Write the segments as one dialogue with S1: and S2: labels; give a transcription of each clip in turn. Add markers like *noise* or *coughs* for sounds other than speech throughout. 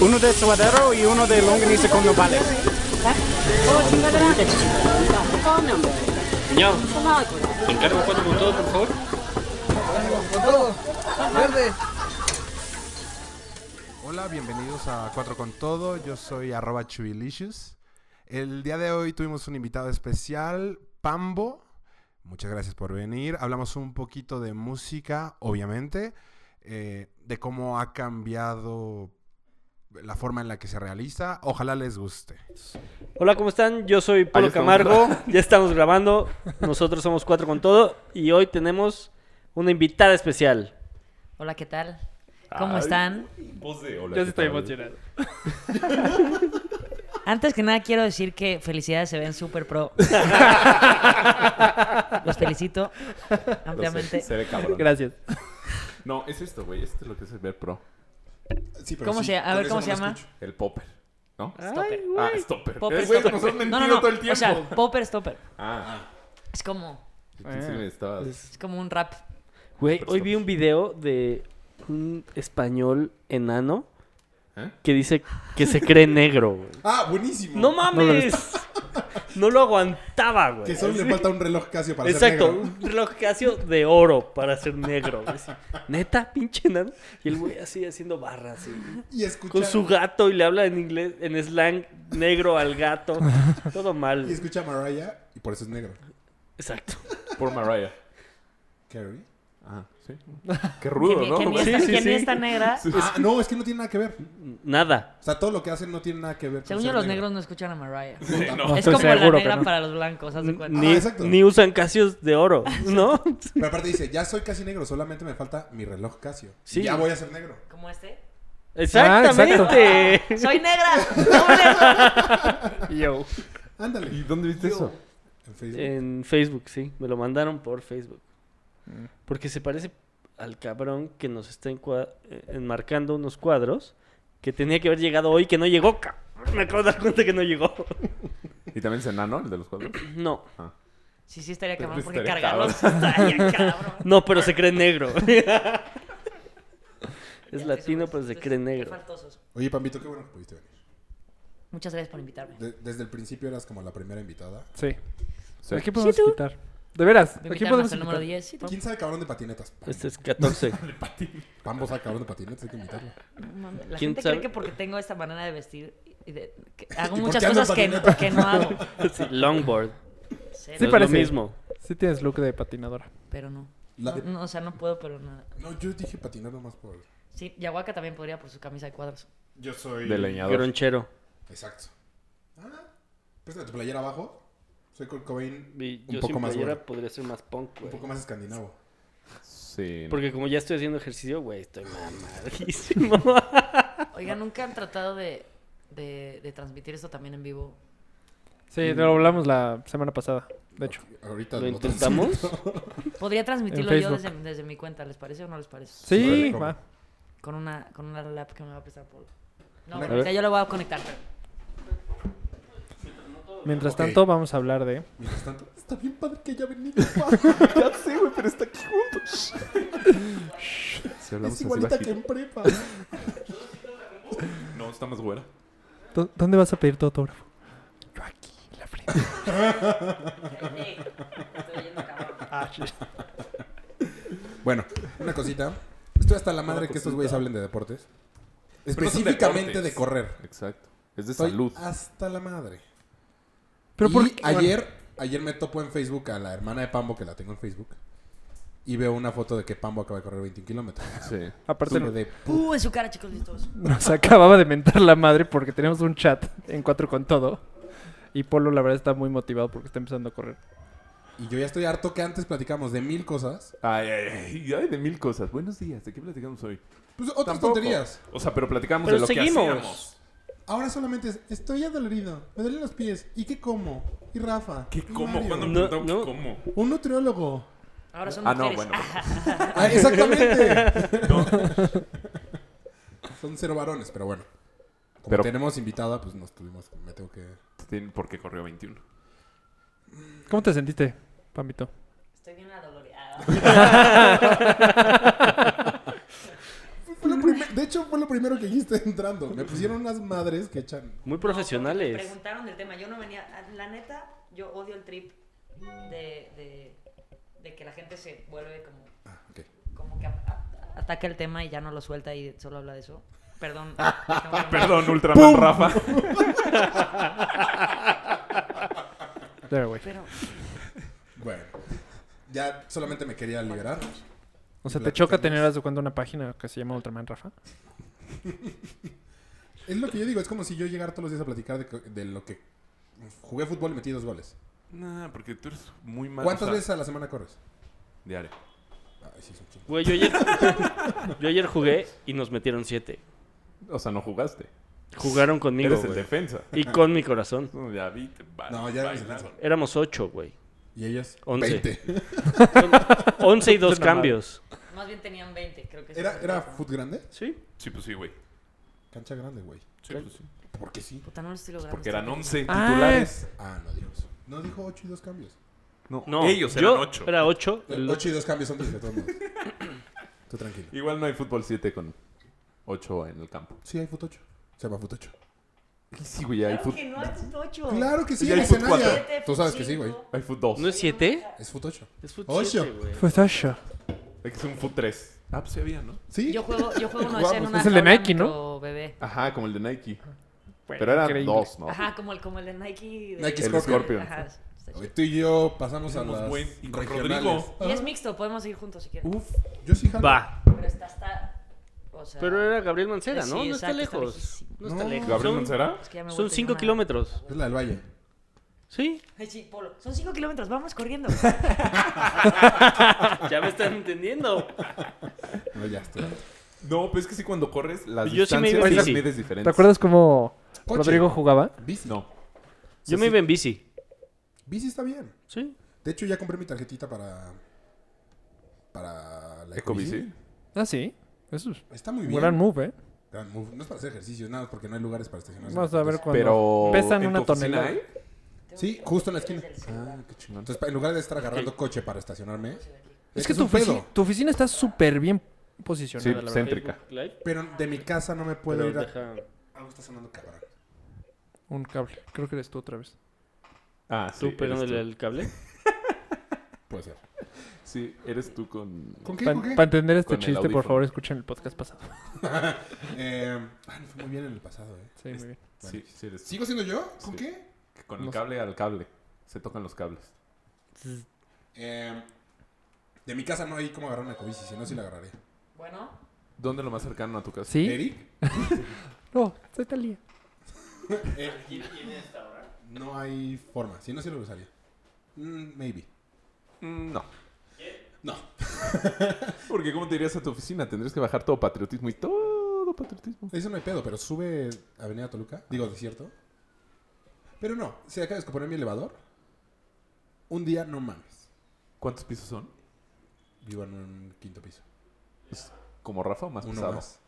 S1: uno de suadero y uno de longaniza con nopales.
S2: Niño, te encargo cuatro con todo, por favor.
S3: Hola, bienvenidos a Cuatro con Todo. Yo soy arroba chubilicious. El día de hoy tuvimos un invitado especial, Pambo. Muchas gracias por venir. Hablamos un poquito de música, obviamente, eh, de cómo ha cambiado la forma en la que se realiza. Ojalá les guste.
S4: Hola, ¿cómo están? Yo soy
S2: Ahí
S4: Polo
S2: estamos.
S4: Camargo. Ya estamos grabando. Nosotros somos Cuatro con Todo. Y hoy tenemos una invitada especial.
S5: Hola, ¿qué tal? ¿Cómo están?
S6: Yo sí estoy emocionado.
S5: Antes que nada quiero decir que felicidades se ven súper pro. Los felicito ampliamente.
S6: Se ve cabrón.
S4: Gracias.
S6: No, es esto, güey. Esto es lo que es ver pro.
S5: ¿Cómo se, a ver, ¿cómo se llama?
S6: El popper. ¿No?
S5: Stopper.
S6: Ah, stopper.
S5: Popper,
S6: Eh, güey,
S5: stopper.
S6: nos han mentido
S5: No, no, no.
S6: todo el tiempo.
S5: O sea, popper, stopper.
S6: Ah,
S5: Es como,
S6: yo pensé que me estabas-
S5: es como un rap.
S4: Güey, hoy vi un video de un español enano
S6: ¿Eh?
S4: que dice que se cree negro. güey.
S7: Ah, buenísimo.
S4: ¡No mames! No lo aguantaba, güey.
S7: Que solo le falta un reloj Casio para
S4: Exacto,
S7: ser negro.
S4: un reloj Casio de oro para ser negro. güey. Así, Neta, pinche enano. Y el güey así haciendo barras. así.
S7: Y escuchar,
S4: con su gato y le habla en inglés, en slang negro
S5: *laughs*
S4: al gato. Todo mal.
S7: y escucha a Mariah y por eso es negro.
S4: Exacto.
S6: Por Mariah.
S7: Carrie.
S6: Ah, sí. Qué rudo,
S5: ¿Quién,
S6: ¿no?
S5: quién
S6: Güey?
S5: es esta-
S4: sí,
S5: quién
S4: sí.
S5: es esta negra?
S7: Ah, no, es que no tiene nada que ver.
S4: Nada.
S7: O sea, todo lo que hacen no tiene nada que ver. con
S5: Según
S7: ser
S5: yo, los
S7: negro.
S5: negros no escuchan a Mariah.
S6: no.
S5: Es
S4: Estoy
S5: como la
S4: seguro que
S5: negra
S4: no.
S5: para los blancos, haz de cuenta. Ah,
S4: Ni,
S7: exacto.
S4: ni usan casios
S5: *laughs*
S4: de oro, ¿no?
S7: Pero aparte dice, ya soy casi negro, solamente me falta mi reloj Casio.
S4: Sí.
S7: Ya voy a ser negro.
S5: ¿Como este?
S4: Exactamente.
S5: *laughs* ¡Soy negra! ¡Doble eso!
S6: Yo. ¿Y
S7: Ándale.
S6: dónde viste eso?
S7: En Facebook.
S4: en Facebook, sí. Me lo mandaron por Facebook.
S5: Mm.
S4: Porque se parece al cabrón que nos está encua- eh, enmarcando unos cuadros que tenía que haber llegado hoy, que no llegó. cabrón. Me acabo de dar cuenta que
S5: *laughs*
S4: no llegó.
S6: ¿Y también es enano, el de los Ah, cuadros?
S4: No.
S5: Sí, sí, estaría cabrón
S7: Pues
S5: porque
S6: Estaría
S5: cargarlos *laughs* estaría cabrón.
S4: No, pero se cree negro. *laughs* es
S5: Ya,
S4: latino,
S5: eso
S4: pero se
S5: Entonces, qué
S4: cree negro.
S5: faltosos.
S7: Oye, Pampito, qué bueno que pudiste venir.
S5: Muchas gracias por invitarme.
S7: De- desde el principio eras como la primera invitada.
S6: Sí. Sí.
S8: Aquí podemos quitar. De veras,
S5: Me
S8: aquí
S5: invitaron
S8: podemos
S5: hasta el número
S8: quitar.
S5: 10. Sí, tú.
S7: ¿Quién sabe cabrón de patinetas? Pam-
S4: Este es *laughs* 14.
S7: Pambo sabe cabrón de patinetas, hay que invitarlo.
S5: La
S4: ¿Quién
S5: gente
S4: sabe?
S5: cree que porque tengo esta manera de vestir y de- que hago
S7: ¿Y por
S5: muchas
S7: qué ando
S5: cosas que,
S7: patineta?
S5: que no hago.
S7: *laughs*
S4: Sí, longboard.
S5: Cero,
S8: Sí,
S4: No es
S8: parece.
S4: lo mismo.
S8: Sí tienes look de patinadora.
S5: Pero no.
S7: La-
S5: No, O sea, no puedo, pero nada.
S7: No, yo dije patinar nomás por...
S5: Sí, Yahuaca también podría por su camisa de cuadros.
S7: Yo soy...
S6: De leñador.
S4: Gronchero.
S7: Exacto. Ah, préstame tu playera abajo. Soy Kurt Cobain
S4: Y
S7: un
S4: yo
S7: poco
S4: sin
S7: más
S4: playera pues,
S7: güero,
S4: podría ser más punk,
S7: un
S4: güey.
S7: poco más escandinavo.
S6: Sí.
S4: Porque como ya estoy haciendo ejercicio, güey, estoy
S7: *laughs*
S4: mamadísimo.
S5: Oiga, nunca han tratado de, de, de transmitir esto también en vivo.
S8: Sí, lo hablamos la semana pasada, de hecho.
S7: Ahorita
S4: ¿Lo
S7: nosotros-
S4: intentamos?
S5: Podría transmitirlo
S8: En
S5: yo desde,
S8: Facebook.
S5: desde mi cuenta, ¿les parece o no les parece?
S8: Sí,
S7: Órale,
S8: va.
S5: Con una, con una lap que me va a prestar Polo. No,
S7: Una-
S5: bueno, ya yo lo voy a conectar. pero-
S8: Mientras
S7: Ok.
S8: tanto, vamos a hablar de.
S7: *laughs* Mientras tanto, está bien padre que ya
S4: *laughs*
S7: venimos.
S6: Ya sé, güey, pero está aquí juntos. Si hablamos
S7: Es
S6: así
S7: igualita
S6: bajito.
S7: que en prepa.
S6: No, está más buena.
S8: ¿Dó- ¿Dónde vas a pedir tu autógrafo? Yo aquí, en la frente.
S7: bueno, una cosita. Estoy hasta la madre que estos güeyes hablen de deportes. Específicamente de
S6: deportes.
S7: correr.
S6: Exacto. Es de
S7: Estoy
S6: salud.
S7: hasta la madre.
S8: Pero
S7: y
S8: por qué?
S7: ayer, ayer me topo en Facebook a la hermana de Pambo, que la tengo en Facebook. Y veo una foto de que Pambo acaba de correr 21 kilómetros.
S6: Sí.
S8: Aparte,
S7: Tuve
S8: nos,
S7: de
S5: ¡Uh, en su cara, chicos listos!
S8: nos acababa de mentar la madre porque tenemos un chat en cuatro con todo. Y Polo, la verdad, está muy motivado porque está empezando a correr.
S7: Y yo ya estoy harto que antes platicamos de mil cosas.
S6: Ay, ay, ay, ay, de mil cosas. Buenos días, ¿de qué platicamos hoy?
S7: Pues otras
S6: Tampoco.
S7: tonterías.
S6: O sea, pero platicamos
S4: Pero
S6: de lo
S4: seguimos.
S6: que hacíamos.
S7: Ahora solamente es, estoy adolorido, me duelen los pies. ¿Y qué como? ¿Y Rafa?
S6: ¿Qué
S7: ¿Y
S6: como?
S7: Mario?
S6: ¿Cuándo me
S4: No,
S6: preguntaron
S4: no.
S6: qué como?
S7: Un nutriólogo.
S5: Ahora son
S6: Ah, no,
S5: mujeres.
S6: bueno.
S5: *laughs*
S7: Ah, exactamente. Son cero varones, pero bueno. Como
S6: Pero-
S7: tenemos invitada, pues nos tuvimos, me tengo que...
S6: Tienen- Porque corrió 21.
S8: ¿Cómo te sentiste, Pambito?
S5: Estoy
S9: *laughs*
S5: bien adolorida.
S7: Pues Fue lo primer- De hecho, fue lo primero que dijiste entrando. Me pusieron unas madres que echan.
S4: Muy
S5: Me
S4: profesionales.
S5: preguntaron del tema. Yo no venía. ah, La neta, yo odio el trip de, de, de que la gente se vuelve como,
S7: Ah, ok.
S5: como que a- a- ataca el tema y ya no lo suelta y solo habla de eso.
S9: *laughs*
S5: Perdón.
S9: *laughs* Perdón, Ultraman *laughs* Rafa.
S8: There, güey.
S5: Pero
S7: Bueno. Ya solamente me quería liberar.
S8: O sea, ¿te choca tener a su cuenta una página que se llama Ultraman Rafa?
S7: Es lo que yo digo, es como si yo llegara todos los días a platicar de, co- de lo que. Jugué fútbol y metí dos goles.
S9: No, porque tú eres muy mal.
S7: ¿Cuántas
S9: o sea,
S7: veces a la semana corres?
S9: Diario.
S7: Ay, sí, es un chingo.
S4: Güey, yo ayer, *laughs* yo ayer jugué y nos metieron siete.
S9: O sea, no jugaste.
S4: Jugaron conmigo.
S9: Eres el
S4: güey.
S9: defensa.
S4: Y con mi corazón.
S9: No, ya vi, te vas,
S7: No, ya
S9: vas,
S7: eres defensa.
S9: vas.
S4: Éramos ocho, güey.
S7: ¿Y ellas?
S4: Once.
S7: 20.
S4: Once y dos
S8: Una madre.
S4: cambios.
S5: más bien tenían 20, creo que sí.
S7: ¿Era, ¿Era fut grande?
S4: Sí.
S9: Sí, pues sí, güey.
S7: Cancha grande, güey.
S9: Sí, pues sí.
S7: ¿Por qué sí?
S5: Puta, no lo estoy logrando.
S9: Porque eran 11
S8: Ah.
S9: titulares.
S7: Ah, no dijo eso. No dijo 8 y 2 cambios.
S9: No,
S4: No,
S9: ellos
S4: yo
S9: eran 8.
S4: Era ocho. el
S7: 8 y 2 cambios son 10 de todos *coughs* modos. Tú tranquilo.
S9: Igual no hay fútbol 7 con 8 en el campo.
S7: Sí, hay fut 8. Se llama fut 8.
S9: Sí, güey, hay
S5: Claro
S9: fut,
S5: que no, es un ocho.
S7: Oh. Claro que sí,
S9: Y
S7: en
S9: hay fut
S7: escenario.
S9: cuatro.
S7: Tú sabes que sí, güey.
S5: Cinco.
S9: hay fut 2.
S4: ¿No es siete?
S7: Es fut 8.
S4: Es fut
S7: Ocho.
S4: siete, güey.
S9: Hay que ser un fut 3. Ah, pues sí había, ¿no?
S7: Sí.
S5: Yo juego, yo
S7: *laughs*
S5: juego uno de esos en
S7: Jugamos.
S5: una
S8: Es el de
S5: jaula
S8: Nike, ¿no?
S5: micro Bebé.
S9: Ajá, como el de Nike.
S4: Ah,
S9: Pero eran
S8: increíble.
S9: 2, ¿no?
S5: Ajá, como el, como el de Nike. de-
S7: Oh. Nike
S9: El Scorpion.
S5: Ajá, está chido.
S7: Oye, tú y yo pasamos a
S9: Somos
S7: las
S9: buen- y con
S7: regionales.
S9: Rodrigo.
S5: Y es mixto, podemos ir juntos si quieren.
S7: Uf, yo sí jalo.
S4: Va.
S5: Pero está hasta. O sea,
S4: Pero era Gabriel Mancera,
S5: Sí,
S4: ¿no? no Pues está
S5: exacto, está
S4: lejos.
S5: lejísimo.
S4: no está
S7: No.
S4: lejos.
S9: ¿Gabriel
S4: Son,
S9: Mancera?
S5: es que ya me voy
S4: son
S5: a
S4: cinco
S5: terminar.
S4: kilómetros.
S7: Es la del Valle.
S4: Sí.
S5: Ay, sí, Polo. Son cinco kilómetros, vamos
S7: *laughs*
S5: corriendo.
S4: Ah, Ya me están entendiendo.
S7: No, ya estoy.
S9: No, pero es que sí, cuando corres, las
S4: Yo sí me
S9: distancias
S4: iba en
S9: sí las
S4: bici.
S9: mides diferentes.
S8: ¿Te acuerdas cómo
S7: Coche.
S8: Rodrigo jugaba?
S7: Bici.
S9: No.
S4: Yo me iba en bici.
S7: Bici está bien.
S4: Sí.
S7: De hecho, ya compré mi tarjetita para. Para la
S9: ¿Ecobici?
S8: Ah, sí. Eso es
S7: Está muy
S8: un
S7: bien.
S8: gran move, ¿eh?
S7: Gran move. No es para hacer ejercicio, nada, más porque no hay lugares para estacionarse.
S8: Vamos a ver cuando
S9: Pero.
S8: pesan
S9: ¿en tu
S8: una
S9: oficina
S8: tonelada.
S9: hay?
S7: Sí, justo en la esquina.
S9: Ah, qué chingón.
S7: Entonces, pa- en lugar de estar agarrando coche para estacionarme,
S8: Es que
S7: es
S8: tu,
S7: un pedo.
S8: ofici- tu oficina está súper bien posicionada,
S9: Sí,
S8: la verdad.
S9: céntrica.
S4: Facebook Live,
S7: Pero de mi casa no me puedo
S4: pero
S7: ir a...
S4: deja-
S7: Algo está sonando cabrón.
S8: Un cable. Creo que eres tú otra vez.
S9: Ah, sí.
S4: ¿Tú
S9: eres
S4: pegándole
S9: tú.
S4: el cable?
S7: Puede ser.
S9: Sí, eres tú con.
S7: ¿Con qué?
S8: Para
S7: ¿Con qué?
S8: entender este
S9: Con el
S8: chiste,
S9: audífono.
S8: por favor, escuchen el podcast *laughs* pasado.
S7: Eh, ah, no fue muy bien en el pasado, ¿eh?
S8: Sí, muy bien.
S9: Sí, sí, eres tú.
S7: ¿Sigo siendo yo? ¿Con
S9: Sí.
S7: qué?
S9: Con el
S8: No sé.
S9: cable al cable. Se tocan los cables.
S7: Eh, de mi casa no hay cómo agarrar una ecobici, si no, sí la agarraré.
S5: Bueno,
S9: ¿Dónde es lo más cercano a tu casa?
S8: ¿Sí?
S7: ¿Eric?
S8: No, soy Talía.
S7: Eh, no hay forma, si no, sí lo usaría. Mm, maybe.
S9: Mm, No.
S7: No.
S9: *laughs* Porque ¿cómo te irías a tu oficina? Tendrías que bajar todo patriotismo y todo patriotismo.
S7: Eso no hay pedo, pero sube Avenida Toluca, digo desierto. Pero no, si acabas de poner mi elevador, un día no mames.
S9: ¿Cuántos pisos son?
S7: Vivo en un quinto piso.
S9: ¿Como Rafa o más
S7: Uno
S9: pesado?
S7: más.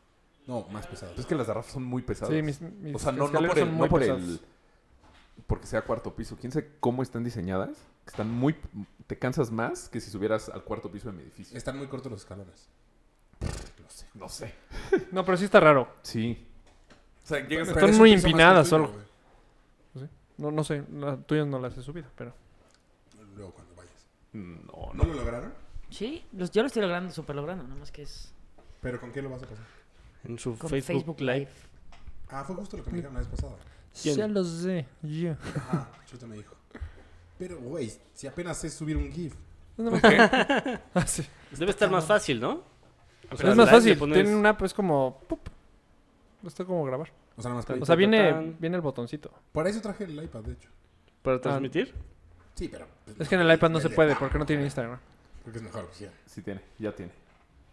S7: No, más pesado.
S9: Pues es que las de Rafa son muy pesadas.
S8: Sí, mis, mis
S9: o sea, no, no
S8: escaleras
S9: por,
S8: son
S9: el,
S8: muy
S9: no por
S8: pesadas.
S9: el... Porque sea cuarto piso. ¿Quién sabe cómo están diseñadas? Que están muy... Te cansas más que si subieras al cuarto piso de mi edificio.
S7: Están muy cortos los escalones. No sé.
S9: No sé.
S8: No, pero sí está raro.
S9: Sí. O sea, llegas
S7: Pero es
S8: muy
S7: un piso más
S8: empinadas
S7: que el tuyo,
S8: solo. No, no sé, las tuyas no las he subido, pero...
S7: güey. Luego cuando vayas.
S9: Mm, No,
S7: No
S9: no.
S7: lo lograron,
S5: sí, los, yo lo estoy logrando, súper logrando, nada más que es
S7: pero ¿con qué lo vas a pasar?
S4: En su
S5: con
S4: Facebook, Live.
S7: Ah, fue justo lo que me dijeron la vez pasada.
S4: ¿Quién?
S8: Ya lo sé, yo.
S7: Ajá, Ah, Chuta me dijo. Pero, güey, si apenas sé subir un GIF.
S8: *laughs* Ah, sí.
S4: Debe estar más fácil, ¿no? O sea,
S8: es más
S4: live
S8: fácil,
S4: le pones-
S8: tienen una app, es como... pup. Está como grabar.
S7: O sea, nada más
S4: Tan-
S7: play.
S8: O sea, viene,
S4: Tan.
S8: viene el botoncito.
S7: Para eso traje el iPad, de hecho.
S9: Ah,
S4: ¿Para transmitir?
S7: Sí, pero... pues,
S8: Es que en el iPad no se puede porque no tiene Instagram.
S7: ah, Porque es mejor opción.
S9: Sí tiene, ya tiene.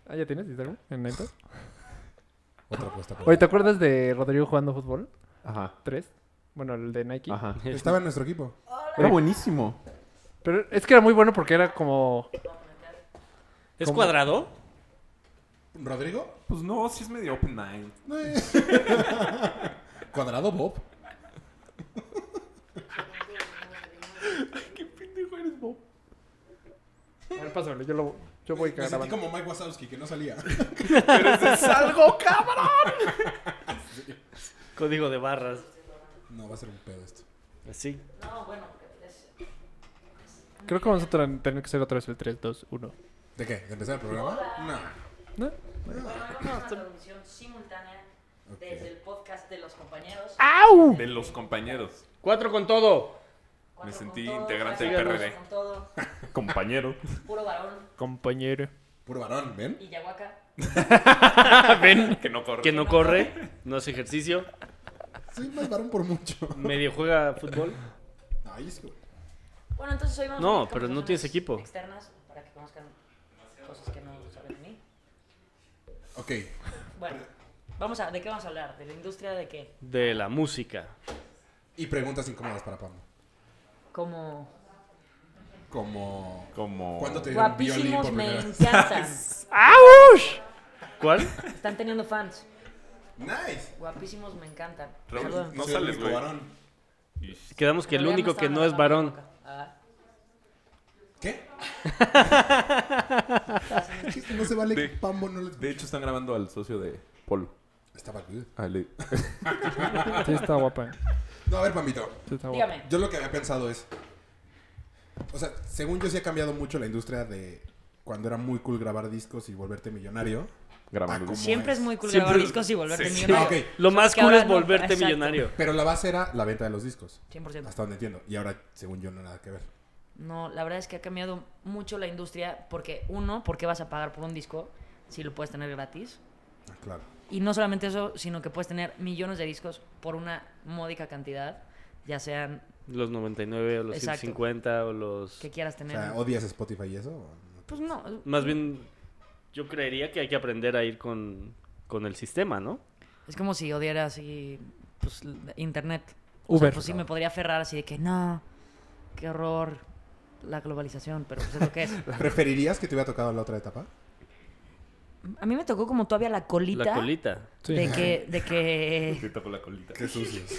S8: Ah, ¿ya tienes Instagram en iPad?
S7: Otra apuesta.
S8: *laughs* Oye, ¿te acuerdas de Rodrigo jugando fútbol?
S9: Ajá.
S8: 3. Bueno, el de Nike. *laughs*
S9: Ajá.
S7: Estaba en nuestro equipo.
S9: Era buenísimo.
S8: Pero es que era muy bueno porque era como...
S4: ¿Es
S8: ¿Cómo?
S4: cuadrado?
S7: ¿Rodrigo?
S9: Pues no, sí es medio open mind.
S7: No es. *laughs* Cuadrado Bob.
S9: Qué pendejo eres, Bob.
S8: A ver, pásamelo, yo lo... Yo voy
S7: Me sentí
S8: grabando.
S7: como Mike Wazowski, que no *laughs* salía.
S8: *laughs*
S4: Código de barras.
S7: No, va a ser un pedo esto.
S4: Así.
S5: No, bueno, es-
S8: Creo que vamos a tra- tener que hacer otra vez el 3, 2, 1.
S7: ¿De qué? ¿De empezar el programa? No.
S8: ¿No?
S5: bueno, es una transmisión simultánea
S7: Ok.
S5: desde el podcast de los compañeros.
S6: Ah. De los
S9: *laughs*
S6: compañeros.
S4: Cuatro con todo.
S5: Cuatro
S6: Me sentí
S5: con todo,
S6: integrante
S5: cuatro
S6: del PRD.
S5: con todo,
S6: Compañero.
S5: puro varón
S8: Compañero.
S7: Puro varón, ¿ven?
S5: y yahuaca.
S6: que no corre.
S4: Que no corre, no hace ejercicio,
S7: Soy más varón por mucho.
S4: medio juega fútbol.
S7: *laughs* Ay, es que...
S5: Bueno, entonces hoy vamos
S4: No,
S5: a tener
S4: pero no tienes
S5: conversaciones
S4: equipo.
S5: Externas para que conozcan cosas que no saben de mí.
S7: Ok.
S5: Bueno, vamos a, ¿de qué vamos a hablar? ¿De la industria de qué?
S4: De la música.
S7: Y preguntas incómodas para Pablo.
S5: Como
S7: Como...
S6: Como.
S7: ¿Cuándo te dieron violín
S5: guapísimos
S7: por
S5: me
S7: primera vez?
S5: encantan.
S4: *laughs*
S5: *laughs*
S4: ¿Cuál?
S5: Están teniendo fans.
S7: Nice.
S5: Guapísimos me encantan.
S6: Raúl,
S5: Saludos.
S6: No
S7: Soy
S6: sales,
S7: el único
S6: güey.
S7: varón.
S4: Quedamos que el
S5: Todavía
S4: único que
S5: estaban
S4: no es
S5: hablando
S4: varón.
S5: de Yahuaca. Ah,
S7: ¿Qué? Es que no se vale
S6: De-
S7: que Pambo no le...
S6: De hecho, están grabando al socio de Polo.
S7: Estaba good.
S6: Ah,
S9: *laughs*
S6: le-
S8: Sí, está guapa. eh.
S7: No, a ver, Pambito.
S8: Sí, está guapa.
S5: dígame.
S7: Yo lo que había pensado es... O sea, según yo sí ha cambiado mucho la industria de... Cuando era muy cool grabar discos y volverte millonario.
S6: grabando.
S7: Ah, ¿cómo?
S5: Siempre es muy cool
S4: Siempre-
S5: grabar discos y volverte
S6: Sí.
S7: Ah,
S5: millonario.
S7: ok.
S4: Lo más
S5: que
S4: cool
S5: ahora
S4: es
S5: no-
S4: volverte
S5: exacto.
S4: millonario.
S7: Pero la base era la venta de los discos.
S5: 100%.
S7: Hasta donde entiendo. Y ahora, según yo, no nada que ver.
S5: No, la verdad es que ha cambiado mucho la industria porque, uno, ¿por qué vas a pagar por un disco si lo puedes tener gratis?
S7: Ah, claro.
S5: Y no solamente eso, sino que puedes tener millones de discos por una módica cantidad, ya sean
S4: Los 99 o los
S5: Exacto.
S4: 150 o los...
S5: que quieras
S7: O
S5: tener.
S7: sea, ¿odias Spotify y eso? o no?
S5: Pues no,
S4: Más bien, yo creería que hay que aprender a ir con, con el sistema, ¿no?
S5: es como si odiara así, pues, l- internet. O sea,
S8: Uber.
S5: pues sí, me podría aferrar así de que no, qué horror la globalización, pero pues es lo que es.
S7: ¿Preferirías que te hubiera tocado la otra etapa?
S5: *laughs* A mí me tocó como todavía la colita,
S4: La colita.
S8: Sí.
S5: de que, de que
S4: *laughs*
S6: Te tapo la colita.
S7: Qué sucios.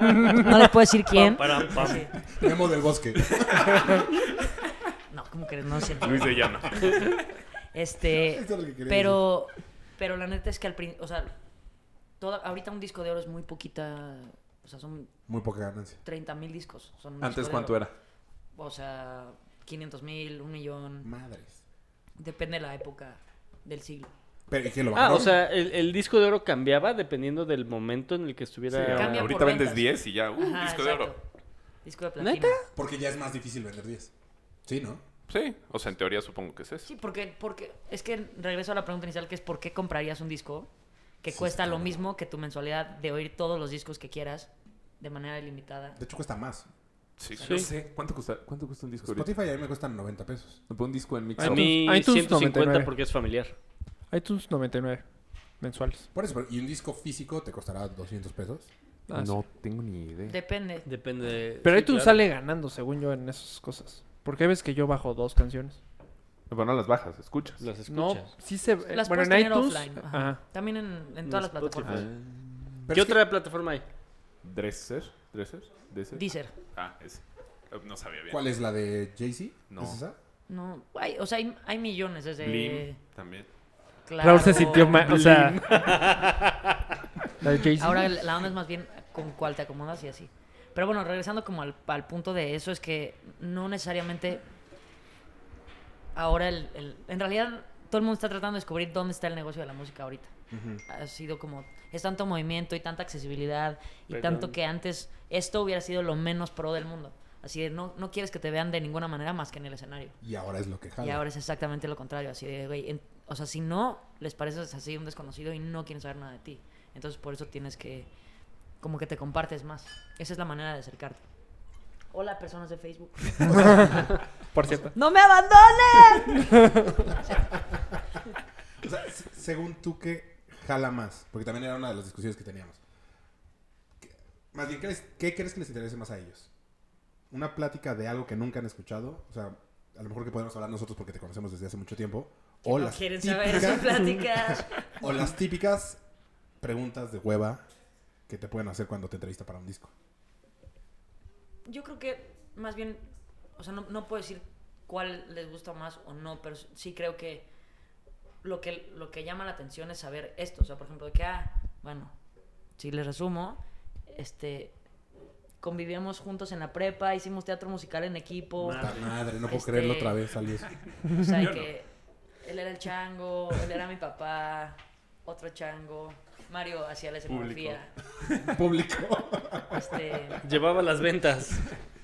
S5: no les puedo decir quién.
S4: Pam, pam, pam.
S5: Sí.
S7: *laughs* Memo del bosque.
S5: No, como que no es cierto.
S6: Luis de Llana.
S5: Este,
S7: *laughs* Eso es lo que quería
S5: pero, pero la neta es que al principio, o sea, toda, ahorita un disco de oro es muy poquita, o sea, son
S7: Muy poca ganancia.
S5: 30 mil discos. Son un
S6: Antes,
S5: disco de
S6: ¿cuánto
S5: oro.
S6: era?
S5: O sea, 500 mil, un millón,
S7: Madres.
S5: depende de la época del siglo.
S7: Pero, ¿y qué lo
S4: Ah,
S7: bajaron?
S4: o sea, el, el disco de oro cambiaba dependiendo del momento en el que estuviera...
S5: Sí, Cambia
S6: ahorita
S5: por
S6: vendes
S5: ventas.
S6: 10 y ya. Uh,
S5: Ajá,
S6: disco de
S5: exacto.
S6: oro.
S5: Disco de platino.
S4: ¿Neta?
S7: Porque ya es más difícil vender 10. Sí, ¿no?
S6: Sí. O sea, en teoría supongo que es eso.
S5: Sí, porque, porque es que regreso a la pregunta inicial que es ¿por qué comprarías un disco que cuesta lo mismo que tu mensualidad de oír todos los discos que quieras de manera ilimitada?
S7: De hecho, cuesta más.
S6: Sí.
S4: Sí.
S6: No sé. ¿Cuánto cuesta, cuánto cuesta un disco ahorita?
S7: Spotify a mí me cuestan 90 pesos.
S6: Me pongo un disco en
S4: A
S6: Mixup.
S4: mí
S8: iTunes
S4: 150
S8: 99.
S4: porque es familiar.
S8: iTunes 99 mensuales.
S7: Por eso, pero- y un disco físico te costará 200 pesos.
S8: Ah, sí.
S6: No tengo ni idea.
S5: Depende.
S4: Depende de...
S8: Pero
S4: sí,
S8: iTunes
S4: claro.
S8: sale ganando, según yo, en esas cosas. Porque ves que yo bajo dos canciones.
S6: Pero no las bajas, escuchas.
S4: Las
S8: No,
S4: escuchas.
S8: sí se. eh,
S5: Las
S8: bueno,
S5: puedes
S8: en
S5: tener
S8: iTunes.
S5: offline. ajá.
S8: Ajá.
S5: También en, en todas las
S4: En
S5: plataformas.
S4: Spotify.
S6: Ah. Mm.
S7: Pero
S4: ¿Qué
S7: es que-
S4: otra plataforma hay?
S6: Dresser. Dresser. Dresser.
S5: Deezer.
S6: Ah, ese. No sabía bien.
S7: ¿Cuál es la de Jay-Z?
S6: No.
S7: ¿Es esa?
S5: No, hay, o sea, hay, hay millones desde...
S6: Blim. También.
S5: Claro.
S8: Raúl se sintió mal. O sea. *laughs* la de Jay-Z.
S5: Ahora la onda es más bien con cuál te acomodas y así. Pero bueno, regresando como al, al punto de eso, es que no necesariamente ahora el, el- En realidad todo el mundo está tratando de descubrir dónde está el negocio de la música ahorita. Ha sido como... Es tanto movimiento y tanta accesibilidad y
S4: Perdón.
S5: tanto que antes esto hubiera sido lo menos pro del mundo. Así de no, no quieres que te vean de ninguna manera más que en el escenario.
S7: Y ahora es lo que jala.
S5: Y ahora es exactamente lo contrario, así de, güey, en- o sea, si no les pareces así un desconocido y no quieren saber nada de ti. Entonces, por eso tienes que, como que te compartes más. Esa es la manera de acercarte. Hola, personas de Facebook.
S8: Por cierto.
S5: ¡No me abandonen!
S7: O sea, se- según tú, ¿qué jala más? Porque también era una de las discusiones que teníamos. ¿Qué- Más bien, ¿qué, les- qué crees que les interese más a ellos? ¿Una plática de algo que nunca han escuchado? O sea, a lo mejor que podemos hablar nosotros porque te conocemos desde hace mucho tiempo. O,
S5: no
S7: las,
S5: quieren saber sus
S7: típicas,
S5: pláticas.
S7: *laughs* o las típicas preguntas de hueva que te pueden hacer cuando te entrevista para un disco.
S5: Yo creo que, más bien, o sea, no, no puedo decir cuál les gusta más o no, pero sí creo que lo que, lo que llama la atención es saber esto. O sea, por ejemplo, de que, ah, bueno, si les resumo, este, convivíamos juntos en la prepa, hicimos teatro musical en equipo.
S7: Puta madre, no puedo
S5: Este-
S7: creerlo otra vez, salió eso.
S5: O sea, de que él era el chango, él era mi papá, otro chango. Mario hacía la escenografía.
S7: Público.
S5: Este,
S4: Llevaba las ventas.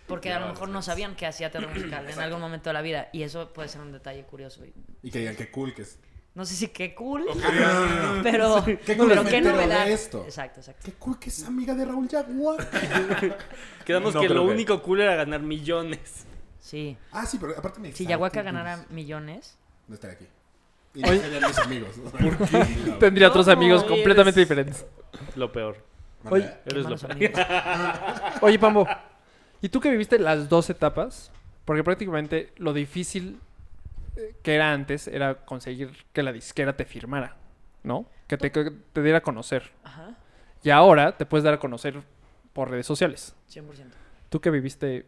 S5: porque a lo mejor no sabían que hacía teatro musical en algún momento de la vida. Y eso puede ser un detalle curioso. y-
S7: Y que digan que cool que es.
S5: No sé si qué cool,
S7: no, no, no.
S5: pero
S7: Qué
S5: qué,
S7: cool
S5: pero
S7: que me
S5: qué
S7: entero de
S5: novedad.
S7: esto.
S5: Exacto, exacto.
S7: Qué cool que es amiga de Raúl Jaguar.
S4: Quedamos
S6: No
S4: que lo
S6: creo que-
S4: único cool era ganar millones.
S5: Sí.
S7: Ah, sí, pero aparte me
S5: Si
S7: exalté,
S5: Yahuaca
S7: entonces,
S5: ganara millones,
S7: No estaría aquí. Y no serían mis amigos. ¿Por *laughs*
S8: Tendría otros
S4: No,
S8: amigos
S4: eres-
S8: completamente diferentes.
S4: Lo peor.
S8: Oye,
S5: qué
S4: Eres lo
S5: malos
S4: peor.
S5: amigos.
S8: Oye, Pambo, ¿y tú que viviste las dos etapas? Porque prácticamente lo difícil eh, que era antes era conseguir que la disquera te firmara, ¿no? Que te, que te diera a conocer.
S5: Ajá,
S8: Y ahora te puedes dar a conocer por redes sociales.
S5: 100%.
S8: Tú que viviste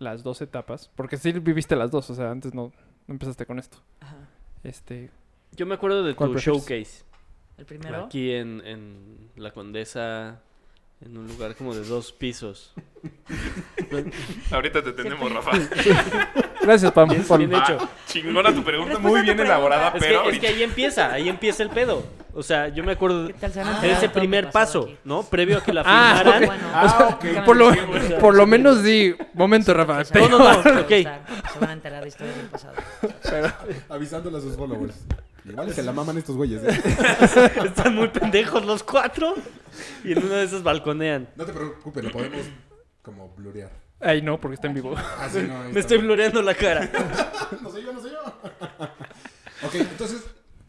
S8: las dos etapas, porque sí viviste las dos, o sea, antes no, no empezaste con esto.
S5: Ajá.
S8: Este,
S4: *laughs* Yo me acuerdo de
S8: ¿Cuál
S4: tu
S8: prefieres?
S4: showcase.
S5: El primero,
S4: Aquí en, en La Condesa, en un lugar como de dos pisos.
S9: Ahorita te tenemos,
S5: *laughs*
S9: Rafa.
S8: gracias, Pambo. por-
S4: bien hecho.
S9: Ah, chingona tu pregunta,
S5: Responde
S9: muy
S5: a tu
S9: bien
S5: pregunta.
S9: elaborada,
S4: Es
S9: pero
S4: que, es que
S9: ahorita-
S4: ahí empieza, ahí empieza el pedo. O sea, yo me acuerdo de
S5: tal se van a enterar de
S4: Ah, ese
S5: todo mi
S4: primer
S5: pasado
S4: paso,
S5: aquí?
S4: ¿no? Previo a que la
S8: Ah,
S4: firmaran.
S8: ok.
S5: bueno,
S7: Ah, ok.
S5: déjame
S8: Por lo,
S5: decirles que
S8: por lo menos di... Momento, Rafa. *laughs*
S5: se
S8: te-
S5: van a
S4: No, no, no,
S5: gustar,
S4: ok.
S5: Se van a enterar de historias del pasado.
S7: Avisándole a sus followers. Igual y se la maman estos güeyes. ¿eh?
S4: Están muy pendejos los cuatro. Y en una de esas balconean.
S7: No te preocupes, lo podemos como blurear.
S8: Ay, no, porque está en vivo.
S7: Ah, sí, no, ahí
S4: Me
S7: está.
S4: estoy floreando la cara.
S7: No soy yo, no soy yo. *laughs* ok, entonces,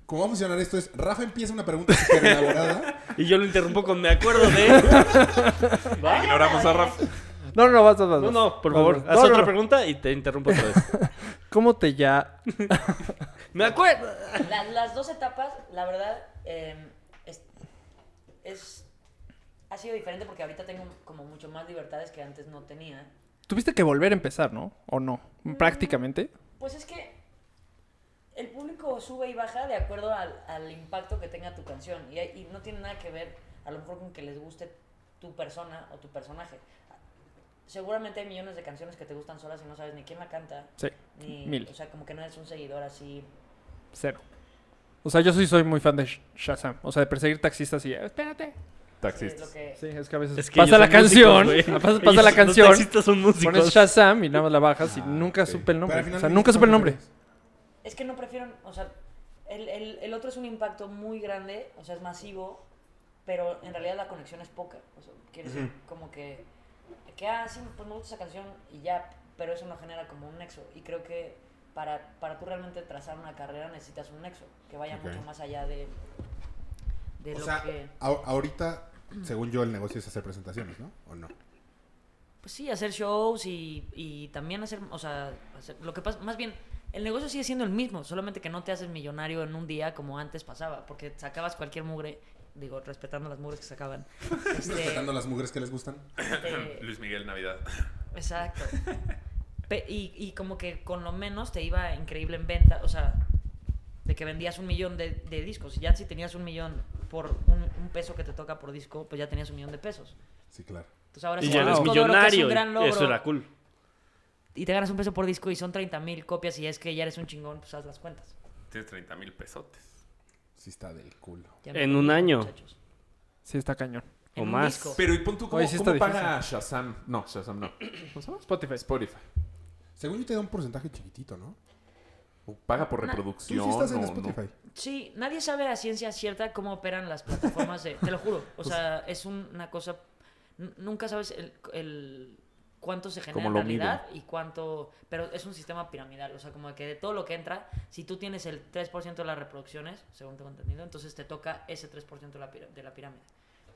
S7: ¿cómo va a funcionar esto? Es Rafa empieza una pregunta súper elaborada.
S4: *laughs* Y yo lo interrumpo con me acuerdo de.
S9: ignoramos a Rafa.
S8: No, no, no, vas, vas, vas.
S4: No, no, por
S8: Vas,
S4: favor,
S8: vas.
S4: haz
S8: No, no,
S4: otra
S8: no.
S4: pregunta y te interrumpo otra vez. *laughs*
S8: ¿Cómo te ya...?
S4: Me acuerdo.
S5: La- las dos etapas, la verdad, eh, es, es- ha sido diferente porque ahorita tengo como mucho más libertades que antes no tenía.
S8: Tuviste que volver a empezar, ¿no? ¿O no? Prácticamente.
S5: Pues es que el público sube y baja de acuerdo al, al impacto que tenga tu canción y, hay- y no tiene nada que ver a lo mejor con que les guste tu persona o tu personaje. Seguramente hay millones de canciones que te gustan solas y no sabes ni quién la canta.
S8: Sí,
S5: Ni,
S8: mil.
S5: O sea, como que no eres un seguidor así
S8: Cero. O sea, yo sí soy muy fan de Sh- Shazam. O sea, de perseguir taxistas y... Espérate.
S5: sí, es lo
S6: Taxistas.
S5: que-
S8: Sí, es que a veces
S4: Es que
S8: pasa
S4: ellos
S8: la
S4: son músicos,
S8: canción.
S4: güey.
S8: *laughs* pasa
S4: Ellos-
S8: pasa la canción.
S4: Los taxistas son
S8: Pones
S4: músicos.
S8: Shazam y nada más la bajas y
S7: Ah,
S8: nunca
S7: ok.
S8: supe el
S7: Pero
S8: nombre.
S7: al final
S8: O sea,
S7: no
S8: nunca
S7: dijiste
S8: supe el
S7: cuál
S8: nombre.
S7: prefieres.
S5: Es que no prefiero, o sea, el, el- el otro es un impacto muy grande, o sea, es masivo, pero en realidad la conexión es poca. O sea, quiere decir, como que, que, ah, sí, pues me gusta esa canción y ya, pero eso no genera como un nexo. Y creo que para, para tú realmente trazar una carrera necesitas un nexo, que vaya
S7: Ok.
S5: mucho más allá de, de
S7: O
S5: lo
S7: sea,
S5: que...
S7: a- ahorita, según yo, el negocio es hacer presentaciones, ¿no? ¿O no?
S5: Pues sí, hacer shows y, y también hacer, o sea, hacer- lo que pasa, más bien, el negocio sigue siendo el mismo, solamente que no te haces millonario en un día como antes pasaba, porque sacabas cualquier mugre, digo, respetando las mugres que sacaban. Este,
S7: Respetando las mujeres que les gustan.
S6: *clears throat*
S5: eh,
S9: Luis
S6: *laughs*
S9: Miguel Navidad.
S5: *laughs* exacto. Pe- y, y como que con lo menos te iba increíble en venta, o sea, de que vendías un millón de, de discos, y ya si tenías un millón por un, un peso que te toca por disco, pues ya tenías un millón de pesos.
S7: Sí, claro.
S5: Entonces ahora
S4: Y
S5: sí,
S4: ya
S5: un
S4: eres
S5: disco de oro, que es un
S4: millonario.
S5: gran
S4: y Eso
S5: logro.
S4: era cool.
S5: y te ganas un peso por disco y son 30 mil copias y es que ya eres un chingón, pues haz las cuentas.
S9: Tienes 30 mil pesotes.
S7: Sí está del culo.
S5: Ya
S4: En
S5: no
S4: un
S5: hay
S4: año.
S5: muchachos.
S8: Sí, está cañón.
S5: En
S4: O
S5: un
S4: más.
S5: disco.
S6: Pero y pon tú, ¿cómo,
S8: Oye, sí está
S6: cómo paga Shazam? No, Shazam no. ¿Cómo se llama?
S8: Spotify.
S6: Spotify.
S7: Según yo te da un porcentaje chiquitito, ¿no?
S6: Paga por
S7: Tú
S6: reproducción.
S7: sí estás en
S6: o
S7: Spotify.
S5: Sí, nadie sabe a ciencia cierta cómo operan las plataformas de... Te lo juro. O
S4: Pues-
S5: sea, es un- una cosa... n- Nunca sabes el, el- cuánto se genera
S6: Cómo
S5: en
S6: lo
S5: realidad y cuánto... Pero es un sistema piramidal. O sea, como que de todo lo que entra, si tú tienes el 3% de las reproducciones, según tengo entendido, entonces te toca ese 3% de la, pira- de la pirámide.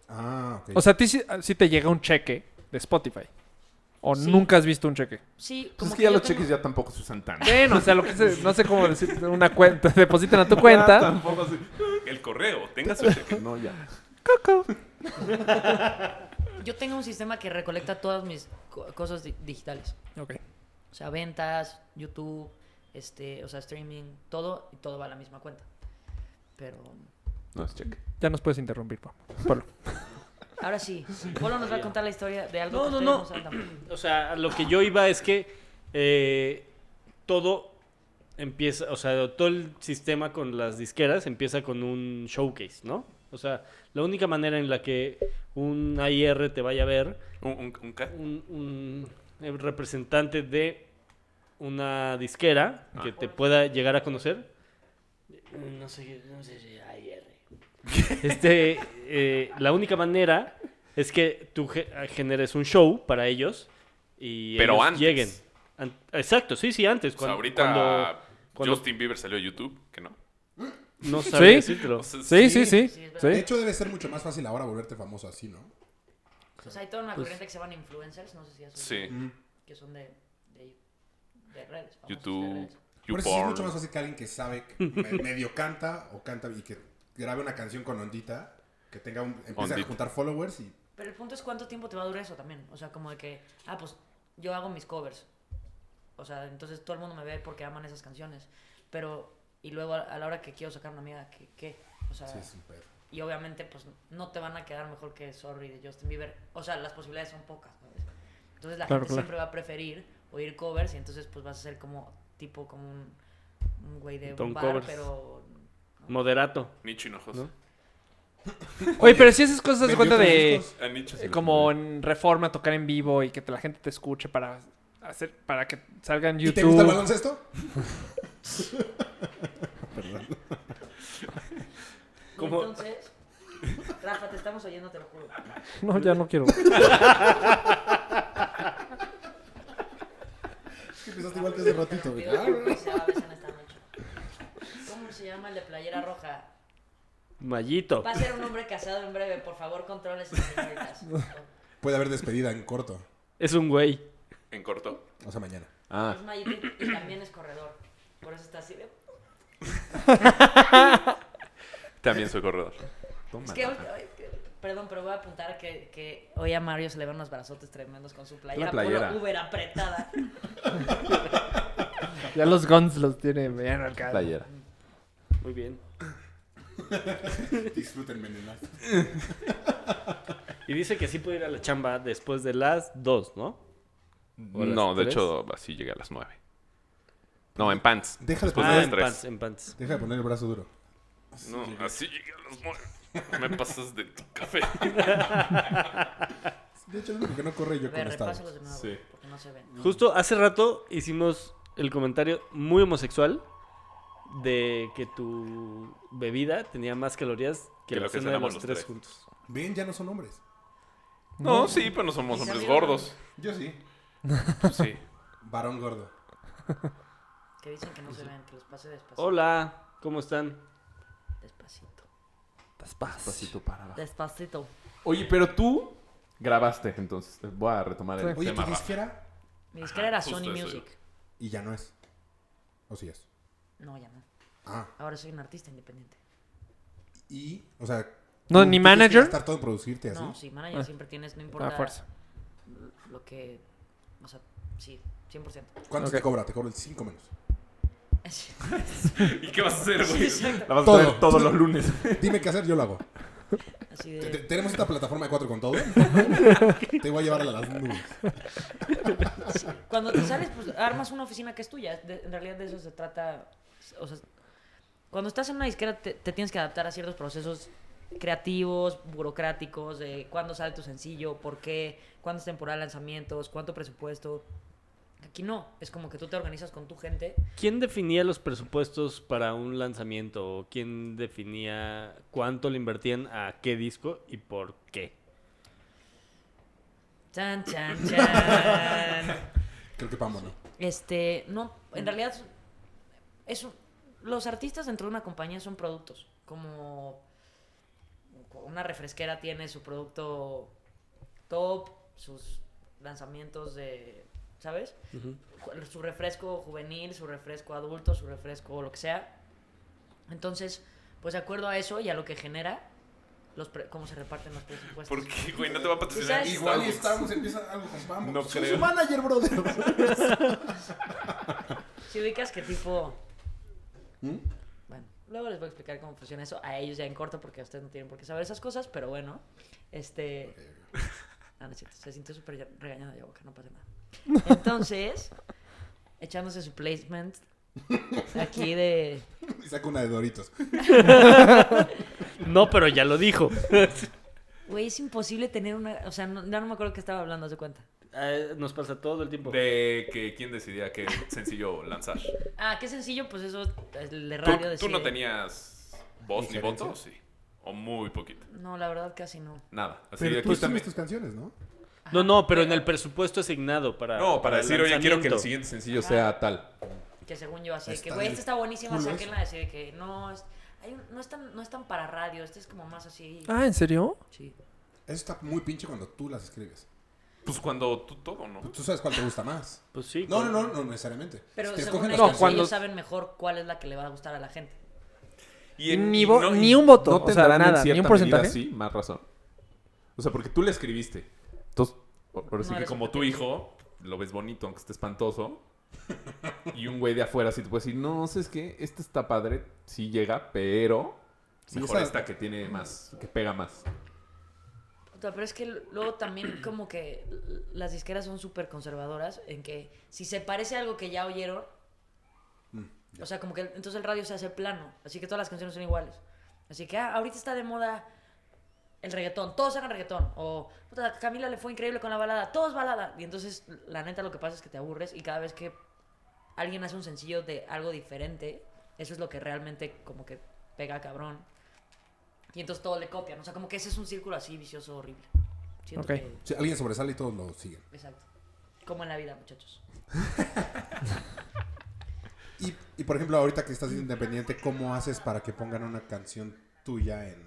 S7: Ah, ok.
S8: O sea, a ti sí, sí te llega un cheque de Spotify. O
S5: Sí.
S8: nunca has visto un cheque.
S5: Sí,
S6: Pues
S5: como
S6: es que ya
S5: yo
S6: los
S5: tengo-
S6: cheques ya tampoco se usan tanto.
S8: Bueno, o sea, lo que se- no sé cómo decir una cuenta. *laughs* Depositan a tu cuenta.
S6: *laughs* Tampoco se...
S9: El correo, tenga su cheque.
S6: No, ya.
S5: Yo tengo un sistema que recolecta todas mis co- cosas di- digitales.
S8: Ok.
S5: O sea, ventas, YouTube, este, o sea, streaming, todo, y todo va a la misma cuenta. Pero
S6: No, es cheque.
S8: Ya nos puedes interrumpir, Pablo. Pablo.
S5: ahora sí, Polo nos va a contar la historia de algo
S4: No,
S5: que
S4: no,
S5: ustedes
S4: no.
S5: saben tampoco.
S4: O sea, a lo que yo iba es que eh, todo empieza, o sea, todo el sistema con las disqueras empieza con un showcase, ¿no? O sea, la única manera en la que un AIR te vaya a ver,
S9: Un, un, un ca-
S4: un, un, eh, representante de una disquera
S9: Ah.
S4: que te pueda llegar a conocer. eh, No sé, no sé si AIR. Este, eh, la única manera es que tú ge- generes un show para ellos y
S9: Pero
S4: ellos
S9: antes.
S4: lleguen. An- Exacto, sí, sí, antes.
S9: O sea,
S6: Pues
S4: cuan-
S9: ahorita
S4: cuando- cuando-
S9: Justin Bieber salió a YouTube, que no.
S4: no sabía
S8: ¿Sí?
S4: decírtelo.
S9: O sea,
S8: Sí, sí, sí.
S5: sí, es
S8: sí.
S5: verdad.
S7: De hecho, debe ser mucho más fácil ahora volverte famoso así, ¿no?
S5: O sea, hay toda una
S7: Pues
S5: corriente que se van influencers, no sé si eso
S9: Sí.
S7: Mm.
S5: que son de, de, de redes. famosos de
S9: YouTube,
S5: redes.
S7: Por eso sí es
S9: YouPorn.
S7: mucho más fácil que alguien que sabe, que me- *laughs* medio canta o canta y que grabe una canción con ondita, que tenga un, empiece a
S9: Ondita.
S7: juntar followers y
S5: Pero el punto es cuánto tiempo te va a durar eso también. O sea, como de que, ah, pues yo hago mis covers. O sea, entonces todo el mundo me ve porque aman esas canciones. Pero, y luego a, a la hora que quiero sacar una amiga, ¿qué? qué? O sea,
S7: sí, es un pedo.
S5: y obviamente, pues no te van a quedar mejor que Sorry de Justin Bieber. O sea, las posibilidades son pocas. ¿sabes? Entonces la
S8: Claro,
S5: gente
S8: claro.
S5: siempre va a preferir oír covers y entonces, pues vas a ser como, tipo, como un, un güey de
S4: Don
S5: un bar,
S4: covers.
S5: pero.
S4: Moderato.
S9: Nicho Hinojosa.
S8: Oye, pero si esas cosas se
S7: ¿Vendió
S8: cuenta
S7: otros
S8: de.
S7: discos?
S6: Ah,
S9: A Nicho se
S8: eh,
S9: le
S8: Como
S9: ocurrió.
S8: en reforma, tocar en vivo y que te- la gente te escuche para hacer para que salgan
S7: ¿Y te gusta el
S8: YouTube.
S7: baloncesto?
S4: Como-
S5: Entonces, Rafa, te estamos oyendo, te lo juro.
S8: No, ya no quiero.
S7: Es que empezaste Pues igual que hace ratito, güey. Ah, *laughs*
S5: Peor que se va a besar esta noche. ¿Cómo se llama el de playera roja?
S4: Mallito.
S5: Va a ser un hombre casado en breve, por favor, controles
S7: *laughs*
S5: señoritas.
S7: Puede haber despedida en corto,
S4: Es un güey.
S9: En corto.
S7: o sea, mañana.
S6: Ah,
S5: Es mallito y y también es corredor. Por eso está así de...
S9: También soy corredor.
S5: Es que, ay, que- perdón, pero voy a apuntar que, que hoy a Mario se le ven unos brazotes tremendos con su playera,
S6: La playera.
S5: polo Uber apretada.
S8: Ya los guns los tiene bien acá.
S6: playera.
S4: Muy bien.
S7: Disfruten, meninas.
S4: Y dice que sí puede ir a la chamba después de las dos, ¿no? ¿O las
S9: No, de
S4: tres?
S9: hecho, así llegué a las 9. No, en pants.
S7: Déjales
S9: Después
S7: poner
S9: Pues
S4: Ah,
S9: de las
S4: en
S9: tres.
S4: pants, en pants.
S7: Deja de poner el brazo duro.
S9: No, así llegué a las 9. Me pasas de tu *laughs* café.
S7: De hecho, lo único que no corre
S5: A
S7: yo con
S5: ver,
S7: esta.
S5: repásalos de nuevo,
S6: Sí.
S5: porque no se ven.
S4: Justo hace rato hicimos el comentario muy homosexual de que tu bebida tenía más calorías que,
S9: Que lo
S4: la
S9: que
S4: cena de
S9: cenamos
S4: los
S9: los
S4: tres,
S9: tres.
S4: juntos.
S7: Ven, ya no son hombres.
S9: No, sí, pero no somos
S5: Y
S9: hombres
S5: salieron-
S9: gordos.
S7: Yo sí.
S9: Pues sí.
S7: Varón gordo.
S5: Que dicen que no se ven, que los pase despacito.
S4: Hola, ¿cómo están?
S5: Despacito.
S4: Pues
S6: Pasito para abajo.
S5: Despacito.
S6: Oye, pero tú grabaste, entonces.
S9: eh,
S6: Voy a retomar el
S7: Oye,
S9: Tema
S7: tu
S9: Rafa.
S7: disquera
S5: Mi disquera era
S9: justo
S5: Sony
S9: eso.
S5: Music.
S7: y ya no es. O sí es.
S5: No, ya no.
S7: Ah,
S5: Ahora soy un artista independiente.
S7: y, o sea.
S8: No,
S7: tú
S8: ni
S7: tienes que
S8: manager.
S7: gastar todo en producirte así.
S5: No, sí, manager siempre tienes, no importa.
S8: A Ah, fuerza.
S5: Lo que. O sea, sí, 100%.
S7: ¿Cuánto te cobra? Te cobra el 5 menos.
S9: ¿Y qué vas a hacer, güey?
S6: La vas a
S7: Todo.
S6: traer todos los lunes.
S7: Dime qué hacer, yo lo hago.
S5: *laughs* Así
S7: Te- te-
S5: de.
S7: Tenemos esta plataforma de cuatro con
S5: *laughs*
S7: todo. Te voy a llevar a las nubes.
S5: Cuando te sales, pues armas una oficina que es tuya. De- en realidad de eso se trata. O sea, cuando estás en una disquera te, te tienes que adaptar a ciertos procesos creativos, burocráticos, de cuándo sale tu sencillo, por qué, cuándo es temporada de lanzamientos, cuánto presupuesto. Aquí no, es como que tú te organizas con tu gente
S4: ¿Quién definía los presupuestos para un lanzamiento? ¿Quién definía cuánto le invertían a qué disco y por qué?
S5: Chan, chan, chan.
S7: Creo que Pambo no.
S5: Este, no, en realidad es un- los artistas dentro de una compañía son productos, como una refresquera tiene su producto top, sus lanzamientos de, ¿sabes? Cu- Su refresco juvenil, su refresco adulto, su refresco lo que sea. Entonces, pues de acuerdo a eso y a lo que genera, los pre- cómo se reparten los presupuestos.
S9: *laughs* ¿Por qué, güey? No te va a patrocinar.
S5: ¿Sabes?
S7: Igual y Starbucks empieza algo con Pambo.
S9: No
S7: Soy
S9: creo.
S7: su manager, brother. *laughs*
S5: Si ubicas que tipo... Bueno, luego les voy a explicar cómo funciona eso a ellos ya en corto porque ustedes no tienen por qué saber esas cosas, pero bueno, este... No, no es cierto, se sintió súper ya- regañado de boca, no pasa nada. Entonces, echándose su placement aquí de...
S7: y saca una de Doritos.
S4: No, pero ya lo dijo.
S5: Güey, es imposible tener una... O sea, no, ya no me acuerdo qué estaba hablando, haz de cuenta.
S4: *laughs* Eh, nos pasa todo el tiempo.
S9: De que quién decidía *laughs* qué sencillo lanzar.
S5: Ah, qué sencillo, pues eso el de
S9: ¿Tú,
S5: radio
S9: tú
S5: decide.
S9: no tenías voz ni
S7: Injerencia.
S9: voto? Sí. O muy poquito.
S5: No, la verdad casi no.
S9: Nada. Así
S7: Pero tú
S9: de aquí
S7: escribes
S9: también.
S7: tus canciones, ¿no?
S4: No, no, pero en el presupuesto asignado para.
S9: No, para
S4: el
S9: decir, oye, quiero que el
S4: lanzamiento.
S9: siguiente sencillo.
S6: Yo sea tal.
S5: Que según yo así de que,
S7: Está
S5: güey,
S7: del
S5: esta está buenísima,
S7: culo
S5: sáquenla así de que no, es, hay un- no, es tan, no es tan para radio, este es como más así.
S8: Ah, ¿en serio?
S5: Sí.
S7: Eso está muy pinche cuando tú las escribes.
S9: Pues cuando tú todo, ¿no?
S7: Tú sabes cuál te gusta más.
S4: Pues sí.
S7: No, no,
S4: con-
S7: no, no necesariamente.
S5: Pero
S7: Si te
S5: según
S7: escogen
S5: ellos,
S7: las
S8: No, cuando-
S5: ellos saben mejor cuál es la que le va a gustar a la gente.
S9: Y en-
S8: Ni
S9: y
S8: vo-
S9: no-
S8: ni
S9: y-
S8: un voto,
S6: No
S8: o sea,
S6: tendrán en
S8: nada, ni
S6: cierta
S8: un porcentaje.
S6: medida, sí, más razón. O sea, porque tú le escribiste. Entonces, o- ahora sí
S5: No
S6: que
S5: eres
S6: como
S5: un
S6: tu hijo, lo ves bonito, aunque esté espantoso. Y un güey de afuera sí te puede decir, no, es que este está padre, sí llega, pero
S7: Sí,
S6: mejor
S7: esa-
S6: esta que tiene más, que pega más.
S5: O sea, pero es que luego también como que las disqueras son súper conservadoras en que si se parece a algo que ya oyeron, o sea, como que entonces el radio se hace plano, así que todas las canciones son iguales. Así que ah, ahorita está de moda el reggaetón, todos hagan reggaetón. O puta, a Camila le fue increíble con la balada, todos balada. Y entonces la neta lo que pasa es que te aburres y cada vez que alguien hace un sencillo de algo diferente, eso es lo que realmente como que pega cabrón. Y entonces todo le copian. O sea, como que ese es un círculo así vicioso horrible. Siento
S8: Ok.
S5: que-
S7: Si alguien sobresale y todos lo siguen.
S5: exacto. Como en la vida, muchachos.
S7: Y, y, por ejemplo, ahorita que estás independiente, ¿cómo haces para que pongan una canción tuya en,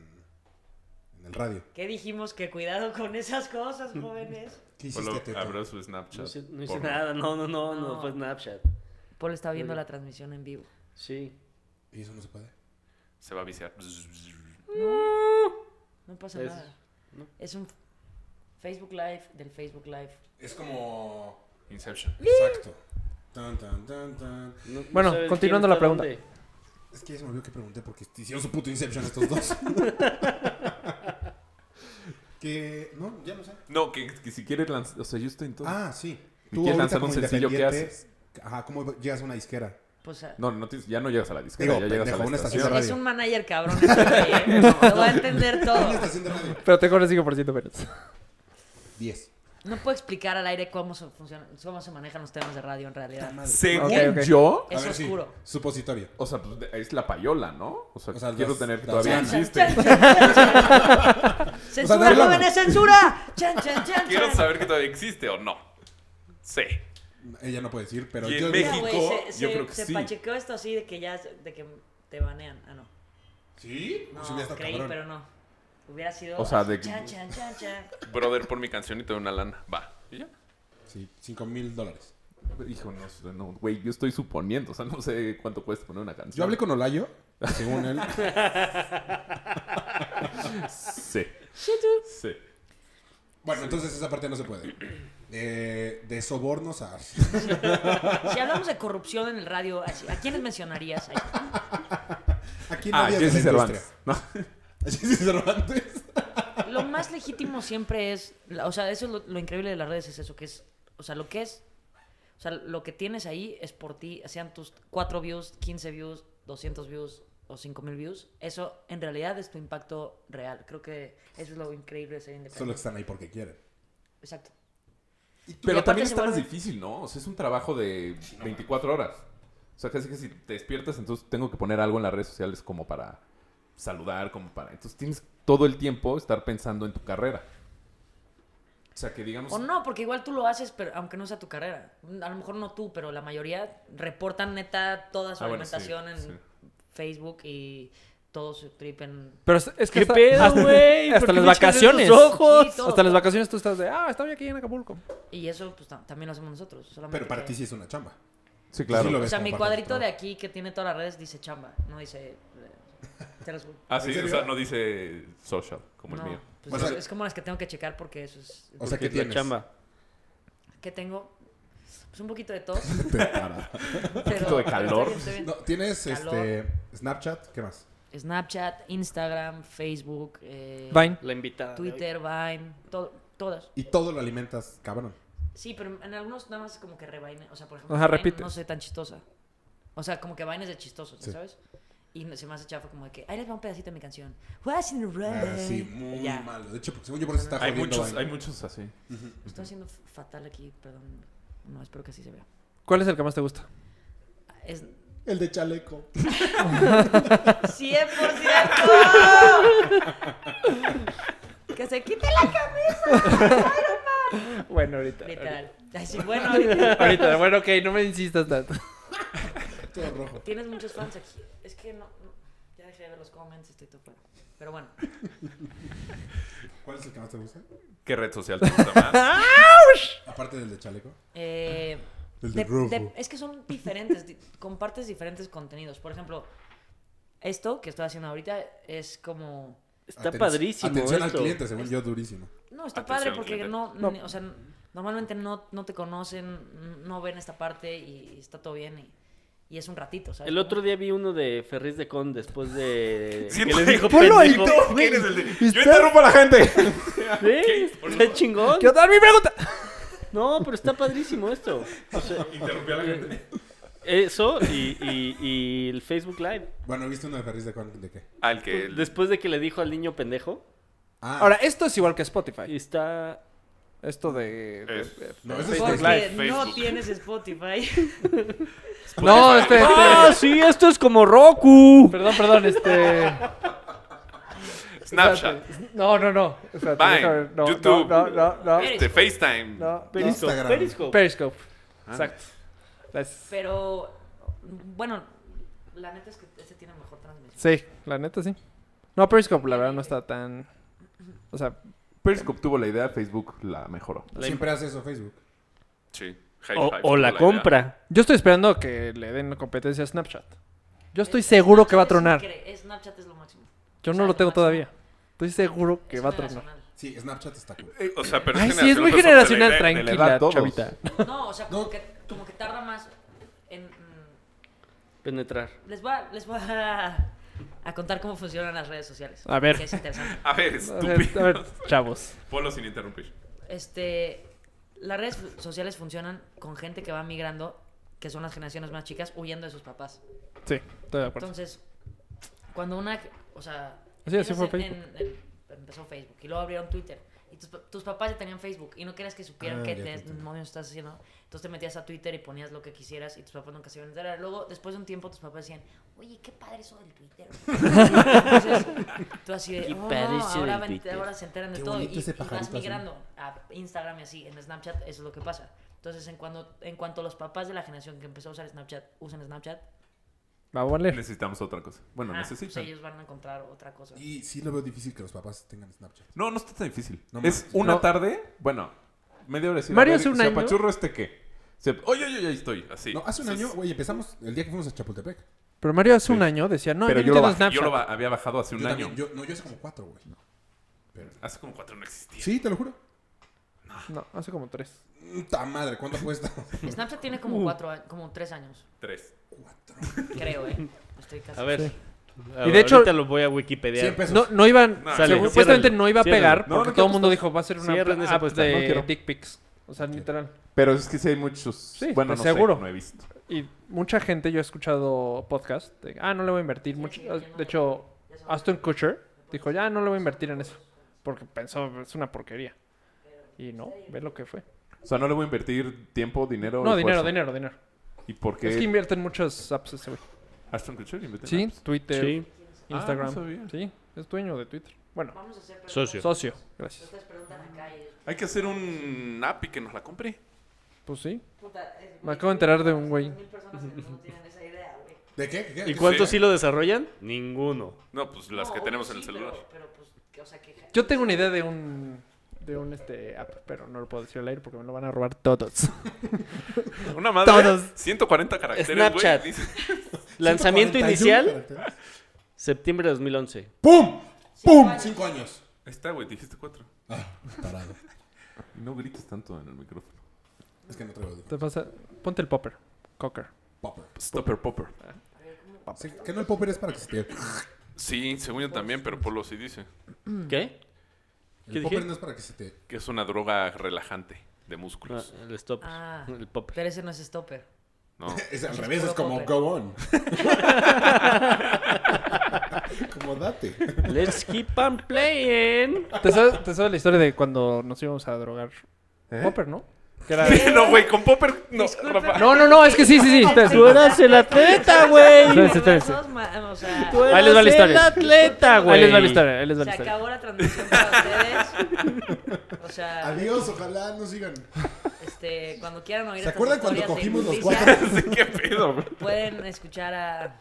S7: en el radio?
S5: ¿Qué dijimos? Que cuidado con esas cosas, jóvenes.
S7: ¿Qué
S6: Pues
S9: Solo
S7: hiciste, Teta?
S9: abrió su Snapchat.
S4: No hice, no hice
S9: porno.
S4: nada, no, no, no, no,
S5: No.
S4: fue Snapchat.
S5: Paul está viendo la transmisión en vivo.
S4: Sí.
S7: Y eso no se puede.
S9: Se va a viciar.
S5: No pasa
S4: Es-
S5: nada. Es un Facebook Live del Facebook Live.
S7: Es como...
S9: Inception.
S7: Exacto. Tan, tan, tan, tan.
S4: No- no
S8: Bueno,
S4: sabes
S8: continuando
S4: quién
S8: la
S4: está
S8: pregunta.
S4: dónde.
S7: Es que ya se me olvidó que pregunté porque hicieron su puto Inception estos *laughs* dos. que... No, ya no sé.
S6: No, que, que si quieres lanzar, o sea, yo estoy en todo.
S7: Ah, sí.
S6: ¿Y quieres
S7: ahorita
S6: lanzar
S7: como
S6: un sencillo, qué
S7: independiente,
S6: haces?
S7: Ajá, ¿cómo llegas a una disquera?
S5: Pues, ah,
S6: No, no tienes- ya no llegas a la disquera,
S7: Digo,
S6: ya llegas a
S7: pendejo,
S6: la
S7: una
S5: es,
S6: estación.
S7: estación. de
S5: es
S7: radio.
S5: un manager cabrón. ese güey,
S7: *laughs*
S5: ¿eh? Lo va a entender todo.
S7: Una estación de radio.
S8: Pero te cobras 5% menos.
S7: 10.
S5: No puedo explicar al aire cómo se, funciona, cómo se manejan los temas de radio en realidad.
S6: Según
S8: Ok, ok.
S6: yo,
S5: Es oscuro.
S7: Supositorio.
S6: o sea, pues, es la payola, ¿no? O sea,
S7: O sea,
S6: quiero
S7: las-
S6: tener
S7: las-
S6: todavía
S7: Chan,
S6: existe.
S5: ¡Censura,
S7: *laughs* O sea, no
S5: jóvenes, censura! ¡Chan, chan, chan,
S9: Quiero
S5: chan!
S9: saber que todavía existe o no. Sí.
S7: Ella no puede decir, pero
S9: Y en
S7: yo
S5: Mira,
S7: digo-
S9: México,
S5: güey,
S9: yo
S5: se, se-
S9: creo que
S5: se
S9: sí.
S5: pachequeó esto así de que ya de que te banean. Ah, no.
S7: ¿Sí?
S5: No,
S7: Pues sí, ya está
S5: creí,
S7: cabrón.
S5: pero no. Hubiera sido.
S6: O sea,
S5: así,
S6: de-
S5: Chan, chan, chan, chan.
S9: Brother, por mi canción y te doy una lana. Va. ¿Y ya?
S7: Sí, 5 mil dólares.
S6: Hijo, no, sé, no, güey, yo estoy suponiendo, o sea, no sé cuánto cuesta poner una canción.
S7: Yo hablé con Olayo, según él.
S6: Sí. Sí.
S7: *laughs* bueno, entonces esa parte no se puede. Eh, de sobornos a...
S5: Si hablamos de corrupción en el radio, así, ¿a quiénes mencionarías? ahí?
S7: *laughs* Aquí
S6: Ah,
S7: nadie es
S6: Jesse
S7: de la industria.
S6: Cervantes. No,
S7: Jesse Cervantes.
S5: Lo más legítimo siempre es. la- O sea, eso es lo, lo increíble de las redes: es eso, que es. O sea, lo que es. O sea, lo que tienes ahí es por ti, sean tus 4 views, 15 views, 200 views o 5000 views. Eso en realidad es tu impacto real. Creo que eso es lo increíble de ser
S7: Solo
S5: independiente.
S7: están ahí porque quieren.
S5: Exacto.
S6: Pero
S5: aparte
S6: también
S5: se
S6: está más
S5: vuelve-
S6: difícil, ¿no? O sea, es un trabajo de 24 horas. O sea, casi que si te despiertas, entonces tengo que poner algo en las redes sociales como para saludar, como para... Entonces tienes todo el tiempo estar pensando en tu carrera. O sea, que digamos...
S5: O no, porque igual tú lo haces, pero aunque no sea tu carrera. A lo mejor no tú, pero la mayoría reportan neta toda su
S6: Ah, bueno, sí,
S5: alimentación en
S6: sí.
S5: Facebook y todo su trip en...
S8: Pero es, es que
S4: ¿Qué
S8: hasta,
S4: pedo,
S8: hasta-
S4: güey?
S8: *laughs*
S4: ¿Por
S8: hasta
S4: qué
S8: las
S4: me echas
S8: vacaciones.
S4: esos ojos?
S5: Sí, todo.
S8: hasta las vacaciones tú estás de, ah, estoy aquí en Acapulco.
S5: Y eso pues, tam- también lo hacemos nosotros. solamente
S7: Pero para
S5: que-
S7: ti sí es una chamba.
S6: Sí, claro.
S7: Sí lo
S5: O
S7: ves
S5: sea,
S7: como
S5: mi
S7: parte
S5: cuadrito
S7: tu
S5: de
S7: trabajo.
S5: aquí que tiene todas las redes dice chamba, no dice... eh, Te los juro.
S9: Ah, sí,
S7: ¿En
S9: o
S7: serio?
S9: sea, no dice social, como
S5: No,
S9: el mío.
S5: pues
S7: O sea-
S5: es, es como las que tengo que checar porque eso es...
S7: O sea, ¿qué
S4: la
S7: tienes?
S4: chamba.
S5: ¿Qué tengo? Pues un poquito de tos.
S7: Te para.
S5: un
S6: poquito de calor.
S7: No, tienes
S5: Calor.
S7: este Snapchat, ¿qué más?
S5: Snapchat, Instagram, Facebook, eh,
S8: Vine.
S4: La invitada. de hoy.
S5: Twitter, Vine, to- todas.
S7: Y todo lo alimentas, cabrón.
S5: Sí, pero en algunos nada más como que revaine. O sea, por ejemplo,
S8: Ajá,
S5: Vine
S8: repites.
S5: no sé tan chistosa. O sea, como que Vine es de chistosos,
S7: Sí.
S5: ¿sabes? Y no- se me hace chafa como de que, ahí les va un pedacito de mi canción. What's in the
S7: Ah,
S5: rain?
S7: sí, muy
S5: Eh, Ya.
S7: malo. De hecho, porque según yo por eso está
S9: Hay
S7: jodiendo
S9: muchos,
S7: Vine.
S9: hay muchos así.
S5: Lo Estoy haciendo f- fatal aquí, perdón. No, espero que así se vea.
S8: ¿Cuál es el que más te gusta?
S5: Es
S7: El de chaleco.
S5: 100%. que se quite la
S8: Bueno, ahorita.
S5: Literal. Ay, sí, bueno, ahorita
S8: Ahorita, bueno, ok, no me insistas *laughs* tanto.
S7: Todo rojo.
S5: tienes muchos fans aquí. Es que no, no- ya dejé de ver los comments, estoy todo fuera. Pero bueno,
S7: ¿Cuál es el que más te gusta?
S9: ¿Qué red
S7: *laughs*
S9: social te gusta más?
S7: Aparte del de chaleco.
S5: eh,
S7: El de
S5: de-
S7: rojo.
S5: de- es que son diferentes, di- compartes diferentes contenidos. Por ejemplo, esto que estoy haciendo ahorita es como...
S4: Está
S7: Aten-
S4: padrísimo.
S7: Atención
S4: esto.
S7: al cliente, según yo, durísimo.
S5: No, está
S9: Atención,
S5: padre porque
S9: cliente.
S5: no, ni- o sea, n- normalmente no, no te conocen, no ven esta parte y, y está todo bien y, y es un ratito, ¿sabes?
S4: El otro día vi uno de Ferris de Con después
S9: *laughs*
S4: de.
S9: Sí,
S4: que
S9: no,
S4: les dijo
S8: ponlo ahí,
S4: pendejo.
S9: No, ¿quién es el de- Yo
S7: interrumpo a la gente!
S4: Sí, Está chingón.
S8: ¡Quiero dar mi pregunta!
S4: No, pero está padrísimo esto. O sea,
S9: interrumpí a la gente.
S4: eso y, y- y el Facebook Live. Pues,
S7: Bueno, ¿viste uno de Ferris de Juan? ¿De qué?
S9: Ah, el que... el-
S4: Después de que le dijo al niño pendejo,
S7: Ah,
S8: Ahora, esto es igual que Spotify.
S4: está.
S8: Esto de.
S9: Es-
S8: de-
S7: no, ese es
S5: Porque
S7: Ferris.
S5: no
S9: Facebook.
S5: tienes Spotify.
S8: No, este. este-
S4: ¡Ah, sí! Esto es como Roku.
S8: Perdón, perdón, este.
S9: *laughs* Snapchat.
S8: Espérate. No, no, no. Espérate,
S9: Vine,
S8: déjame ver. no,
S9: YouTube.
S8: no, no, no, no,
S9: Este, FaceTime.
S8: no.
S4: Periscope.
S7: Instagram.
S4: Periscope.
S8: Periscope. Exacto. Las-
S5: Pero, bueno, la neta es que este tiene mejor transmisión.
S8: Sí, la neta sí. No, Periscope, la verdad, no está tan. O sea,
S6: Periscope tuvo la idea, Facebook la mejoró.
S7: Siempre hace eso Facebook.
S9: Sí. High
S4: O,
S9: five,
S4: o la
S9: idea.
S4: compra.
S8: yo estoy esperando que le den competencia a Snapchat. Yo estoy seguro que va a
S5: Eh, Snapchat
S8: tronar.
S5: es incre- Snapchat es lo máximo.
S8: Yo no lo tengo todavía. Estoy seguro que va a tronar.
S7: Sí, Snapchat está cool.
S9: Eh, O sea, pero
S8: Ay,
S9: es
S8: sí, es muy
S9: generacional,
S8: generacional,
S9: o sea, de la idea- de la
S8: tranquila,
S9: edad
S6: todos.
S9: *laughs*
S8: chavita.
S5: No, o sea, como,
S7: No.
S5: Que, como que tarda más en... mm,
S4: Penetrar.
S5: Les voy a, les voy a, a contar cómo funcionan las redes sociales.
S8: A ver.
S5: Que es interesante.
S9: A ver,
S8: A ver, a
S9: estúpido.
S8: ver, chavos.
S9: Ponlo sin interrumpir.
S5: Este, las redes fu- sociales funcionan con gente que va migrando, que son las generaciones más chicas, huyendo de sus papás.
S8: Sí, estoy de acuerdo.
S5: Entonces, cuando una, o sea,
S8: Así- así
S5: tienes
S8: fue
S5: en-
S8: Facebook.
S5: en- en- empezó Facebook y luego abrieron Twitter. Y tus, pa- tus papás ya tenían Facebook y no querías que supieran
S7: Ah,
S5: que
S7: ya te
S5: te
S7: entendí.
S5: demonios estás haciendo. Entonces te metías a Twitter y ponías lo que quisieras y tus papás nunca se iban a enterar. Luego, después de un tiempo, tus papás decían, oye, qué padre eso del Twitter. Entonces, tú así de,
S4: Qué
S5: "Oh,
S4: padre eso
S5: ahora,
S4: del
S5: va-
S4: Twitter".
S5: ahora se enteran de
S7: Qué
S5: todo y,
S7: bonito ese
S5: y vas
S7: pajarito así.
S5: migrando a Instagram y así. En Snapchat eso es lo que pasa. Entonces, en cuanto, en cuanto los papás de la generación que empezó a usar Snapchat usan Snapchat,
S8: Vamos a leer.
S9: Necesitamos otra cosa. Bueno,
S5: Ah, pues
S9: necesitan.
S5: ellos van a encontrar otra cosa.
S7: Y sí lo veo difícil que los papás tengan Snapchat.
S6: No, no está tan difícil.
S7: No
S6: es
S7: mames.
S6: una
S8: No.
S6: tarde, bueno, media hora. sí,
S8: Mario
S6: a
S8: hace
S6: ver,
S8: un
S6: ¿se
S8: año-
S6: apachurro este qué? Se- Oye, oye, oye, ahí estoy, así.
S7: No, hace un
S6: Entonces,
S7: año, güey, empezamos el día que fuimos a Chapultepec.
S8: Pero Mario hace un año decía, no,
S6: Pero
S8: yo
S6: yo
S8: no
S6: lo,
S8: tengo
S6: bajé, yo lo ba-
S8: Snapchat.
S6: había bajado hace un
S7: yo
S6: año.
S7: también, yo, no, yo hace como cuatro, güey.
S9: Hace como cuatro no existía.
S7: Sí, te lo juro.
S8: No, hace como tres.
S7: ¡Ta madre! ¿Cuánto cuesta?
S5: Snapchat tiene como cuatro a- como tres años,
S9: Tres.
S5: creo, ¿eh? Estoy casi.
S4: A ver.
S8: Y de hecho-
S4: ahorita lo voy a Wikipedia.
S7: 100 pesos.
S8: No, no iban,
S9: No,
S8: según-
S9: sale,
S8: supuestamente
S4: ciérralo,
S8: no iba a pegar
S4: ciérralo.
S8: porque todo el mundo dijo, va a ser una
S4: Cierren esa
S8: app
S4: apuesta,
S8: de
S4: no quiero.
S8: dick pics. O sea, literal.
S6: Pero es que sí hay muchos.
S8: Sí,
S6: bueno,
S8: pues,
S6: no
S8: seguro.
S6: sé, no he visto.
S8: Y mucha gente, yo he escuchado podcast, de, ah, no le voy a invertir. mucho. De hecho, Aston Kutcher dijo, ya no le voy a invertir en eso. Porque pensó, es una porquería. Y no, ve lo que fue.
S6: O sea, no le voy a invertir tiempo, dinero.
S8: No, dinero,
S6: esfuerzo.
S8: dinero, dinero.
S6: ¿Y por qué
S8: Es que invierten muchas apps ese güey.
S6: Ashton Kutcher invirtió en
S8: Sí,
S6: apps?
S8: Twitter,
S4: Sí.
S8: Instagram.
S6: Ah, no sabía.
S8: sí, es dueño de Twitter. Bueno,
S5: Vamos a hacer preguntas.
S4: Socio.
S8: socio, gracias.
S5: Ustedes preguntan acá y
S9: Hay que hacer un app y que nos la compre.
S8: Pues sí.
S5: puta, es-
S8: Me acabo de enterar de un güey.
S5: Mil personas en el mundo tienen esa idea, güey.
S7: ¿De qué? ¿Qué- qué-
S4: ¿Y
S7: qué-
S4: cuántos
S9: Sí.
S4: sí lo desarrollan? Ninguno.
S9: No, pues las
S5: No,
S9: que
S5: obvio
S9: tenemos en el
S5: sí,
S9: celular.
S5: Pero, pero, pues, que- o sea, que
S8: Yo tengo una idea de un de un este app, pero no lo puedo decir al aire porque me lo van a robar todos.
S9: *laughs* Una madre.
S8: Todos.
S9: 140 caracteres,
S4: Snapchat.
S9: güey. dice-
S4: Lanzamiento
S7: 141
S4: inicial,
S7: caracteres.
S4: Septiembre de 2011.
S7: ¡Pum! ¡Pum! Cinco años. Ah,
S9: Ahí está, güey, dijiste cuatro.
S7: Parado.
S6: No grites tanto en el micrófono.
S7: Es que no traigo audio.
S8: *laughs* Te pasa... Ponte el popper. Cocker.
S7: Popper.
S9: Stopper popper.
S7: Sí, que no el popper es para que se te...
S9: Sí, según yo también, pero Polo sí dice
S8: Mm.
S4: ¿Qué? ¿Qué dije?
S7: El popper no es para que se te...
S9: que es una droga relajante de
S4: No,
S8: Pues,
S9: músculos.
S4: el stopper.
S5: Ah.
S4: El popper.
S5: Pero ese no es stopper.
S9: No,
S7: Es al
S5: Es
S7: revés, es
S5: puro
S7: como
S5: popper. *laughs*
S7: go on. como date.
S4: Let's keep on playing.
S8: ¿Te sabes, te sabes la historia de cuando nos íbamos a drogar
S7: ¿Eh?
S8: popper, no? Que era...
S9: no, güey, con popper no. Rafa.
S8: No, no, no, es que sí, sí, sí. espera,
S4: Tú
S8: espera.
S4: eras el atleta, güey.
S8: *laughs* Espérense, espérense.
S5: *laughs* Los ma- o sea,
S4: Tú
S8: Ahí les va
S4: eras
S8: la historia.
S4: El atleta, güey.
S8: Ahí les va la historia, ahí les va
S5: se
S8: la historia.
S5: acabó la transmisión para ustedes. O sea,
S7: Adiós, ojalá no sigan.
S5: este, cuando quieran oír
S7: ¿Se
S5: estas
S7: acuerdan cuando
S5: historias de
S7: cogimos los
S5: injusticias, *laughs*
S7: cuatro?
S9: Sí, qué pedo, güey.
S5: Pueden escuchar a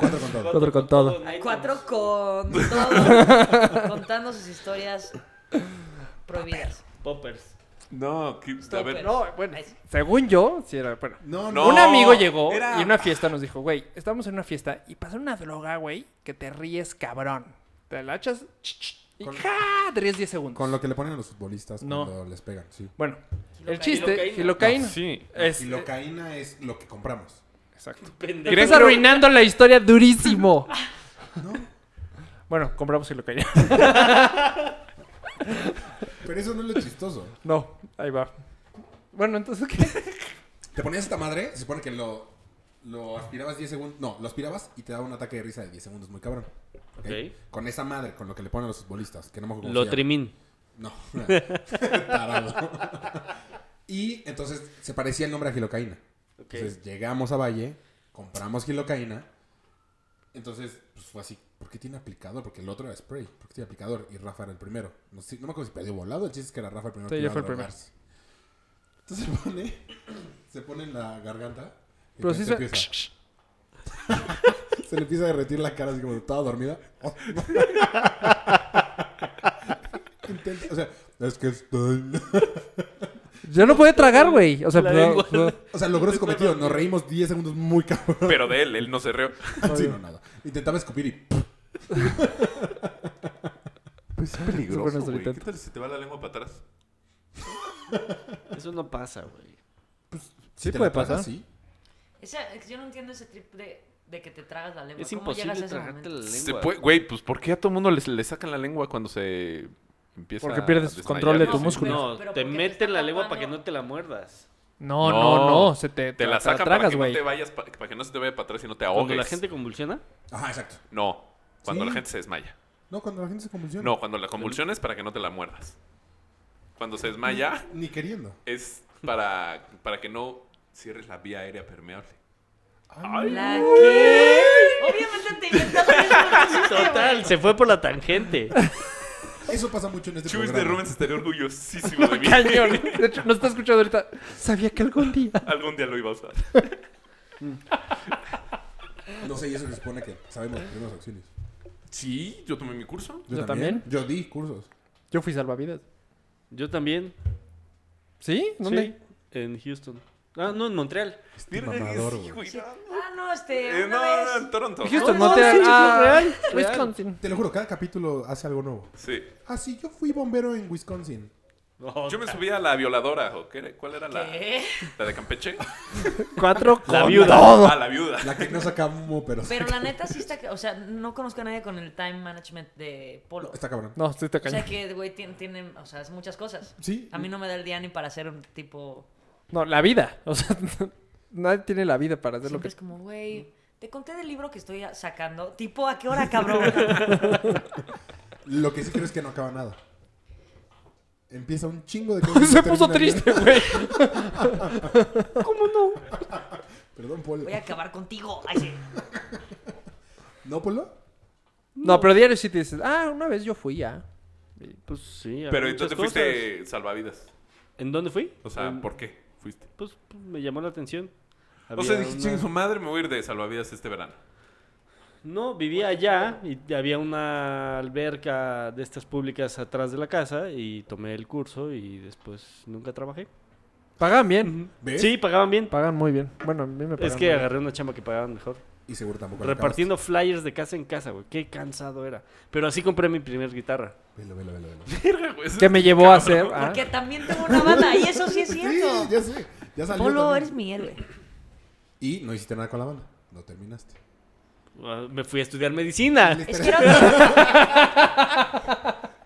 S7: Cuatro con todo.
S8: Otro con todo.
S5: Cuatro con todo, contando sus historias prohibidas.
S4: Poppers.
S9: No, que- a ver.
S5: No,
S8: Bueno, según yo, sí era... Bueno,
S7: No,
S9: No.
S7: no.
S8: Un amigo llegó
S9: era-
S8: y en una fiesta nos dijo, güey, estamos en una fiesta y pasó una droga, güey, que te ríes cabrón. Te la echas ch, ch, y
S7: Con-
S8: ja, te ríes 10 segundos.
S7: Con lo que le ponen a los futbolistas
S8: No.
S7: cuando les pegan, sí.
S8: Bueno, el
S4: Filocaína.
S8: chiste, filocaína.
S9: Sí.
S8: Es,
S7: Y lo caína es lo que compramos.
S8: Exacto.
S4: Pendejo.
S8: Estás arruinando la historia durísimo. Bueno, compramos filocaína.
S7: Pero eso no es lo chistoso.
S8: *laughs* No, ahí va. Bueno, entonces, ¿qué?
S7: Te ponías esta madre, se supone que lo, lo aspirabas 10 segundos. No, lo aspirabas y te daba un ataque de risa de 10 segundos, muy cabrón. ¿ok?
S4: Ok.
S7: Con esa madre, con lo que le ponen a los futbolistas, que no me acuerdo cómo
S4: Lo
S7: se llama.
S4: trimín.
S7: No. *laughs* Tarado. y entonces se parecía el nombre a Gilocaína. Entonces llegamos a Valle, compramos Gilocaína. Entonces, pues fue así. ¿Por qué tiene aplicador? Porque el otro era spray. ¿Por qué tiene aplicador? Y Rafa era el primero. No, sé- no me acuerdo si perdió volado. El chiste es que era Rafa el primero.
S8: Sí,
S7: que
S8: yo
S7: iba a
S8: fui el primero.
S7: drogarse. Entonces se pone, se pone en la garganta. y
S8: Pero
S7: se,
S8: sí
S7: se
S8: se...
S7: empieza, se le empieza a derretir la cara así como
S8: *laughs*
S7: estaba dormida. *laughs* Intenta- o sea, es que estoy...
S8: Yo no pude tragar, güey. O sea,
S4: La
S8: pero-
S4: lengua.
S8: pero-
S7: O sea, logró su cometido. Nos reímos 10 segundos muy cabrón.
S9: Pero de él, él no se reó.
S7: *laughs* Sí, no, nada. Intentaba escupir y...
S6: Pues es
S8: Súper
S6: peligroso,
S8: nuestro
S6: güey. ¿Qué
S8: intento.
S9: tal si se te va la lengua para atrás?
S4: Eso no pasa, güey.
S8: Sí
S7: Si te
S8: puede
S7: la tragas,
S8: pasar.
S7: Sí.
S5: Esa- es que yo no entiendo ese trip de, de que te tragas la lengua.
S4: Es
S5: ¿Cómo llegas a
S4: imposible
S5: ese
S4: tragarte la
S5: momento?
S9: Se
S4: lengua.
S9: puede, güey, pues ¿por qué a todo mundo les- le sacan la lengua cuando se empieza
S8: Porque pierdes
S9: a desmayar?
S8: control de tu
S9: Sí.
S8: músculo.
S4: No,
S5: Pero
S4: te
S5: porque te
S4: meten
S5: está
S4: la lengua para que
S5: tapando.
S4: no te la muerdas.
S8: No, no, no. Se te,
S9: Te la sacan para
S8: tragas,
S9: que
S8: güey.
S9: no te vayas, pa- para que no se te vaya para atrás y no te ahogues.
S4: Cuando la gente convulsiona,
S7: Ajá, exacto.
S9: No, cuando
S7: Sí.
S9: la gente se desmaya.
S7: No, cuando la gente se convulsiona.
S9: No, cuando la convulsión es para que no te la muerdas. Cuando se desmaya
S7: Ni queriendo.
S9: es para, para que no cierres la vía aérea permeable.
S5: ¿La qué? Obviamente te inventas eso.
S4: *laughs* total, se fue por la tangente.
S7: Eso pasa mucho en este
S9: Chuis
S7: programa.
S9: de Rubens estaría orgullosísimo de mí.
S8: Cañón. *laughs* De hecho, nos está escuchando ahorita. Sabía que algún día.
S9: Algún día lo iba a usar.
S7: No sé, y eso se supone que sabemos de primeros auxilios.
S9: Sí, yo tomé mi curso.
S8: Yo también.
S7: Yo di cursos.
S8: Yo fui salvavidas.
S4: Yo también.
S8: ¿Sí? ¿Dónde?
S4: Sí, en Houston. Ah, no, en Montreal.
S7: mamador,
S9: sí, Este güey.
S5: Ah, no, este,
S9: Eh,
S5: una
S9: no, en
S5: vez.
S9: Toronto.
S8: Houston,
S4: No,
S8: no,
S4: no,
S8: te
S4: sí, sí,
S8: ah,
S4: real, real.
S8: Wisconsin.
S7: Te lo juro, cada capítulo hace algo nuevo.
S9: Sí.
S7: Ah, sí, yo fui bombero en Wisconsin.
S9: Yo me subí a la violadora, ¿o qué era? ¿Cuál era la,
S5: ¿Qué?
S9: la de Campeche?
S4: *laughs*
S8: Cuatro
S4: La
S8: con-
S4: viuda.
S9: A la viuda.
S7: La que no
S8: *laughs*
S7: sacamos, pero...
S5: Pero la neta sí está, que- o sea, no conozco a nadie con el time management de Polo.
S7: Está cabrón.
S8: No, sí te
S5: O sea
S8: cañón.
S5: que, güey, tiene, tiene- o sea, es muchas cosas.
S7: Sí.
S5: A mí no me da el día ni para hacer un tipo...
S8: No, la vida. O sea, *laughs* nadie tiene la vida para hacer lo
S5: Siempre
S8: que.
S5: es como, güey, te conté del libro que estoy sacando. Tipo, ¿a qué hora, cabrón?
S7: Lo que sí creo es que no acaba nada. Empieza un chingo
S8: *laughs*
S7: de cosas.
S8: *laughs*
S7: y
S8: Se
S7: no
S8: puso
S7: termina
S8: triste,
S7: nada.
S8: güey.
S7: Perdón, Polo.
S5: Voy a acabar contigo. Ay, sí.
S7: ¿No, Polo?
S8: No, pero diario sí te dices, ah, una vez yo fui ya.
S4: Pues sí. a
S9: Pero
S4: muchas
S9: entonces
S4: cosas. Em,
S9: fuiste salvavidas.
S4: ¿En dónde fui?
S9: O sea,
S4: En-
S9: ¿por qué fuiste?
S4: pues, pues, me llamó la atención.
S9: o sea,
S4: Había
S9: dije,
S4: una-
S9: "Chingue su madre, me voy a ir de salvavidas este verano.
S4: No, vivía allá y había una alberca de estas públicas atrás de la casa y tomé el curso y después nunca trabajé.
S8: Pagan bien.
S7: ¿Ves?
S4: Sí, pagaban bien.
S8: Pagan muy bien. Bueno, a mí me pagan.
S4: Es que agarré una chamba que pagaban mejor.
S7: Y seguro tampoco lo
S4: Repartiendo flyers de casa en casa, güey. Qué cansado era. Pero así compré mi primer guitarra.
S7: acabaste. Velo, velo, velo, velo.
S9: Verga, güey. eso
S8: ¿Qué
S9: es-
S8: me llevó a hacer? ah?
S5: Porque también tengo una banda y eso sí es
S7: Sí,
S5: cierto.
S7: ya sé. Ya salió.
S5: Polo,
S7: también.
S5: eres mi héroe.
S7: Y no hiciste nada con la banda. No terminaste.
S4: Ah, Me fui a estudiar medicina.
S5: Es que era...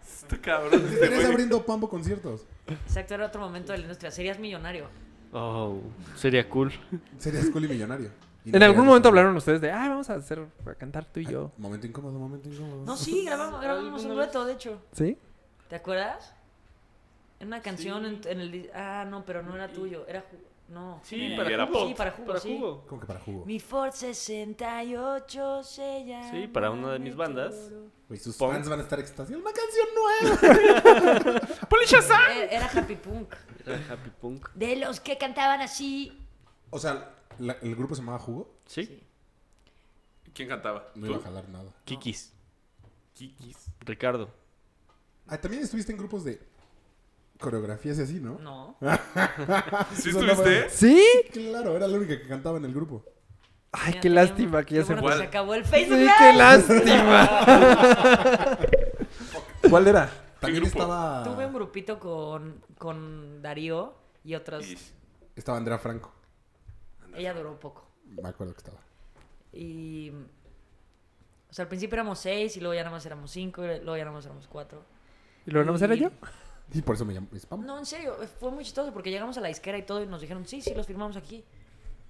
S9: Este cabrón.
S7: *laughs*
S9: este
S7: Estarías
S9: güey.
S7: abriendo Pambo conciertos.
S5: Exacto, era otro momento de la industria. Serías millonario.
S4: Oh, sería cool.
S7: Serías cool y millonario. Y no
S8: En algún
S7: serías
S8: momento
S7: así.
S8: hablaron ustedes de, ah, vamos a hacer, a cantar tú y yo.
S7: Momento incómodo, momento incómodo.
S5: No, sí, grabamos, grabamos un dueto, de hecho.
S8: ¿Sí?
S5: ¿Te acuerdas? Era una canción en, en el... di- Ah, no, pero no era tuyo. Era... ju- No.
S4: Sí,
S9: Y
S4: para
S9: era pues,
S4: jugo.
S5: Sí, para jugo, sí.
S7: Como que para jugo.
S5: Mi Ford 68 se llama...
S4: Sí, para una de mis bandas.
S5: Meteoro.
S7: Güey, sus
S4: Punk.
S7: fans van a estar extasiados. ¡Una canción nueva!
S5: Era, era happy punk.
S4: Era happy punk.
S5: De los que cantaban así.
S7: O sea, la- el grupo se llamaba Jugo.
S4: Sí.
S9: ¿Quién cantaba?
S7: No iba a
S4: *laughs*
S9: ¿Tú?
S7: jalar nada.
S4: Kikis.
S9: Kikis.
S4: Ricardo.
S7: Ah, también estuviste en grupos de coreografías y así, ¿no?
S5: No.
S9: ¿Sí
S7: Eso no fue-
S9: estuviste?
S8: ¿Sí?
S7: Claro, era la única que cantaba en el grupo.
S8: Ay,
S5: Ya
S8: qué
S5: teníamos-
S8: lástima que
S5: qué
S8: ya se
S5: bueno
S9: fue.
S5: Se acabó el Facebook
S8: Sí,
S5: Live.
S8: qué lástima. *laughs*
S7: ¿Cuál era? También
S9: grupo?
S7: estaba.
S5: Tuve un grupito con, con Darío y otros.
S9: Y-
S7: Estaba Andrea Franco.
S5: Ella duró poco.
S7: Me acuerdo que estaba.
S5: Y. O sea, al principio éramos seis y luego ya nada más éramos cinco y luego ya nada más éramos cuatro.
S8: ¿Y lo nomás era yo?
S7: Y por eso me llamó es Pambo.
S5: No, en serio, eh, fue muy chistoso porque llegamos a la disquera y todo y nos dijeron, sí, sí, los firmamos aquí,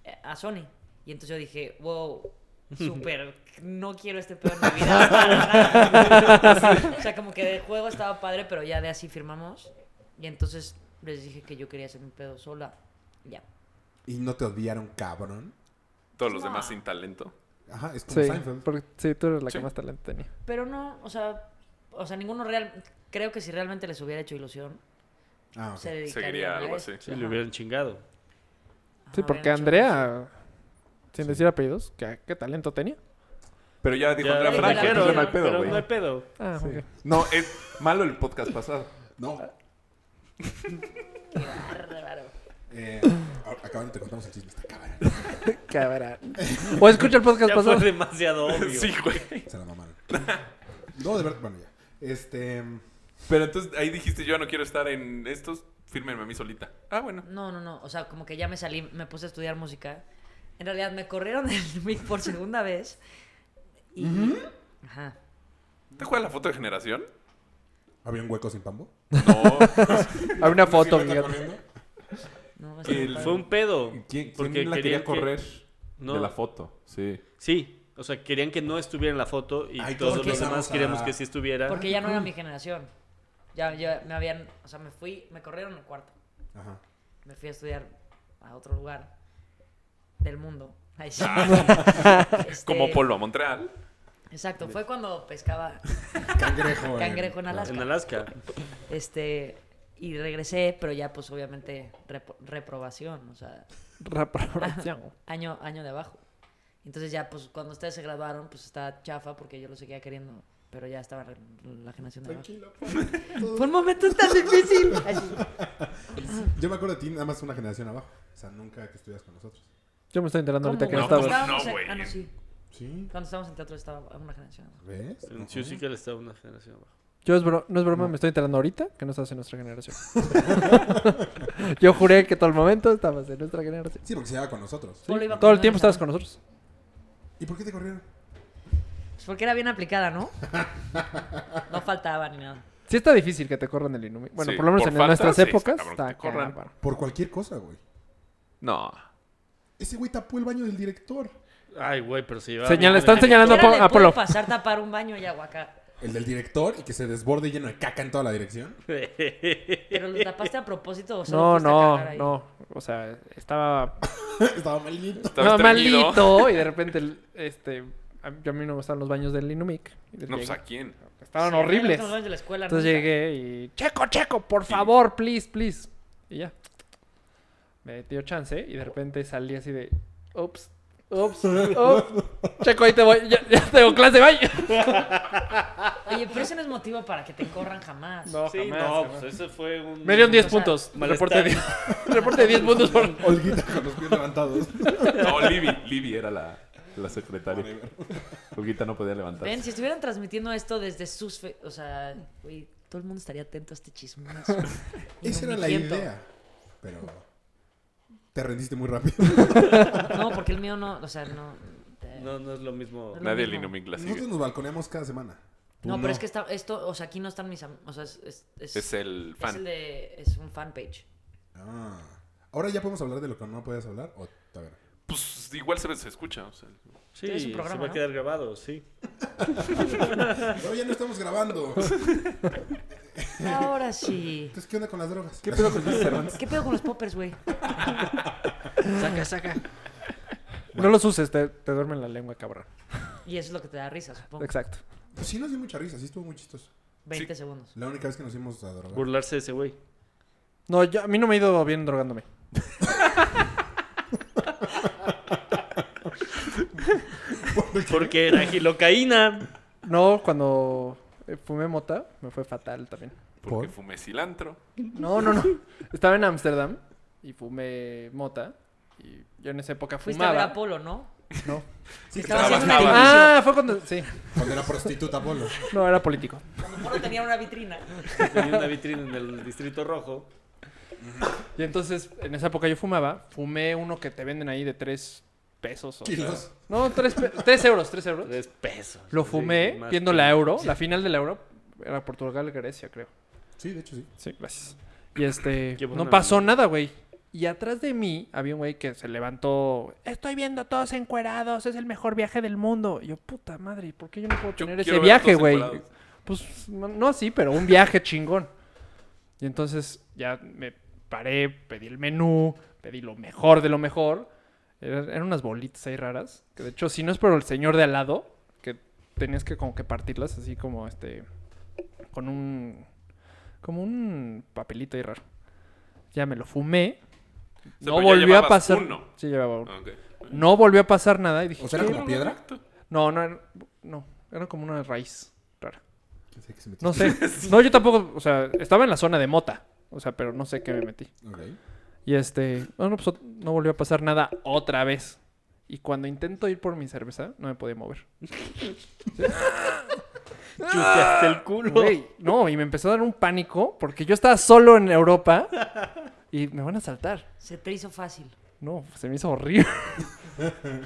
S5: eh, a Sony. Y entonces yo dije,
S9: *laughs*
S5: wow, súper, no quiero este pedo en mi vida. para nada". o sea, como que de juego estaba padre, pero ya de así firmamos. Y entonces les dije que yo quería hacer mi pedo sola. Ya.
S7: Y no te odiaron, cabrón.
S9: Todos
S4: Ah.
S9: los demás sin talento.
S7: Ajá, es como
S8: Sí,
S7: Seinfeld.
S8: porque, sí, tú eres la que
S9: Sí.
S8: más talento tenía.
S5: Pero no, o sea, o sea, ninguno real, creo que si realmente les hubiera hecho ilusión,
S7: Ah, ok.
S5: se dedicarían
S9: Seguiría
S5: a
S9: algo
S5: eso.
S9: así.
S4: Sí, le hubieran chingado.
S5: Ajá,
S8: Sí, porque
S5: hubieran hecho
S8: Andrea, sin decir apellidos, ¿qué, qué talento tenía?
S6: Pero ya dijo
S4: Ya
S6: Andrea
S4: le
S6: Franco,
S5: Franco,
S4: dijeron,
S6: entonces no hay
S4: pero
S6: pedo, güey.
S4: no hay pedo.
S8: Ah,
S7: Sí.
S8: ok.
S6: No, es malo el podcast pasado.
S7: No.
S5: bárbaro.
S7: Eh, ahora- acabando te contamos el chisme. Está cabrón.
S5: *laughs*
S8: Cabrón. O escucha el podcast
S4: Ya fue
S8: pasado.
S9: *laughs*
S4: demasiado obvio.
S9: Sí, güey.
S7: Se la mamaron. No, de verdad. Bueno, ya. Este.
S9: Pero entonces ahí dijiste, yo no quiero estar en estos, fírmenme a mí solita. Ah, bueno.
S5: No, no, no. O sea, como que ya me salí, me puse a estudiar música. En realidad me corrieron del *laughs* MIT por segunda vez. Y. Ajá.
S9: ¿Te acuerdas la foto de generación?
S7: ¿Había un hueco sin Pambo?
S9: No.
S8: Hay una foto,
S7: ¿Sí,
S8: Miguel.
S7: corriendo?
S5: No,
S9: Que
S5: estaba
S9: el-
S5: padre.
S4: Fue un pedo.
S6: ¿Quién,
S4: porque
S6: quién la
S4: querían
S6: quería
S4: que-
S6: correr
S4: No.
S6: de la foto? Sí.
S4: Sí, o sea, querían que no estuviera en la foto y
S7: Ay,
S4: todos
S7: todos
S4: los demás
S7: empezamos a-
S4: queríamos que sí estuviera.
S5: Porque ya no era mi generación. Ya, ya me habían. O sea, me fui, me corrieron al cuarto.
S7: Ajá.
S5: Me fui a estudiar a otro lugar del mundo. Ahí sí. *laughs* Este,
S9: Como Polo a Montreal.
S5: Exacto, fue cuando pescaba
S7: Cangrejo. eh.
S5: cangrejo en Alaska.
S4: En Alaska.
S5: Este. Y regresé, pero ya, pues obviamente, repro- reprobación. O sea.
S8: Reprobación.
S5: año, año de abajo. Entonces ya, pues, cuando ustedes se graduaron, pues estaba chafa porque yo lo seguía queriendo, pero ya estaba re- la generación de abajo.
S7: Tranquilo, Pambo.
S5: Fue un momento tan difícil. Así.
S7: Yo me acuerdo de ti, nada más una generación abajo. O sea, nunca que estudias con nosotros.
S8: *laughs* Yo me estoy enterando
S5: ¿Cómo,
S8: ahorita que
S5: güey?
S8: no
S9: No,
S8: estabas.
S5: Estábamos
S9: No,
S5: en-
S9: güey.
S5: ah, no, sí.
S7: Sí.
S5: Cuando estábamos en teatro estaba en una generación de abajo.
S7: ¿Ves?
S4: En
S7: Ajá.
S4: Musical estaba una generación abajo.
S8: Yo es bro- no es broma, me estoy enterando ahorita que no estás en nuestra
S5: *laughs*
S8: generación. Yo juré que todo el momento estabas en nuestra generación.
S7: Sí, porque se llevaba con nosotros.
S5: Solo iba
S8: Todo el
S5: conmigo
S8: tiempo
S5: en el
S8: estabas con
S5: salón.
S8: nosotros.
S7: ¿Y por qué te corrieron?
S5: Pues porque era bien aplicada, ¿no? No faltaba ni nada.
S8: Sí está difícil que te corran el Inumi. Bueno,
S9: Sí,
S8: por lo menos
S9: por
S8: en
S9: falta,
S8: nuestras
S9: sí,
S8: épocas
S9: cabrón, que
S8: está
S9: te corran.
S8: cabrón.
S7: Por cualquier cosa, güey.
S9: No.
S7: Ese güey tapó el baño del director.
S4: Ay, güey, pero se llevaba.
S8: Señala,
S4: bien.
S8: están señalando a
S5: Cualquiera
S8: Apolo.
S5: le
S8: Apolo.
S5: puede pasar tapar un baño y aguacar.
S7: El del director y que se desborde lleno de caca en toda la dirección. *laughs*
S5: *laughs* Pero lo tapaste a propósito o
S8: No,
S5: solo fuiste a cagar
S8: no,
S5: ahí?
S8: no. O sea, estaba,
S7: Estaba malito.
S9: Estaba
S8: estaba
S9: estreñido.
S8: malito y de repente, el- este, a- yo a mí no me gustan los baños del Inumic. Y
S9: No, pues
S8: llegué-
S9: ¿a quién?
S8: Estaban
S5: Sí,
S8: horribles.
S5: los baños de la escuela,
S8: Entonces
S5: nunca.
S8: llegué y, checo, checo, por favor, please, please. Y ya. Me dio chance y de repente salí así de, ups, ups, ups. checo, ahí te voy, ya, ya tengo clase, bye.
S5: Oye, pero eso no es motivo para que te corran jamás.
S8: No,
S4: Sí,
S8: jamás,
S4: no,
S8: jamás.
S4: pues ese fue un.
S8: Me dieron 10
S5: O sea,
S8: puntos.
S4: malestar.
S8: Reporte de 10, reporte de 10 puntos por...
S5: *laughs*
S7: Olguita con los pies levantados.
S9: No, Libby. Libby era la...
S6: La secretaria.
S9: *laughs*
S6: Olguita no podía levantarse.
S5: Ven, si estuvieran transmitiendo esto desde sus... fe- O sea, güey, todo el mundo estaría atento a este chismazo.
S7: Esa era la
S5: Indigento.
S7: idea. Pero te rendiste muy rápido.
S5: No, porque el mío no, o sea, no... eh,
S4: No, no es lo mismo.
S5: Es lo
S9: Nadie
S5: mismo.
S9: Linomingla
S7: Nosotros
S9: sigue.
S7: nos balconeamos cada semana. Tú
S5: No, pero es que está, esto, o sea, aquí no están mis amigos, o sea, es, es, es-
S9: Es
S5: Es, el
S9: el fan.
S5: de, es un fanpage.
S7: Ah. Ahora ya podemos hablar de lo que no podías hablar. O, a ver.
S9: Pues igual se, se escucha. o sea.
S4: Sí,
S5: Tienes un
S4: se
S5: programa,
S4: va a
S5: ¿no?
S4: quedar grabado, sí.
S7: No, ya no estamos grabando.
S5: Ahora
S7: *laughs*
S5: sí.
S7: Entonces, ¿qué onda con las drogas?
S6: ¿Qué pedo con Luis Cervantes?
S5: ¿Qué pedo con los poppers, güey?
S4: Saca, saca.
S8: No los uses, te, te duerme en la lengua, cabrón.
S5: Y eso es lo que te da risa, supongo.
S8: Exacto.
S7: Pues sí nos dio mucha risa, sí estuvo muy chistoso.
S5: 20 segundos.
S7: La única vez que nos íbamos a
S6: Ah.
S7: drogar.
S4: Burlarse de ese güey.
S8: No, yo- a mí no me ha ido bien drogándome.
S4: Porque era gilocaína.
S8: No, cuando eh, fumé mota, me fue fatal también.
S9: Porque fumé cilantro.
S8: No, no, no. *laughs* Estaba en Ámsterdam y fumé mota. Y yo en esa época
S5: Fuiste a ver a
S8: fumaba.
S5: Polo, ¿no?
S8: No.
S5: Sí, estaba haciendo una
S9: trabajaba.
S5: exhibición.
S8: Ah, fue cuando. Sí.
S7: Cuando era prostituta, Polo.
S8: No, era político.
S5: Cuando Polo tenía una vitrina.
S4: Tenía una vitrina en el distrito rojo.
S8: Y entonces, en esa época yo fumaba. Fumé uno que te venden ahí de tres pesos. O sea.
S7: Kilos.
S8: No, tres, pe- tres euros, tres euros.
S4: Tres pesos.
S8: Lo
S4: Sí,
S8: fumé
S4: más
S8: viendo
S4: que-
S8: la Euro, la final de la Euro. Era Portugal-Grecia, creo.
S7: Sí, de hecho sí.
S8: Sí, gracias. Y
S9: *laughs*
S8: este,
S4: Qué buena
S8: no pasó nada, güey. Y atrás de mí había un güey que se levantó. Estoy viendo a todos encuerados, es el mejor viaje del mundo. Y yo, puta madre, ¿por qué yo no puedo
S9: Yo
S8: tener
S9: quiero
S8: ese
S9: ver a
S8: viaje,
S9: todos
S8: güey?
S9: encuerados.
S8: Pues no no así, pero un viaje *laughs* chingón. Y entonces ya me paré, pedí el menú, pedí lo mejor de lo mejor. Era- Eran unas bolitas ahí raras. Que de hecho, si no es por el señor de al lado, que tenías que como que partirlas así como este. Con un. Como un papelito ahí raro. Ya me lo fumé.
S9: O sea,
S8: no
S9: pero ya
S8: volvió a
S9: llevabas
S8: pasar.
S9: uno.
S8: Sí, llevaba uno.
S9: Ah, ok.
S8: No volvió a pasar nada. Y dije,
S7: O sea, era
S8: "¿Qué?".
S7: como piedra.
S8: No, no, era- no. Era como una raíz rara.
S7: Pensé que se
S9: *laughs*
S7: metió.
S8: No sé. No, yo tampoco. O sea, estaba en la zona de mota. O sea, pero no sé qué me metí.
S7: Ok.
S8: Y este, bueno, pues ot- no volvió a pasar nada otra vez. Y cuando intento ir por mi cerveza, no me podía mover.
S4: Chuteaste el culo.
S8: Güey, no, y me empezó a dar un pánico porque yo estaba solo en Europa y me van a saltar.
S5: Se te hizo fácil.
S8: No, se me hizo horrible.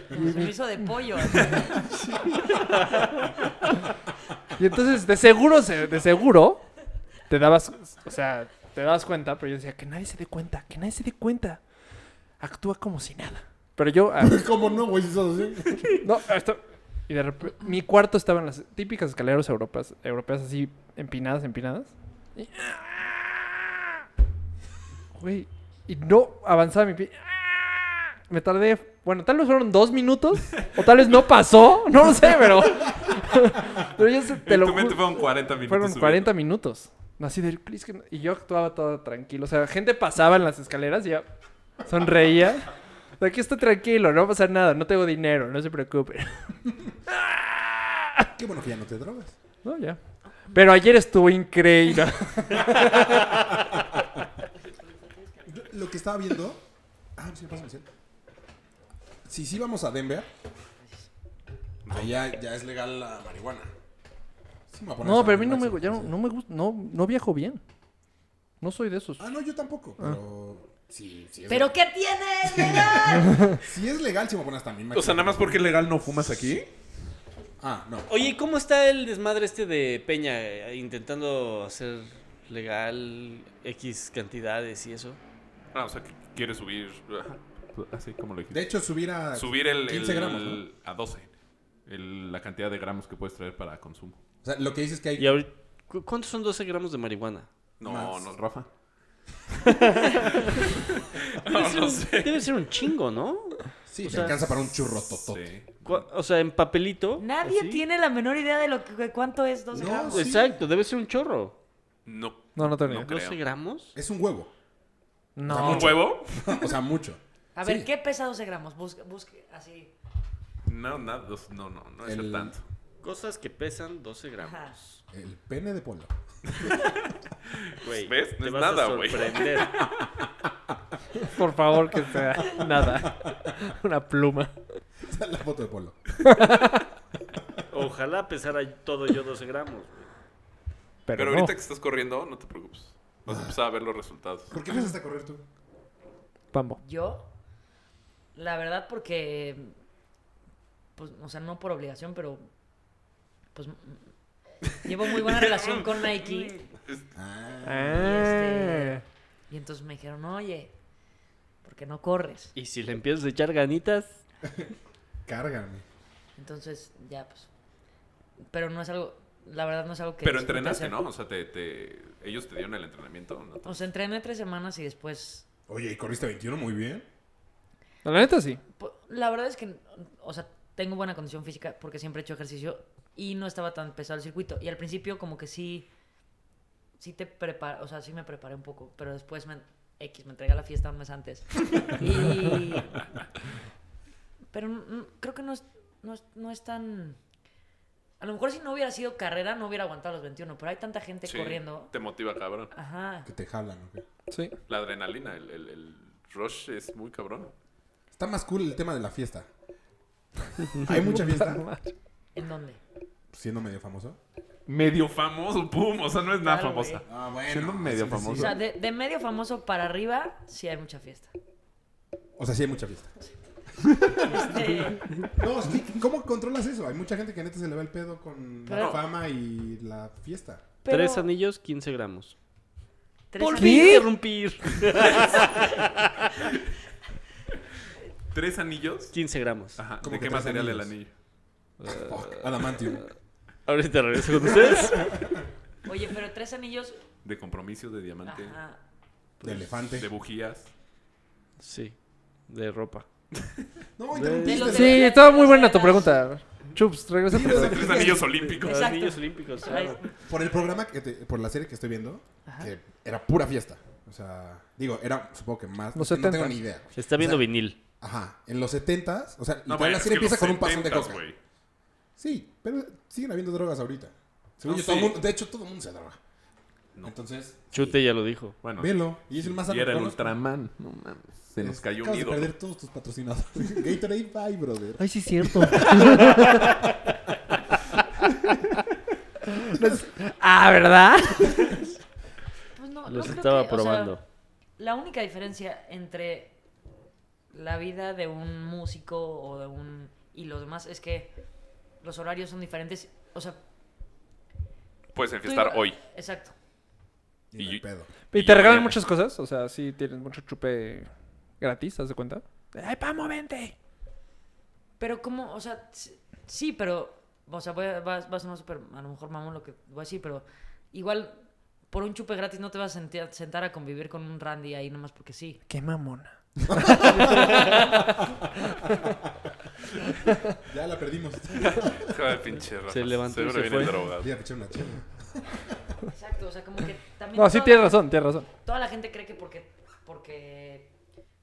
S5: Se me hizo de pollo.
S8: Y entonces, de seguro, se- de seguro, te dabas, o sea, te dabas cuenta, pero yo decía, que nadie se dé cuenta, que nadie se dé cuenta. Actúa como si nada. Pero yo, ah,
S7: ¿Cómo no, güey? Eso sí.
S8: No, Ah, esto- Y de repente, mi cuarto estaba en las típicas escaleras europeas, europeas así, empinadas, empinadas. Y... ¡ah! Güey, y no avanzaba mi pie. ¡Ah! Me tardé, bueno, tal vez fueron dos minutos, o tal vez no pasó, no lo sé, pero... *laughs* pero yo se- te
S9: En
S8: lo
S9: tu mente
S8: ju-
S9: fueron 40 minutos.
S8: fueron
S9: subiendo.
S8: 40 minutos. Así de... "Es que no-". Y yo actuaba todo tranquilo, o sea, gente pasaba en las escaleras y yo sonreía. De Aquí estoy tranquilo, no va a pasar nada, no tengo dinero, no se preocupen.
S7: Qué bueno que ya no te drogas.
S8: No, ya. Pero ayer estuvo *laughs* increíble.
S7: Yo- Lo que estaba viendo. Ah, sí, pásame, sí. Si sí vamos a Denver, allá ya es legal la marihuana. Sí me voy a poner
S8: No,
S7: hasta
S8: pero a mí
S7: mi
S8: no me,
S7: máximo,
S8: ya no,
S7: sí.
S8: no me gusta, no, no viajo bien. No soy de esos.
S7: Ah, no, yo tampoco. Pero. Sí, sí es
S5: ¿Pero qué tiene? legal?
S7: Si es legal, si me pones hasta mi máximo.
S9: O sea, nada más porque es legal no fumas aquí.
S7: Ah, no.
S4: Oye, ¿y ¿cómo está el desmadre este de Peña eh, intentando hacer legal X cantidades y eso?
S9: Ah, o sea, que quiere subir. ajá, Así como lo dijiste.
S7: De hecho, subir a.
S9: subir el,
S7: 15
S9: el-
S7: Ah, gramos, ¿no?
S9: a 12. el- la cantidad de gramos que puedes traer para consumo.
S7: O sea, lo que dices es que hay.
S4: Y ahorita, ¿cu- ¿cuántos son 12 gramos de marihuana?
S9: No,
S7: Más.
S9: no, Rafa.
S4: Debe, ser
S9: *laughs* no
S4: un,
S9: sé.
S4: debe ser un chingo, ¿no?
S7: Sí, te
S4: sea,
S7: alcanza para un churro totote.
S9: Sí.
S4: Cu- O sea, en papelito.
S5: Nadie
S4: así.
S5: tiene la menor idea de lo que, de cuánto es 12
S7: No,
S5: gramos.
S7: sí.
S4: Exacto, debe ser un chorro.
S9: No.
S8: No, no tenía.
S9: No creo.
S4: 12 gramos.
S7: Es un huevo. *laughs*
S8: No. *laughs*
S7: Ah,
S9: ¿Un huevo?
S7: o sea, mucho.
S5: A ver,
S7: Sí.
S5: ¿qué pesa 12 gramos? Busque, busque así.
S9: No, nada. dos- No, no, no es
S7: El-
S9: tanto.
S4: Cosas que pesan 12
S5: Ajá.
S4: gramos.
S7: El pene de polo. *laughs*
S4: Güey,
S9: ¿Ves? No
S4: te
S9: es
S4: vas
S9: nada,
S4: a
S9: güey. *laughs*
S4: sorprender.
S8: Por favor, que sea nada. Una pluma.
S7: está la foto de Polo.
S4: Ojalá pesara todo yo 12 gramos. güey.
S8: Pero,
S9: Pero,
S8: no.
S9: ahorita que estás corriendo, no te preocupes. Vas a empezar a ver los resultados.
S7: ¿Por qué empezaste a correr tú?
S8: Pambo.
S5: Yo, la verdad, porque. Pues, o sea, no por obligación, pero. Pues. m- Llevo muy
S4: *laughs*
S5: buena relación con Nike.
S8: Ah.
S5: Y entonces me dijeron, oye, ¿por qué no corres?
S4: Y si le empiezas a echar ganitas,
S7: Cárgame.
S5: Entonces, ya, pues. Pero no es algo. La verdad, no es algo que.
S9: Pero
S5: disfrute
S9: entrenaste,
S5: hacer.
S9: ¿no? O sea, te, te- ellos te dieron el entrenamiento. ¿no?
S5: O sea, entrené tres semanas y después.
S7: Oye, y corriste 21 muy bien.
S8: No, La neta sí.
S5: po- La verdad es que. O sea, tengo buena condición física porque siempre he hecho ejercicio y no estaba tan pesado el circuito. Y al principio, como que sí. Sí te prepara, o sea, sí me preparé un poco, pero después me, X me entregué a la fiesta un mes antes. Y. Pero n- n- creo que no es, no, es, no es tan. A lo mejor si no hubiera sido carrera, no hubiera aguantado los 21, pero hay tanta gente
S9: Sí,
S5: corriendo.
S9: Te motiva, cabrón.
S5: Ajá.
S7: Que te jalan, ok.
S8: Sí.
S9: La adrenalina, el, el- el rush es muy cabrón.
S7: Está más cool el tema de la fiesta. Hay mucha fiesta.
S5: ¿En dónde?
S7: Siendo medio famoso.
S9: Medio famoso, pum. O sea, no es nada
S5: Claro,
S9: famosa.
S7: Ah, bueno.
S6: Siendo medio
S5: O
S6: famoso.
S5: sea, de, de medio famoso para arriba, sí hay mucha *laughs* fiesta.
S7: O sea, sí hay mucha fiesta.
S5: Este,
S7: No, es que, ¿cómo controlas eso? Hay mucha gente que neta se le va el pedo con la
S5: Pero-
S7: fama y la fiesta.
S5: pero-
S4: tres anillos, 15 gramos.
S5: tres
S4: ¿Por
S5: anillos.
S4: qué interrumpir?
S9: Tres anillos.
S4: 15 gramos.
S9: Ajá.
S7: Como
S9: ¿De
S7: que
S9: qué
S7: tres
S9: material el
S7: anillos.
S9: anillo?
S7: Fuck, Adamantium.
S4: Ahorita regreso
S5: *laughs*
S4: con ustedes.
S5: Oye, pero tres anillos.
S9: De compromiso, de diamante,
S5: Ajá.
S7: De elefante.
S9: de bujías.
S4: Sí, de ropa.
S7: No, interrumpiste.
S5: De los
S8: Sí,
S5: de-
S8: estaba muy buena tu pregunta. Chups, regresa *laughs*
S7: Sí,
S8: tu
S7: o sea,
S8: pregunta.
S9: Tres
S7: Bujías.
S9: anillos olímpicos.
S5: Exacto.
S4: Anillos olímpicos.
S5: Ay,
S4: claro.
S7: Por el programa, que te- por la serie que estoy viendo, que era pura fiesta. O sea, digo, era, supongo que más.
S8: Los
S7: es que no tengo
S8: 70s.
S7: ni idea.
S4: Se está viendo
S7: O sea,
S4: vinil.
S7: Ajá. En los 70s, o sea,
S9: No,
S7: literal,
S9: bueno,
S7: la
S9: es
S7: serie
S9: que los
S7: empieza con un pasón de
S9: 70s,
S7: coca.
S9: güey.
S7: Sí, pero siguen habiendo drogas ahorita. Según
S9: No,
S7: yo, todo el
S9: sí.
S7: mundo- de hecho, todo el mundo se droga. Entonces,
S4: Chute ya lo dijo.
S9: Bueno,
S7: velo. Y es el más
S9: y era el
S7: anacrónico.
S9: Ultraman. No mames. Se nos cayó un
S7: Acabas de
S9: ídolo.
S7: perder todos tus patrocinadores. *laughs* Gatorade, bye, brother.
S8: Ay, sí, es *laughs* cierto. ah, ¿verdad?
S5: pues no, no
S4: Los
S5: creo
S4: estaba
S5: que- o sea,
S4: probando.
S5: la única diferencia entre la vida de un músico o de un. y los demás es que los horarios son diferentes. O sea. tú
S9: Puedes enfiestar
S5: iba-
S9: hoy.
S5: Exacto.
S7: Y,
S9: Y-
S7: no hay pedo.
S8: ¿Y
S9: Y yo
S8: te regalan
S9: mañana. *laughs*
S8: muchas cosas? O sea, sí tienes mucho chupe gratis, ¿haz de cuenta? ¡Ay, Pamo, vente!
S5: Pero como, o sea, s- sí, pero, o sea, voy a- va, va a sonar súper, a lo mejor mamón lo que voy a decir, pero igual por un chupe gratis no te vas a sentir- sentar a convivir con un Randy ahí nomás porque sí.
S8: ¡Qué mamona!
S7: Ya la perdimos.
S9: *laughs* Hija de pinche Rafa.
S4: Se levantó y
S9: Seguro
S4: se
S9: viene
S4: fue.
S9: drogado.
S7: Voy a echar una chela.
S5: Exacto, o sea, como que también...
S8: No, sí
S5: toda-
S8: tienes razón, tienes razón.
S5: Toda la gente cree que porque, porque,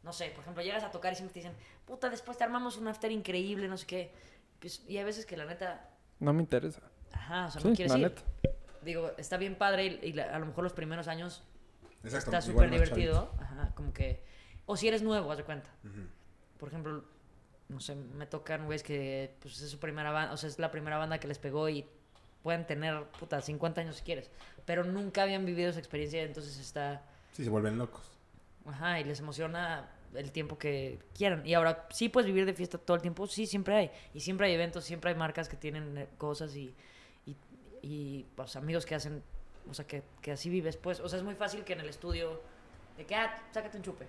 S5: no sé, por ejemplo, llegas a tocar y siempre te dicen, puta, después te armamos un after increíble, no sé qué. Pues, y hay veces que la neta,
S8: No me interesa.
S5: ajá, o sea,
S8: Sí,
S5: no quieres
S8: la
S5: ir.
S8: neta.
S5: Digo, está bien padre y, y la- a lo mejor los primeros años
S7: Exacto.
S5: Está
S7: igual
S5: súper
S7: más chavitos.
S5: divertido. Ajá, como que. O si eres nuevo, haz de cuenta. Por ejemplo, no sé, me tocan güeyes que pues, es su primera banda, o sea, es la primera banda que les pegó y pueden tener, puta, 50 años si quieres. Pero nunca habían vivido esa experiencia, entonces está.
S7: Sí, se vuelven locos.
S5: Ajá, y les emociona el tiempo que quieran. Y ahora, sí puedes vivir de fiesta todo el tiempo, sí, siempre hay. Y siempre hay eventos, siempre hay marcas que tienen eh, cosas y, y, y, pues, amigos que hacen, o sea, que, que así vives, pues. O sea, es muy fácil que en el estudio, de que, ah, sácate un chupe.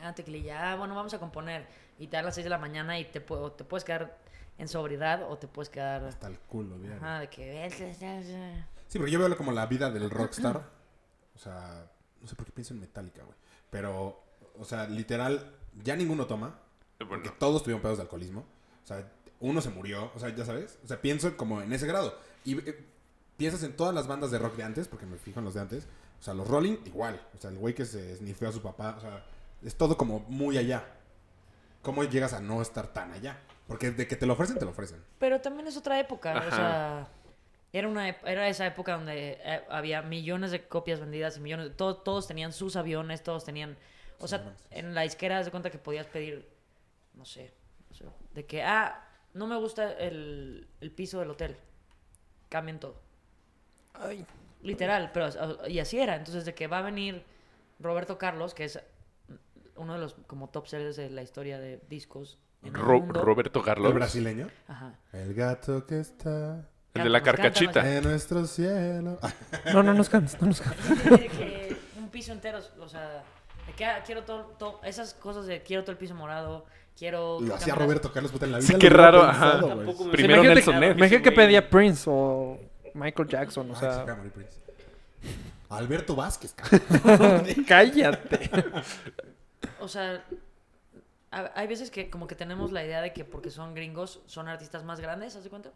S5: Ah, tequililla, ah, bueno, vamos a componer. Y te dan las 6 de la mañana y te, pu- o te puedes quedar en sobriedad o te puedes quedar,
S7: Hasta el culo, bien.
S5: ajá, de que...
S7: Sí, porque yo veo como la vida del rockstar. O sea, no sé por qué pienso en Metallica, güey. Pero, o sea, literal, ya ninguno toma. Porque
S9: Bueno,
S7: todos tuvieron pedos de alcoholismo. O sea, uno se murió. O sea, ya sabes. O sea, pienso como en ese grado. Y eh, piensas en todas las bandas de rock de antes, porque me fijo en los de antes. O sea, los Rolling, igual. O sea, el güey que se snifeó a su papá. O sea, es todo como muy allá. ¿Cómo llegas a no estar tan allá? Porque de que te lo ofrecen, te lo ofrecen.
S5: Pero también es otra época, o
S9: Ajá.
S5: sea, era una ep- era esa época donde eh, había millones de copias vendidas y millones, de, todo- todos tenían sus aviones, todos tenían, o sea, en la disquera haz de cuenta que podías pedir, no sé, O sea, de que, ah, no me gusta el, el piso del hotel. Cambien todo. Literal, pero o- y así era. Entonces, de que va a venir Roberto Carlos, que es uno de los como top sellers de la historia de discos. en el
S9: Ro-
S5: mundo.
S9: Roberto Carlos.
S7: ¿El brasileño?
S5: Ajá.
S7: El gato que está
S9: El de la
S5: Cántanos,
S9: carcachita.
S5: cántanos.
S7: en nuestro cielo. Ah,
S8: No, no nos canses, no nos
S5: *laughs*
S8: canses.
S5: De que un piso entero, o sea, de que, ah, quiero todo, todo- esas cosas de quiero todo el piso morado, quiero...
S7: lo hacía
S5: cámaras-
S7: Roberto Carlos puta en la vida.
S9: Sí,
S7: lo
S9: qué
S7: hubiera
S9: raro,
S7: pensado,
S9: ajá.
S7: güey.
S2: Tampoco me-
S9: Primero
S8: imagínate,
S4: ¿eh?
S9: Nelson Ned.
S8: imagínate que
S2: güey.
S8: pedía Prince o Michael Jackson, o
S7: Ay, se
S8: sea, *laughs*
S7: acaba de morir Prince. Alberto Vázquez, cabrón.
S8: cállate.
S5: O sea, a- hay veces que como que tenemos la idea de que porque son gringos son artistas más grandes, ¿haz de cuenta?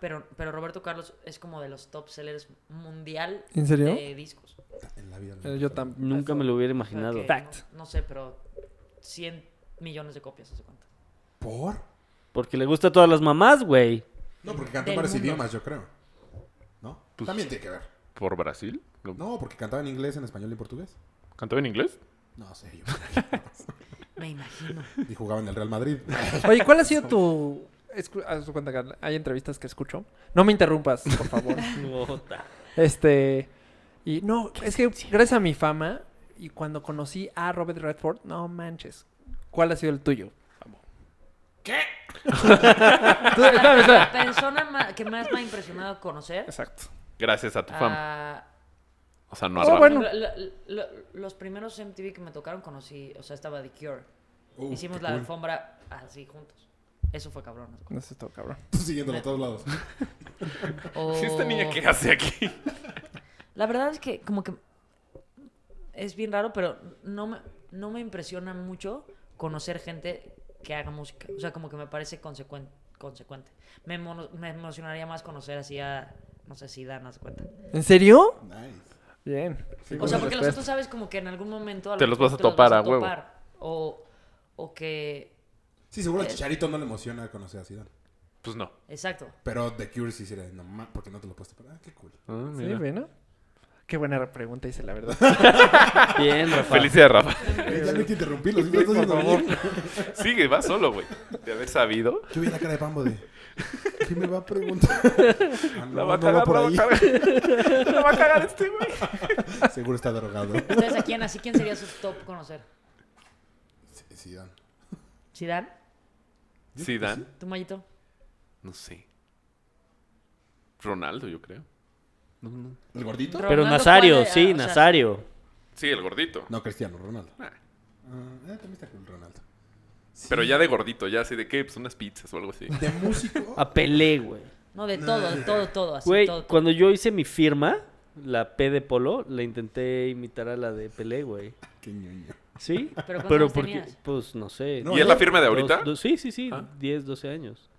S5: Pero, pero Roberto Carlos es como de los top sellers mundial
S8: ¿En serio?
S5: de discos.
S7: En la vida.
S8: Eh, Yo también.
S4: Nunca me lo hubiera
S5: O sea,
S4: imaginado.
S5: que
S8: Fact.
S5: No, no sé, pero 100 millones de copias, ¿haz de cuenta?
S7: ¿Por?
S4: Porque le gusta a todas las mamás, güey.
S7: No, porque cantó
S5: Del
S7: en varios
S5: mundo.
S7: idiomas, yo creo. ¿No?
S9: Pues-
S7: También tiene que ver.
S9: ¿Por Brasil? ¿Lo-
S7: No, porque cantaba en inglés, en español y en portugués.
S9: ¿Cantaba en inglés?
S7: No sé, yo.
S8: *laughs*
S5: Me imagino.
S7: Y jugaba en el Real
S9: *laughs*
S7: Madrid.
S8: Oye, ¿cuál ha sido tu. escu- Haz tu cuenta, Carla, Hay entrevistas que escucho. No me interrumpas, por favor. Este. Y no, es que gracias a mi fama y cuando conocí a Robert Redford, no manches. ¿Cuál ha sido el tuyo? ¿Qué? espérame, espérame.
S5: La persona ma- que más me ha impresionado conocer...
S8: Exacto.
S9: Gracias a tu fama.
S5: ah,
S9: O sea, no
S8: Oh,
S9: a Rap.
S8: bueno.
S5: Lo- lo- lo- los primeros MTV que me tocaron conocí, o sea, estaba The Cure.
S7: Uh,
S5: Hicimos
S7: qué
S5: la
S7: cool.
S5: alfombra así juntos. Eso fue cabrón.
S8: No es esto, cabrón.
S7: Tú siguiéndolo a todos lados. *laughs*
S5: O-
S9: ¿Y ¿Esta niña qué hace aquí?
S5: La verdad es que como que es bien raro, pero no me, no me impresiona mucho conocer gente que haga música. O sea, como que me parece consecuen- consecuente. Me, mono- me emocionaría más conocer así a, no sé si Dan, haz cuenta.
S8: ¿En serio?
S7: Nice.
S8: Bien.
S5: O sea, porque los
S8: Respeto.
S5: otros sabes como que en algún momento...
S9: Te los vas a topar a huevo.
S5: O, o que...
S7: Sí, seguro a Chicharito no le emociona conocer a Zidane.
S9: Pues no.
S5: Exacto.
S7: Pero The Cure sí sería no ma- porque no te lo puedes separar. Ah, qué cool.
S8: Sí, bueno. Qué buena pregunta hice, la *laughs* verdad.
S4: Bien, Rafa.
S9: Felicidades, Rafa.
S7: Eh, Ya no hay que interrumpirlo. sí, lo estás haciendo bien.
S9: Sigue, va solo, güey. De haber sabido.
S7: Yo vi la cara de Pambo de. ¿Qué me va a
S9: *laughs*
S7: preguntar? Ah, no,
S9: La va
S7: no
S9: a
S7: va
S9: cagar,
S7: por
S9: la va
S7: ahí.
S9: a
S7: *laughs*
S9: cagar. La va a cagar este, güey.
S7: Seguro está
S9: *laughs*
S7: drogado.
S5: Ustedes a quién, así quién sería su top conocer.
S7: Sí, Zidane.
S5: ¿Zidane?
S9: Sí, Dan.
S5: ¿Tu mallito?
S9: No sé. Ronaldo, yo creo.
S7: ¿El gordito?
S4: Pero
S5: Ronaldo
S4: Nazario,
S5: Juárez, ah,
S4: sí,
S5: o sea,
S4: Nazario.
S9: Sí, el gordito.
S7: No, Cristiano Ronaldo.
S9: Ah.
S7: Ah, eh, también está cool Ronaldo.
S9: Pero ya de gordito, ya así de qué, pues unas pizzas o algo así.
S7: De
S8: *laughs*
S7: músico.
S4: A Pelé, güey.
S5: No, de todo, de todo, todo. Así,
S4: Güey,
S5: todo.
S4: cuando yo hice mi firma, la P de Polo, la intenté imitar a la de Pelé, güey.
S7: Qué ñoño.
S4: ¿Sí?
S5: ¿Pero cuántos años tenías?
S4: Pues no sé.
S7: No,
S9: ¿Y es la firma de
S4: dos-
S9: ahorita?
S4: dos- sí, sí, sí.
S9: Ah.
S4: 10, 12 años.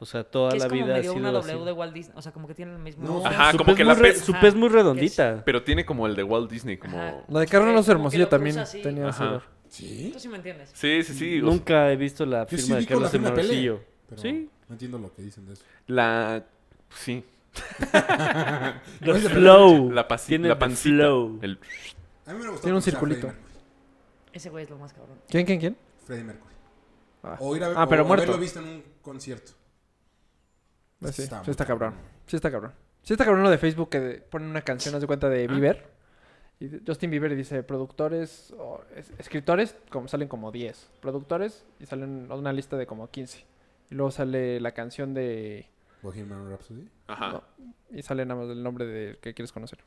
S4: O sea, toda
S5: Que es
S4: la
S5: como
S4: vida ha
S5: medio
S4: sido
S5: una
S4: así.
S5: W de Ah, Walt Disney. O sea, como que tienen el mismo...
S7: No,
S9: Ajá,
S4: Su
S9: Ah, como
S4: pez
S9: que
S4: muy
S9: la
S4: re-
S9: pez-
S4: Su pez muy redondita.
S9: Pero tiene como el de Walt Disney, como...
S5: Ajá.
S8: La de Carlos
S5: Sí, como que
S8: Hermosillo
S5: lo
S8: también
S5: cruza así.
S8: tenía ese
S9: Ajá.
S8: olor.
S7: ¿Sí?
S5: Tú sí me entiendes.
S9: Sí, sí, sí. o sea,
S4: Nunca he visto la
S7: Yo
S4: firma
S7: sí
S4: de
S7: vi con
S4: Carlos
S7: la firma de Pelé,
S4: Hermosillo.
S9: *laughs*
S7: Pero
S4: Sí.
S7: No entiendo lo que dicen de eso.
S9: La... Sí.
S4: The
S7: es de Pelé,
S4: flow.
S9: La, paci-
S4: Tiene
S9: la
S4: the
S9: pancita.
S4: flow.
S9: El-
S7: A mí me gusta
S8: Tiene un circulito.
S5: Ese güey es lo más cabrón.
S8: ¿Quién, quién, quién?
S7: Freddie Mercury.
S8: Ah.
S7: O ir a ver,
S8: Ah, pero
S7: o
S8: muerto.
S7: haberlo visto en un concierto.
S8: Ah, sí,
S7: Está
S8: sí está
S7: muy
S8: cabrón. Sí está cabrón. Sí está cabrón lo de Facebook que de- ponen una canción, haz de cuenta, de Bieber. Y de- Justin Bieber dice, productores, o es- escritores, como salen como 10. Productores, y salen una lista de como 15. Y luego sale la canción de...
S7: Bohemian Rhapsody.
S9: Ajá.
S8: No. Y sale nada más el nombre del que quieres conocer.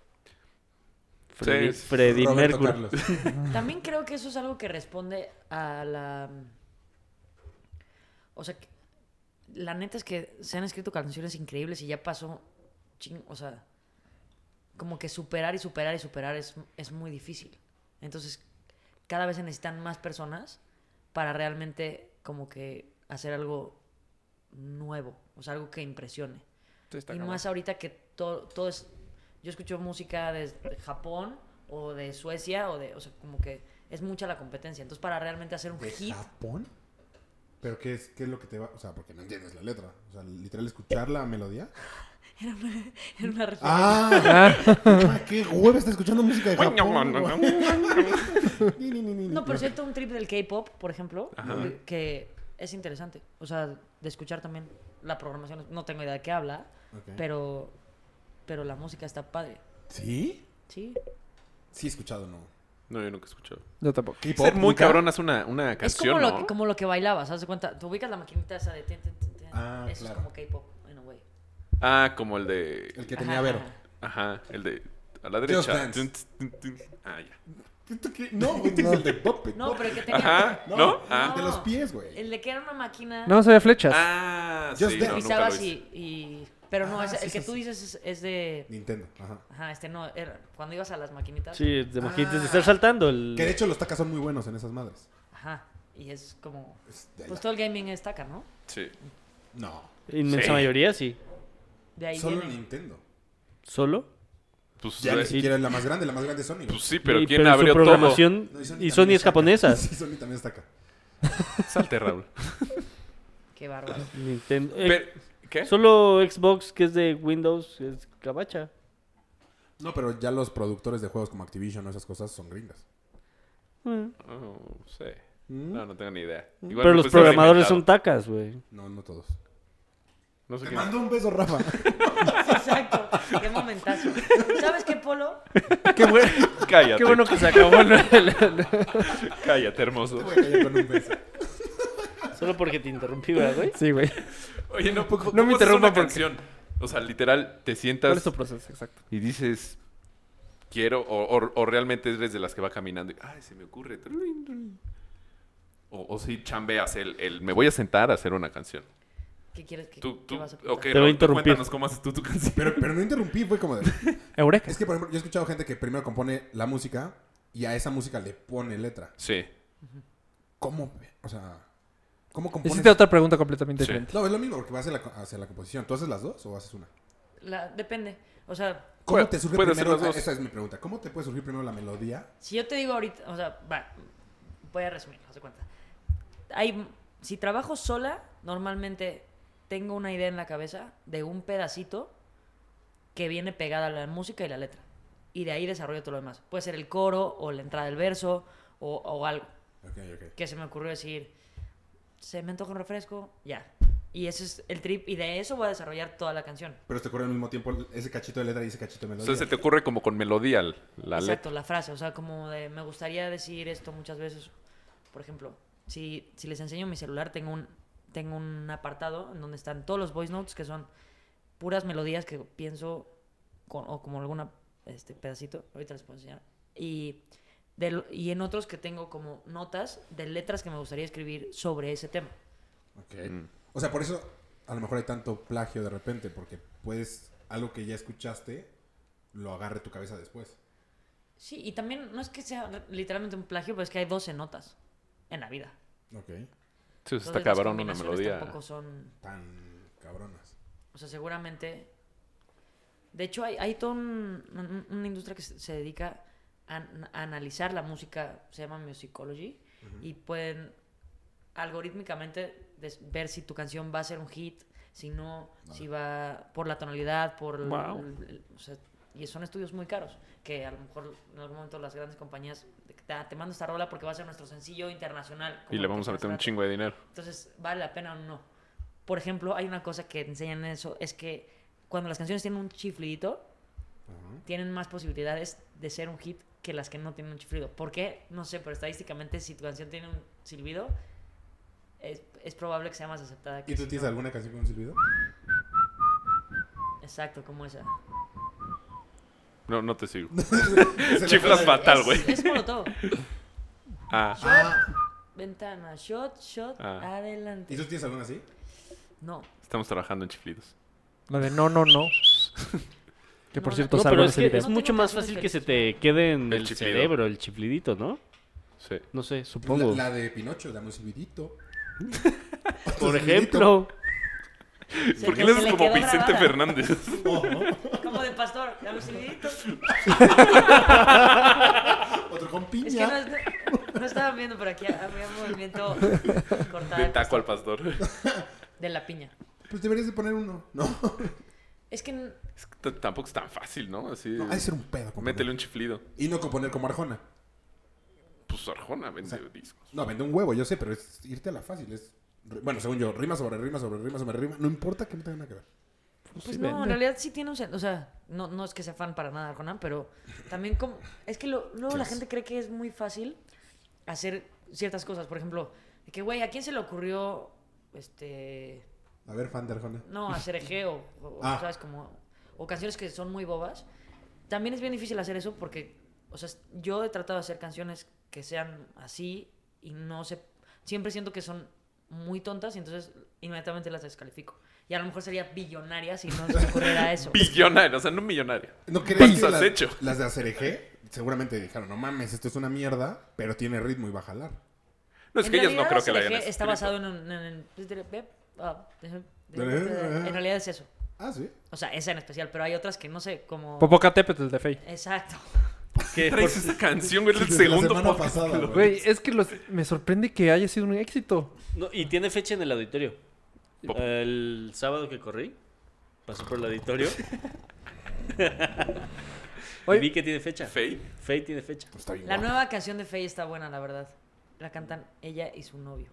S4: Freddy,
S9: Sí.
S4: Freddy
S7: Roberto
S4: Mercury.
S8: *laughs*
S7: Carlos.
S5: También creo que eso es algo que responde a la... O sea, que- la neta es que se han escrito canciones increíbles y ya pasó... ching- O sea, como que superar y superar y superar es, es muy difícil. Entonces, cada vez se necesitan más personas para realmente como que hacer algo nuevo. O sea, algo que impresione.
S8: Sí, está
S5: Y
S8: cabrón.
S5: más ahorita que todo, todo es... Yo escucho música de Japón o de Suecia o de... O sea, como que es mucha la competencia. Entonces, para realmente hacer un
S7: ¿De
S5: hit...
S7: Japón? ¿Pero qué es, qué es lo que te va...? O sea, porque no entiendes la letra. O sea, literal, escuchar la melodía.
S5: Era una, era una referencia.
S7: ¡Ah!
S8: *laughs* Ah,
S7: *laughs* ah, ¡Qué huevo! Está escuchando música de Japón. güey. *laughs* Ni, ni, ni, ni, ni.
S5: No, por cierto, un trip del K-pop, por ejemplo, que es interesante. O sea, de escuchar también la programación. No tengo idea de qué habla,
S7: Ok.
S5: pero, pero la música está padre.
S7: ¿Sí?
S5: Sí.
S7: Sí, he escuchado, no.
S9: No, yo nunca he escuchado.
S8: yo tampoco.
S9: Ser muy
S7: nunca?
S9: cabrón hace una, una
S5: Es
S9: canción,
S5: como lo, que,
S9: ¿no?
S5: como lo que bailabas, haz de cuenta. Tú ubicas la maquinita esa de... tin, tin, tin, tin.
S7: Ah,
S5: Eso
S7: claro.
S5: es como K-pop, en a way.
S9: Ah, como el de...
S7: El que
S5: Ajá,
S7: tenía Vero.
S5: ajá.
S9: Ajá, el de... A la
S7: Just
S9: derecha.
S7: Dance.
S9: Tun, tun, tun. Ah, ya.
S7: ¿Esto qué? No, güey, tienes el de Pop It,
S5: No,
S7: Pop
S5: pero el
S7: It.
S5: que tenía...
S9: Ajá, ¿no?
S7: No,
S9: Ah,
S7: de los pies, güey.
S5: El de que era una máquina...
S8: No, se ve flechas.
S9: ah sí,
S7: Just
S9: no,
S7: Dance.
S9: nunca lo
S5: pisabas
S9: hice.
S5: y, y- Pero no,
S7: Ah,
S5: es-
S7: sí,
S5: el que
S7: sí,
S5: tú
S7: sí.
S5: dices es, es de...
S7: Nintendo, ajá.
S5: Ajá, este no, era cuando ibas a las maquinitas.
S4: Sí, te imaginas
S7: Ah.
S4: de estar saltando. el-
S7: Que de hecho los tacas son muy buenos en esas madres.
S5: Ajá, y es como...
S7: Es de
S5: Pues
S7: la-
S5: todo el gaming es taca, ¿no?
S9: Sí.
S7: No,
S4: Inmensa
S9: Sí.
S4: mayoría, sí.
S5: De ahí
S7: solo
S5: viene.
S7: Nintendo.
S4: ¿Solo?
S9: Pues,
S7: Ya ni
S9: eh,
S7: siquiera es la más grande, la más grande es Sony. güey.
S9: pues sí, pero
S4: Y-
S9: ¿quién
S4: pero
S9: abrió
S4: su programación
S7: No,
S4: y
S7: también
S4: Sony es
S7: taca.
S4: japonesa.
S7: *laughs* Sí, Sony también es taca.
S9: todo? Salte, Raúl.
S5: Qué bárbaro.
S4: *laughs*
S5: *laughs*
S4: Nintendo. eh,
S9: Pero, ¿Qué?
S4: Solo Xbox, que es de Windows, es cabacha.
S7: No, pero ya los productores de juegos como Activision o esas cosas son gringas.
S9: Oh, no sé. No, no tengo ni idea. Igual
S4: Pero
S9: me
S4: los
S9: puse
S4: programadores son
S9: alimentado.
S4: tacas, güey.
S7: No, no todos.
S9: No
S7: *laughs*
S9: sé
S7: Te
S9: qué.
S7: mando un beso, Rafa.
S5: Exacto. Qué momentazo. ¿Sabes qué, Polo?
S9: Qué bueno. *laughs* Cállate.
S8: Qué bueno que se acabó. ¿no?
S9: Cállate, hermoso.
S7: Voy a callar con un beso.
S4: Solo porque te interrumpí, ¿verdad, güey.
S8: *laughs* sí, güey.
S9: Oye, no, poco.
S8: No me interrumpa
S9: una
S8: porque-
S9: canción. O sea, literal,
S8: ¿Cuál
S9: te
S8: es
S9: sientas
S8: tu proceso? Exacto.
S9: y dices, quiero, o, o- o realmente eres de las que va caminando y, ay, se me ocurre. Truin, truin. O, o si chambeas el, el, me voy a sentar a hacer una canción.
S5: ¿Qué quieres que
S9: Tú, tú,
S5: qué vas a
S9: ok,
S5: preguntar?
S9: Raúl, tú
S4: interrumpir.
S9: cuéntanos cómo haces tú tu canción.
S7: Pero, pero no interrumpí, fue como de...
S8: Eureka.
S7: Es que, por ejemplo, yo he escuchado gente que primero compone la música y a esa música le pone letra.
S9: Sí,
S7: ¿Cómo? O sea, ¿cómo compones?
S8: Hiciste otra pregunta completamente
S9: Sí.
S8: diferente.
S7: No, es lo mismo porque va hacia la, co- hacia la composición. ¿Tú haces las dos o haces una?
S5: La- depende. O sea,
S7: ¿Cómo
S9: Puede-
S7: te surge
S9: puede
S7: primero?
S9: hacer las
S7: ah,
S9: dos.
S7: Esa es mi pregunta. ¿Cómo te puede surgir primero la melodía?
S5: si yo te digo ahorita, o sea, va, voy a resumir, haz de cuenta. Hay, si trabajo sola, normalmente tengo una idea en la cabeza de un pedacito que viene pegada a la música y la letra. Y de ahí desarrollo todo lo demás. Puede ser el coro o la entrada del verso o, o algo.
S7: Ok, ok.
S5: que se me ocurrió decir, se me antoja un refresco, ya. Y ese es el trip, y de eso voy a desarrollar toda la canción.
S7: Pero te ocurre al mismo tiempo ese cachito de letra y ese cachito de
S9: o
S7: melodía.
S9: sea, se te ocurre como con melodía l- la
S5: Exacto,
S9: letra.
S5: la frase, o sea, como de, me gustaría decir esto muchas veces. Por ejemplo, si, si les enseño mi celular, tengo un, tengo un apartado en donde están todos los voice notes, que son puras melodías que pienso, con- o como alguna este, pedacito, ahorita les puedo enseñar. Y, del- y en otros que tengo como notas de letras que me gustaría escribir sobre ese tema.
S7: Ok. O sea, por eso a lo mejor hay tanto plagio de repente, porque puedes algo que ya escuchaste lo agarre tu cabeza después.
S5: Sí, y también no es que sea re- literalmente un plagio, pero es que hay 12 notas en la vida.
S7: Ok.
S9: Sí,
S5: Entonces,
S9: está
S5: las
S9: cabrón una
S5: combinaciones
S9: melodía.
S5: Tampoco son.
S7: Tan cabronas.
S5: O sea, seguramente. De hecho, hay, hay toda un- un- una industria que se se dedica a, an- a analizar la música, se llama musicology, y pueden algorítmicamente des- ver si tu canción va a ser un hit, si no, si va por la tonalidad, por... el-
S8: Wow.
S5: el- el- o sea, y son estudios muy caros, que a lo mejor en algún momento las grandes compañías, de que, "Ah, te mando esta rola porque va a ser nuestro sencillo internacional.
S9: Y
S5: como
S9: le vamos a
S5: Pepe
S9: meter un
S5: Estrada.
S9: chingo de dinero.
S5: Entonces, ¿vale la pena o no? Por ejemplo, hay una cosa que enseñan en eso, es que cuando las canciones tienen un chiflidito, tienen más posibilidades de ser un hit que las que no tienen un chiflido. ¿Por qué? No sé, pero estadísticamente si tu canción tiene un silbido, es, es probable que sea más aceptada que
S7: ¿Y tú
S5: si
S7: tienes
S5: no.
S7: alguna canción con un silbido?
S5: Exacto, como esa.
S9: No, no
S5: *laughs*
S9: te sigo.
S7: *laughs* Se le
S9: Chiflas
S7: pone-
S9: fatal,
S5: Es- *laughs*
S9: güey.
S5: Es como
S9: *laughs*
S5: todo.
S9: Ah,
S5: Ventana, shot, shot,
S9: Ah.
S5: adelante.
S7: ¿Y tú tienes alguna así?
S5: No,
S9: estamos trabajando en chiflidos.
S8: La de no, no, no. Que por
S5: No,
S8: cierto,
S4: No,
S8: salgo
S4: pero
S8: en
S4: es
S8: ese
S4: que
S5: video.
S4: es mucho más fácil que se te quede en
S9: El
S4: el
S9: chiflido.
S4: cerebro el chiflidito, ¿no?
S9: Sí.
S4: No sé,
S7: La,
S4: supongo.
S7: la de Pinocho, dame
S4: *laughs*
S7: un silbidito.
S4: Por ejemplo,
S5: Se
S9: ¿Por qué
S5: te- se
S9: le haces
S5: le
S9: como
S5: quedó
S9: Vicente
S5: grabada.
S9: Fernández?
S5: *laughs* como de pastor, dame un silbidito.
S7: Otro con
S5: Es que no,
S7: piña.
S5: es- no estaban viendo, pero aquí había un movimiento cortado
S9: De taco al pastor. *laughs*
S5: de la piña.
S7: Pues deberías de poner uno. No.
S5: Es que n-
S9: Es que t- tampoco es tan fácil, ¿no? Así.
S7: No, ha de ser un pedo. componer.
S9: métele un chiflido.
S7: Y no componer como Arjona.
S9: Pues Arjona vende discos.
S7: No, vende un huevo, yo sé, pero es irte a la fácil. Es, bueno, según yo, rima sobre rima sobre rima sobre rima. No importa que no tenga nada que ver.
S5: Pues no, en realidad sí tiene un sen- O sea, no, no es que sea fan para nada de Arjona, pero también como. Es que lo- luego la gente cree que es muy fácil hacer ciertas cosas. Por ejemplo, de que, güey, ¿a quién se le ocurrió este.
S7: A ver, fan de Arjona.
S5: No,
S9: *laughs*
S5: hacer ejeo, o, o,
S7: Ah.
S5: ¿sabes? Como, o canciones que son muy bobas. También es bien difícil hacer eso porque, o sea, yo he tratado de hacer canciones que sean así y no sé, siempre siento que son muy tontas y entonces inmediatamente las descalifico. Y a lo mejor sería billonaria si no se ocurriera
S9: *laughs*
S5: eso.
S9: Billonario, o sea, no millonario.
S7: ¿No crees
S9: ¿Cuántas
S7: que
S9: has
S7: las,
S9: hecho?
S7: las de Acereje seguramente dijeron, no mames, esto es una mierda, pero tiene ritmo y va a jalar?
S9: No, es
S5: En
S9: que ellas no
S5: realidad,
S9: creo que la hayan
S5: SLG Está
S9: escrito.
S5: basado en un... en- en- ah,
S9: Eh,
S5: en realidad es eso.
S7: Ah, sí.
S5: O sea, esa en especial, pero hay otras que no sé, como...
S8: Popocatépetl de Fey.
S5: Exacto.
S9: *laughs* ¿Qué traes esa
S5: *laughs*
S9: canción, güey? Es el
S7: Desde la
S9: segundo
S7: semana
S9: podcast.
S7: pasada,
S9: que lo-
S7: güey.
S8: Güey, es que los, me sorprende que haya sido un éxito.
S4: No, y tiene fecha en el auditorio.
S9: Pop.
S4: El sábado que corrí, pasó por el *laughs* auditorio. y
S8: Oye.
S4: vi que tiene fecha.
S9: Fey.
S4: Fey tiene fecha.
S7: Pues Está bien
S5: La
S7: guapo.
S5: nueva canción de Faye está buena, la verdad. La cantan ella y su novio.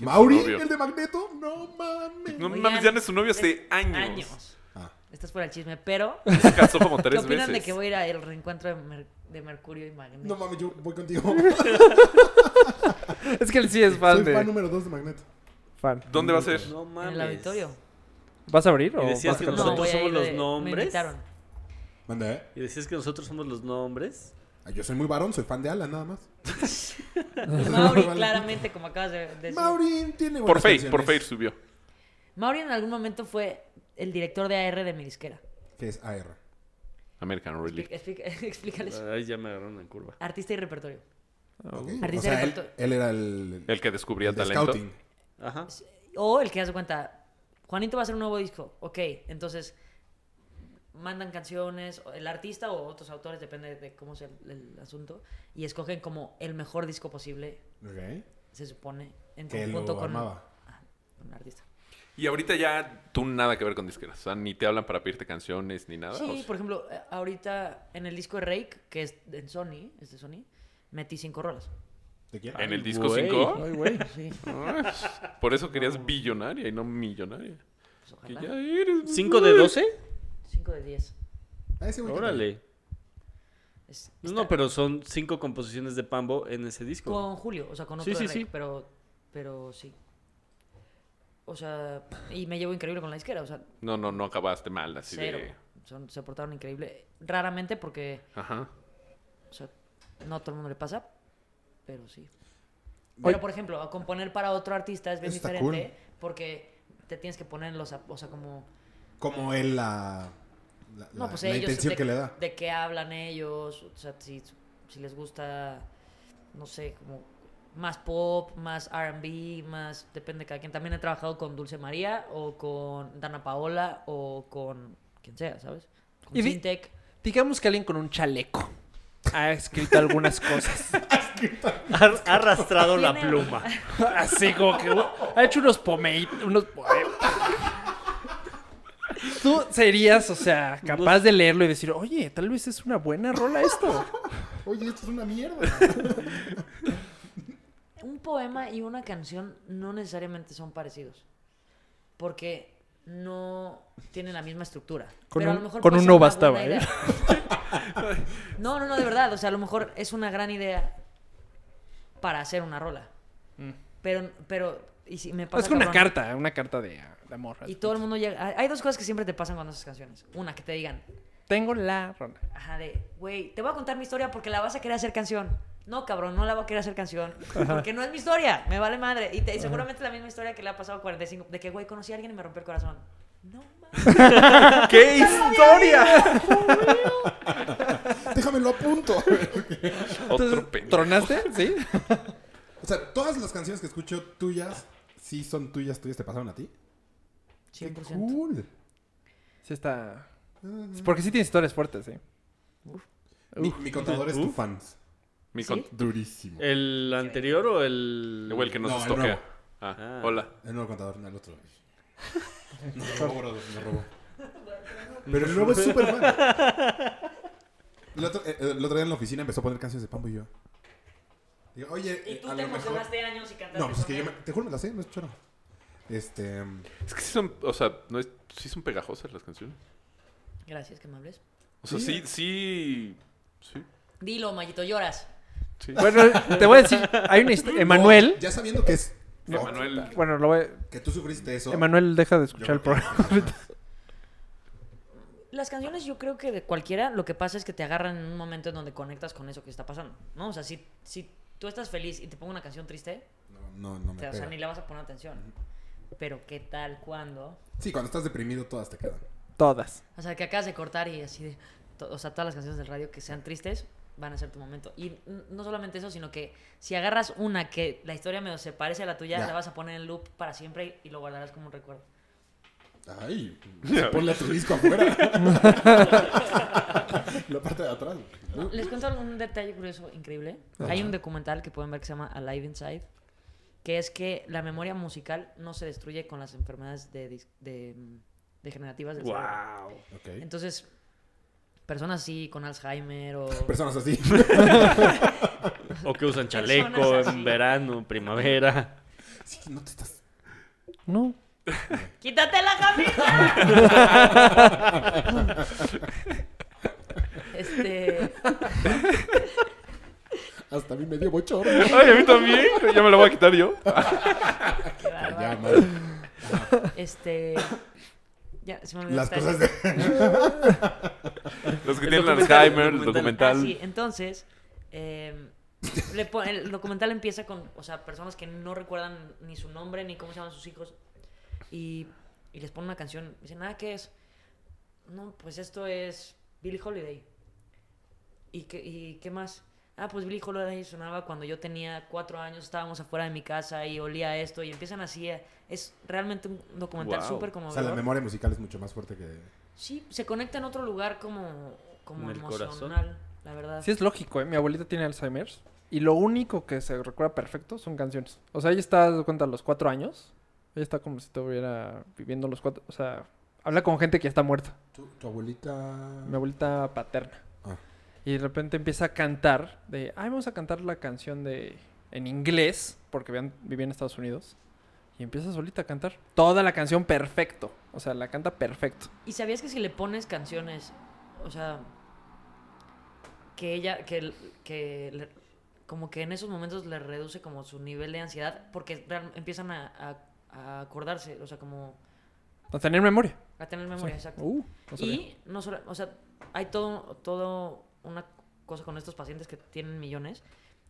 S7: ¿Mauri?
S9: Obvio.
S7: ¿El de Magneto? No mames.
S9: No
S5: Oigan,
S9: mames, ya no es su novio hace
S5: es-
S9: Este años.
S7: Ah.
S5: Estás fuera del chisme, pero
S9: Se casó como
S5: ¿qué
S9: tres
S5: opinan
S9: veces.
S5: de que voy a ir al reencuentro de, Mer- de Mercurio y Magneto?
S7: No mames, yo voy
S9: *laughs*
S7: contigo.
S8: *laughs* Es que él sí es fan
S7: Soy
S8: de...
S7: fan número 2 de Magneto.
S8: fan.
S9: ¿Dónde va a ser?
S4: No
S5: en
S4: mames.
S5: el auditorio.
S8: ¿Vas a abrir o
S4: Y decías
S8: vas a
S4: que
S8: cantar?
S4: nosotros
S5: voy a
S4: somos
S5: ir
S4: los
S5: de- Me
S4: nombres. *laughs*
S5: invitaron.
S7: Manda, ¿eh?
S4: Y decías que nosotros somos los nombres.
S7: Ah, Yo soy muy varón, soy fan de Alan nada más.
S5: Y Mauri, claramente, como acabas de, de decir.
S7: Mauri tiene
S9: Por
S7: buenas
S9: Fey, por Fey
S7: canciones.
S9: subió.
S5: Mauri en algún momento fue el director de AR de mi disquera.
S7: Que es AR.
S9: American Relief.
S5: Explica- *laughs* explica- Explícales.
S4: Ahí ya me agarraron en curva.
S5: Artista y repertorio.
S7: Ok.
S5: Artista
S7: O sea, él,
S5: repertorio.
S7: él era el,
S9: Oh. El que descubría
S7: el de
S9: talento.
S7: Scouting.
S4: Ajá.
S5: O el que hace cuenta, Juanito va a hacer un nuevo disco. Ok, entonces mandan canciones, o el artista o otros autores, depende de cómo sea el, el asunto, y escogen como el mejor disco posible,
S7: Ok.
S5: se supone, en
S7: Que
S5: conjunto
S7: lo
S5: con,
S7: armaba.
S5: Ah, con el artista.
S9: Y ahorita ya tú nada que ver con disqueras. O sea, ni te hablan para pedirte canciones
S4: Ah,
S9: ni nada. o
S5: Sí,
S9: sea.
S5: por ejemplo, eh, ahorita en el disco de Rake, que es en Sony, es de Sony, metí cinco rolas.
S7: ¿De quién?
S9: En el disco
S4: Güey.
S9: 5.
S8: Ay,
S7: *laughs*
S8: güey.
S5: Sí,
S9: *laughs* Por eso querías billonaria y no millonaria.
S5: pues
S9: Que
S5: ojalá.
S9: ya eres.
S4: ¿Cinco de 12?
S5: Cinco de diez.
S7: Ah, ese güey que-
S4: Órale.
S5: Es-
S4: No,
S5: está-
S4: pero son cinco composiciones de Pambo en ese disco.
S5: Con Julio, o sea, con otro
S4: Sí,
S5: de
S4: sí,
S5: Rake,
S4: sí.
S5: pero pero sí. O sea, y me llevo increíble con la izquierda, o sea,
S9: No, no, no acabaste mal así
S5: cero.
S9: de.
S5: Son- se portaron increíble. Raramente porque,
S9: Ajá.
S5: o sea, no a todo el mundo le pasa, pero sí.
S8: Oye.
S5: Pero, por ejemplo, a componer para otro artista es bien
S7: Eso está
S5: diferente porque te tienes que poner en los... zap- O sea, como...
S7: Como él la, la,
S5: No,
S7: la-
S5: pues
S7: la
S5: ellos...
S7: intención
S5: de,
S7: que le da.
S5: De qué hablan ellos, o sea, si, si les gusta, no sé, como más pop, más R&B, más... Depende de cada quien. También he trabajado con Dulce María o con Dana Paola o con quien sea, ¿sabes? Con
S8: Y di-
S5: Sintec.
S8: Digamos que alguien con un chaleco ha escrito algunas cosas.
S4: Ha ha arrastrado la
S5: Tiene-
S4: pluma.
S8: *laughs* Así como que güey, ha hecho unos pomeit, unos poem- *laughs* Tú serías, o sea, capaz de leerlo y decir, oye, tal vez es una buena rola *laughs* esto.
S7: Oye, esto es una mierda. *laughs*
S5: un poema y una canción no necesariamente son parecidos. Porque no tienen la misma estructura.
S8: Con
S5: Pero a
S8: un-
S5: lo mejor
S8: con
S5: puede
S8: un
S5: ser
S8: no
S5: una
S8: bastaba,
S5: buena
S8: ¿eh?
S5: idea. *laughs* No, no, no, de verdad. O sea, a lo mejor es una gran idea para hacer una rola. Pero, pero, y si me pasa.
S8: Mm. Es que una
S5: cabrón,
S8: carta, una carta de, ah, de amor.
S5: Y todo el mundo llega. hay- Hay dos cosas que siempre te pasan cuando haces canciones. Una, que te digan,
S8: Tengo la rola.
S5: Ajá, de, güey, te voy a contar mi historia porque la vas a querer hacer canción. No, cabrón, no la voy a querer hacer canción. Porque no es mi historia, me vale madre. Y, te- y seguramente la misma historia que le ha pasado a 45, de que, güey, conocí a alguien y me rompió el corazón. No, mames.
S8: ¡Qué historia!
S7: Déjamelo apunto.
S9: Otro
S8: Entonces,
S9: pendejo.
S8: ¿Tronaste? ¿Sí?
S7: *laughs* o sea, todas las canciones que escucho tuyas, sí son tuyas, tuyas, te pasaron a ti. Qué
S5: 100%.
S7: cool.
S8: Sí está... Es Porque sí tienes historias fuertes, ¿eh? ¿sí?
S7: Mi, mi contador es tu fans.
S9: Mi
S5: ¿Sí?
S9: con-
S7: Durísimo.
S4: ¿El anterior o el...?
S9: Igual que nos
S7: No, el
S9: estoquea.
S7: nuevo.
S9: Ah,
S4: Ah.
S9: hola.
S5: *laughs*
S7: El nuevo contador, no el otro. Nos robó, brother, nos robó. Pero el nuevo es súper fan. El otro, eh, el otro día en la oficina empezó a poner canciones de Pambo y yo. Digo, oye,
S5: Y
S7: eh,
S5: tú
S7: a
S5: te
S7: lo mejor-
S5: emocionaste años y cantaste.
S7: No, pues es
S5: con
S7: que yo
S5: él.
S7: me, te juro, me la sé, no es choro. Este. mm,
S9: Es que sí son, o sea, no es, sí son pegajosas las canciones.
S5: Gracias, que me hables.
S9: O sea, sí, sí, sí.
S5: Dilo, Mayito, lloras.
S9: sí.
S8: Bueno, te voy a decir, hay una historia. Emanuel.
S7: Ya sabiendo que es.
S9: No, Emanuel.
S8: Bueno, lo voy a-
S7: Que tú sufriste eso.
S8: Emanuel deja de escuchar el
S7: Yo creo que-
S8: programa.
S5: Las canciones yo creo que de cualquiera lo que pasa es que te agarran en un momento en donde conectas con eso que está pasando, ¿no? O sea, si, si tú estás feliz y te pongo una canción triste,
S7: No, no me
S5: te- o sea, ni
S7: pega.
S5: le vas a poner atención. Pero qué tal cuando...
S7: Sí, cuando estás deprimido todas te quedan.
S8: Todas.
S5: O sea, que acabas de cortar y así de... to- o sea, todas las canciones del radio que sean tristes van a ser tu momento. Y n- no solamente eso, sino que si agarras una que la historia medio se parece a la tuya,
S7: Ya.
S5: la vas a poner en loop para siempre y lo guardarás como un recuerdo.
S7: Ay, ponle a tu disco afuera. la parte de atrás.
S5: No, Les cuento un detalle curioso increíble. Hay un documental que pueden ver que se llama Alive Inside, que es que la memoria musical no se destruye con las enfermedades de, dis- de, mm, degenerativas del cerebro.
S7: Ok.
S5: Entonces, personas así con Alzheimer o...
S7: Personas así.
S4: O que usan chaleco
S5: *laughs* Personas así.
S4: en verano, en primavera.
S7: Sí, que no te estás.
S8: No.
S5: ¡Quítate la camisa!
S4: *laughs*
S5: este...
S7: Hasta a mí me dio bochorno.
S9: Ay, a mí también. Ya me lo voy a quitar yo.
S5: qué bárbaro.
S7: Ya, madre.
S5: Este... Ya, se me olvidó
S7: Las
S5: el
S7: cosas
S5: detalle.
S7: de.
S9: Los que
S4: El
S9: tienen
S4: documental,
S9: Alzheimer, el
S4: el
S9: documental.
S5: Ah, sí, entonces, eh, le pon- el documental empieza con, o sea, personas que no recuerdan ni su nombre ni cómo se llaman sus hijos y, y les ponen una canción. Dicen, ah, ¿qué es? No, pues esto es Billie Holiday. ¿Y qué, ¿Y qué más? Ah, pues Billie Holiday sonaba cuando yo tenía cuatro años, estábamos afuera de mi casa y olía esto y empiezan así. a- Es realmente un documental
S9: Wow.
S5: súper
S7: O
S5: conmovedor.
S7: sea, la memoria musical es mucho más fuerte que.
S5: Sí, se conecta en otro lugar como, como
S4: En el
S5: emocional,
S4: corazón.
S5: la verdad.
S8: Sí, es lógico, ¿eh? Mi abuelita tiene Alzheimer's. Y lo único que se recuerda perfecto son canciones. O sea, ella está, haz de cuenta, a los cuatro años. Ella está como si estuviera viviendo los cuatro. O sea, habla con gente que ya está muerta.
S7: Tu, tu abuelita.
S8: Mi abuelita paterna.
S7: Ah.
S8: Y de repente empieza a cantar de, ay, vamos a cantar la canción de en inglés, porque vean, vivía en Estados Unidos. Y empieza solita a cantar. Toda la canción perfecto. O sea, la canta perfecto.
S5: ¿Y sabías que si le pones canciones, o sea, que ella, que, el- que le- como que en esos momentos le reduce como su nivel de ansiedad, porque real- empiezan a, a- a acordarse, o sea, como
S8: A tener memoria.
S5: a tener memoria,
S8: Sí.
S5: exacto.
S8: Uh, no sabía.
S5: y no solo, o sea, hay todo, todo una cosa con estos pacientes que tienen millones,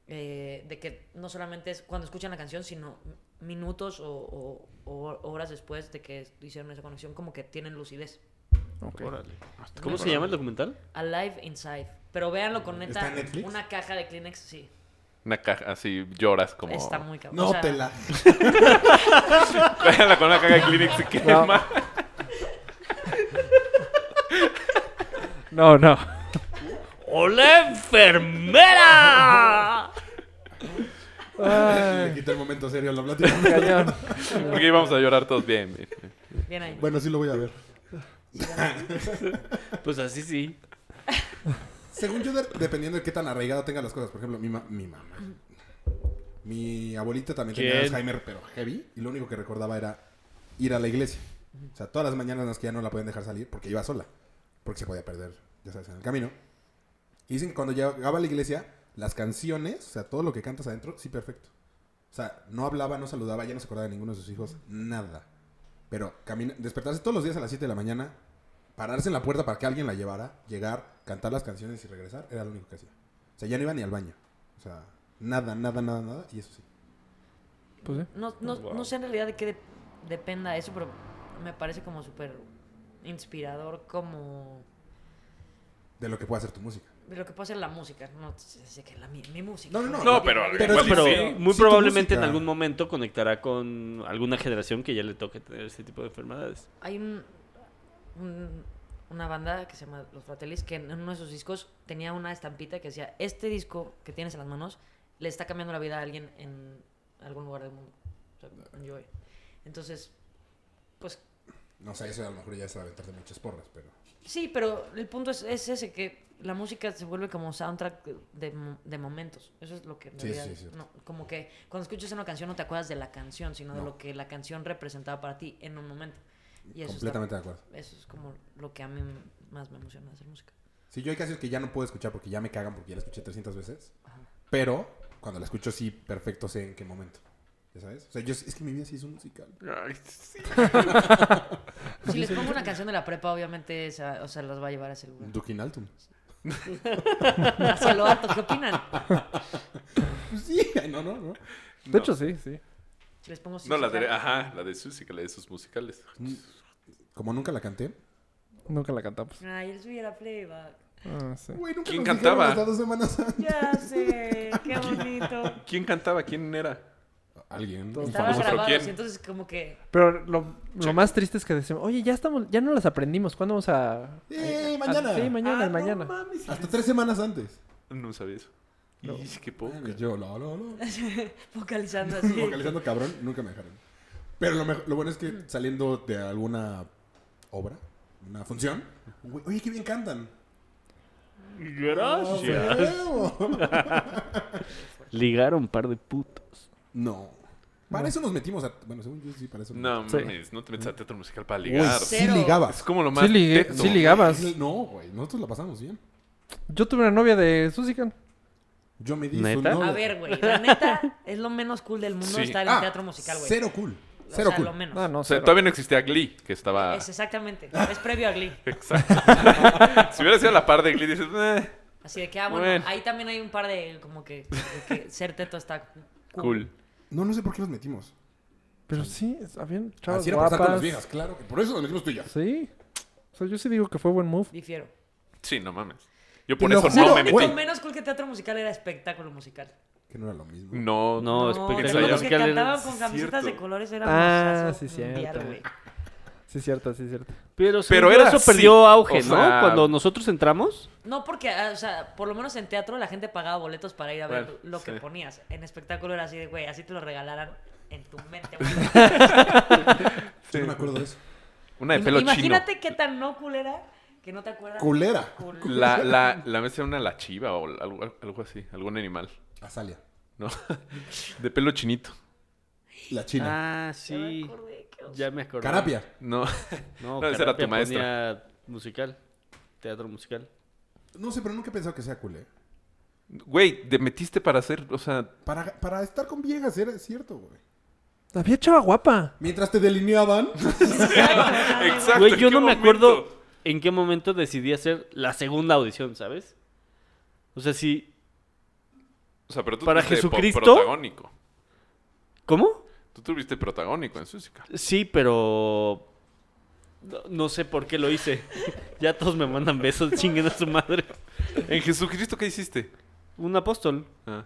S5: eh, de que no solamente es cuando escuchan la canción, sino minutos o, o- o horas después de que hicieron esa conexión, como que tienen lucidez.
S8: Ok.
S4: *laughs* ¿Cómo se llama el documental?
S5: Alive Inside. Pero véanlo con neta.
S7: ¿Está en Netflix?
S5: Una caja de Kleenex, sí.
S9: Una caja, así lloras como. *laughs*
S5: Está muy cabrón.
S7: No
S5: O sea,
S7: te la.
S9: Cállala con una caja de Kleenex se quema.
S8: *laughs* No, no.
S4: ¡Hola,
S5: ¡Ah!
S4: enfermera!
S7: Le quita el momento serio a la plática.
S8: Cañón.
S9: Porque íbamos a llorar todos bien. bien.
S5: Bien ahí.
S7: Bueno, sí lo voy a ver.
S4: Pues así sí.
S7: Según yo, de- dependiendo de qué tan arraigado tengan las cosas. Por ejemplo, mi, ma- mi mamá. Mi abuelita también tenía
S4: ¿Quién?
S7: Alzheimer, pero heavy. Y lo único que recordaba era ir a la iglesia. O sea, todas las mañanas en las que ya no la podían dejar salir porque iba sola. Porque se podía perder, ya sabes, en el camino. Y dicen que cuando llegaba a la iglesia, las canciones, o sea, todo lo que cantas adentro, sí, perfecto. O sea, no hablaba, no saludaba, ya no se acordaba de ninguno de sus hijos, nada. Pero camina- despertarse todos los días a las 7 de la mañana, pararse en la puerta para que alguien la llevara, llegar, cantar las canciones y regresar, era lo único que hacía. O sea, ya no iba ni al baño. O sea, nada, nada, nada, nada, y eso sí.
S8: Pues sí.
S5: No, no, no sé en realidad de qué de- dependa eso, pero me parece como súper inspirador como
S7: De lo que puede hacer tu música.
S5: de lo que puede hacer la música. No sé que la, mi, mi música.
S7: No, no, no.
S9: No, pero.
S7: Pero
S9: igual
S7: sí,
S9: y
S4: Pero
S9: sí.
S4: muy
S7: Sí, tu
S4: probablemente en
S7: música.
S4: algún momento conectará con alguna generación que ya le toque tener este tipo de enfermedades.
S5: Hay un, un- una banda que se llama Los Fratellis que en uno de sus discos tenía una estampita que decía, este disco que tienes en las manos le está cambiando la vida a alguien en algún lugar del mundo. O sea, enjoy. Entonces, pues
S7: No sé, eso a lo mejor ya es aventarte muchas porras, pero.
S5: Sí, pero el punto es, es ese, que la música se vuelve como soundtrack de, mo- de momentos. Eso es lo que... en
S7: Sí,
S5: realidad-
S7: sí, es cierto.
S5: no, como que cuando escuchas una canción no te acuerdas de la canción, sino de lo que la canción representaba para ti en un momento. Y eso, está-
S7: completamente de acuerdo.
S5: eso es como lo que a mí m- más me emociona de hacer
S7: *laughs*
S5: música.
S7: Sí, yo hay canciones que ya no puedo escuchar porque ya me cagan porque ya la escuché 300 veces. Pero cuando la escucho, sí, perfecto sé en qué momento. ¿Ya sabes? O sea, yo, es que mi vida sí es un musical.
S9: Ay, sí.
S5: Si les pongo una canción de la prepa, obviamente esa- o sea, las va a llevar a ese *laughs* lugar.
S7: Dukin Altum.
S5: Marcelo Alto, ¿qué opinan?
S7: *laughs* Sí, no, no, no.
S8: De
S9: No.
S8: hecho, sí, sí.
S5: Si les pongo...
S9: No, la de,
S5: Susical.
S9: ajá, la de Susi, que la de sus musicales.
S7: Como nunca la canté.
S8: Nunca la cantamos.
S5: Ay, él subiera playback.
S8: Ah, sí.
S7: Güey, nunca
S9: ¿Quién
S7: nos
S9: cantaba?
S7: dijeron hasta dos semanas antes.
S5: Ya sé, qué bonito.
S7: *laughs*
S9: ¿Quién cantaba? ¿Quién era?
S7: Alguien.
S5: Estaba
S9: famoso, pero
S5: grabados
S9: ¿quién?
S5: y entonces como que...
S8: Pero lo, lo más triste es que decimos, oye, ya estamos, ya no las aprendimos. ¿Cuándo vamos a...?
S7: Eh,
S8: a-
S7: mañana.
S8: sí, mañana,
S9: Ah, no
S8: mañana.
S9: mames.
S7: Hasta tres semanas antes.
S9: No sabía eso. Y es que poco.
S7: Mames, Yo, lo,
S5: *laughs*
S7: lo, lo.
S5: Focalizando así.
S7: Vocalizando cabrón, nunca me dejaron. Pero lo, mejo- lo bueno es
S5: Mm.
S7: que saliendo de alguna obra, una función, güey, oye, qué bien cantan.
S5: Ah,
S9: Gracias.
S7: ¡Huevo!
S4: Ligar a un par de putos.
S7: *laughs* No. Para eso nos metimos a... Bueno, según yo sí, para eso.
S9: No
S8: Sí.
S9: mames, no te metes a teatro musical para
S7: Uy,
S9: ligar.
S7: sí ligabas.
S9: Es como lo más.
S8: Sí, ligué-
S9: teto.
S8: sí ligabas.
S7: No, güey, nosotros la pasamos bien.
S8: Yo tuve una novia de Susican.
S7: Yo me di su
S8: ¿Neta?
S7: novia.
S5: A ver, güey, la neta es lo menos cool del mundo
S9: Sí.
S5: estar en
S7: Ah,
S5: teatro musical, güey.
S7: Cero cool.
S5: O
S7: Cero
S5: sea,
S7: cool.
S5: lo menos.
S8: Ah, no,
S9: O sea,
S8: cero.
S9: todavía no Ah. existía Glee, que estaba.
S5: Es exactamente, es previo a Glee.
S9: Exacto. *laughs* si hubiera sido a la par de Glee, dices. "Eh,
S5: Así de que, ah, bueno,
S9: Bueno.
S5: ahí también hay un par de, como que, de que ser teto está cool.
S9: cool.
S7: No, no sé por qué nos metimos.
S8: Pero sí, habían chavas
S7: Así era para estar con
S8: guapas.
S7: las viejas, claro. Que por eso nos metimos tú y yo.
S8: Sí. O sea, yo sí digo que fue buen move.
S5: Difiero.
S9: Sí, no mames. Yo por
S7: lo
S9: eso
S7: juro,
S9: no me metí.
S7: güey.
S5: Lo menos cool que teatro musical era espectáculo musical.
S7: Que no era lo mismo.
S9: No,
S4: No,
S5: todos
S4: espectacular.
S5: los que
S9: musical
S4: era-
S5: cantaban con camisetas
S9: cierto.
S5: de colores eran
S8: Ah,
S5: un
S8: sí,
S5: sazo mundial,
S8: cierto.
S5: güey.
S8: Sí, cierto, sí, cierto.
S4: Pero,
S9: Pero
S4: según yo,
S9: era
S4: eso
S9: así.
S4: perdió auge,
S9: O
S4: ¿no?
S9: sea-
S4: Cuando nosotros entramos.
S5: No, porque, ah, o sea, por lo menos en teatro la gente pagaba boletos para ir a ver
S9: Bueno,
S5: lo que
S9: sí.
S5: ponías. En espectáculo era así de, güey, así te lo regalaran en tu mente, güey.
S7: Yo no me acuerdo de eso.
S9: Una de
S5: Im-
S9: pelo
S5: Imagínate
S9: chino.
S5: qué tan no culera que no te acuerdas.
S7: Culera.
S5: Cul-
S9: La, la, la mesa era una la chiva o algo, algo así, algún animal,
S7: Azalia.
S9: ¿no? De pelo chinito.
S7: La china.
S5: Ya
S4: Ah,
S5: me
S4: sí.
S5: acordé, qué oso.
S4: Ya me acordé.
S7: Carapia.
S9: No. *laughs*
S4: No,
S9: No, esa era tu
S4: Carapia
S9: maestra.
S4: ponía musical. Teatro musical.
S7: No sé, pero nunca he pensado que sea culé.
S9: Güey, te metiste para hacer, o sea,
S7: Para, para estar con viejas, era cierto, güey.
S8: Había chava guapa.
S7: Mientras te delineaban. *laughs*
S9: exacto.
S4: Güey,
S9: ¿en
S4: yo
S9: qué
S4: no me
S9: momento?
S4: acuerdo en qué momento decidí hacer la segunda audición, ¿sabes? O sea, sí.
S9: O sea, pero tú
S4: Para
S9: tuviste po-
S4: Jesucristo.
S9: protagónico.
S4: ¿Cómo?
S9: Tú tuviste protagónico en Susica.
S4: Sí, pero. No, no sé por qué lo hice. *laughs* Ya todos me mandan besos, *laughs* chinguen a su madre.
S9: ¿En Jesucristo qué hiciste?
S4: Un apóstol.
S9: Ah.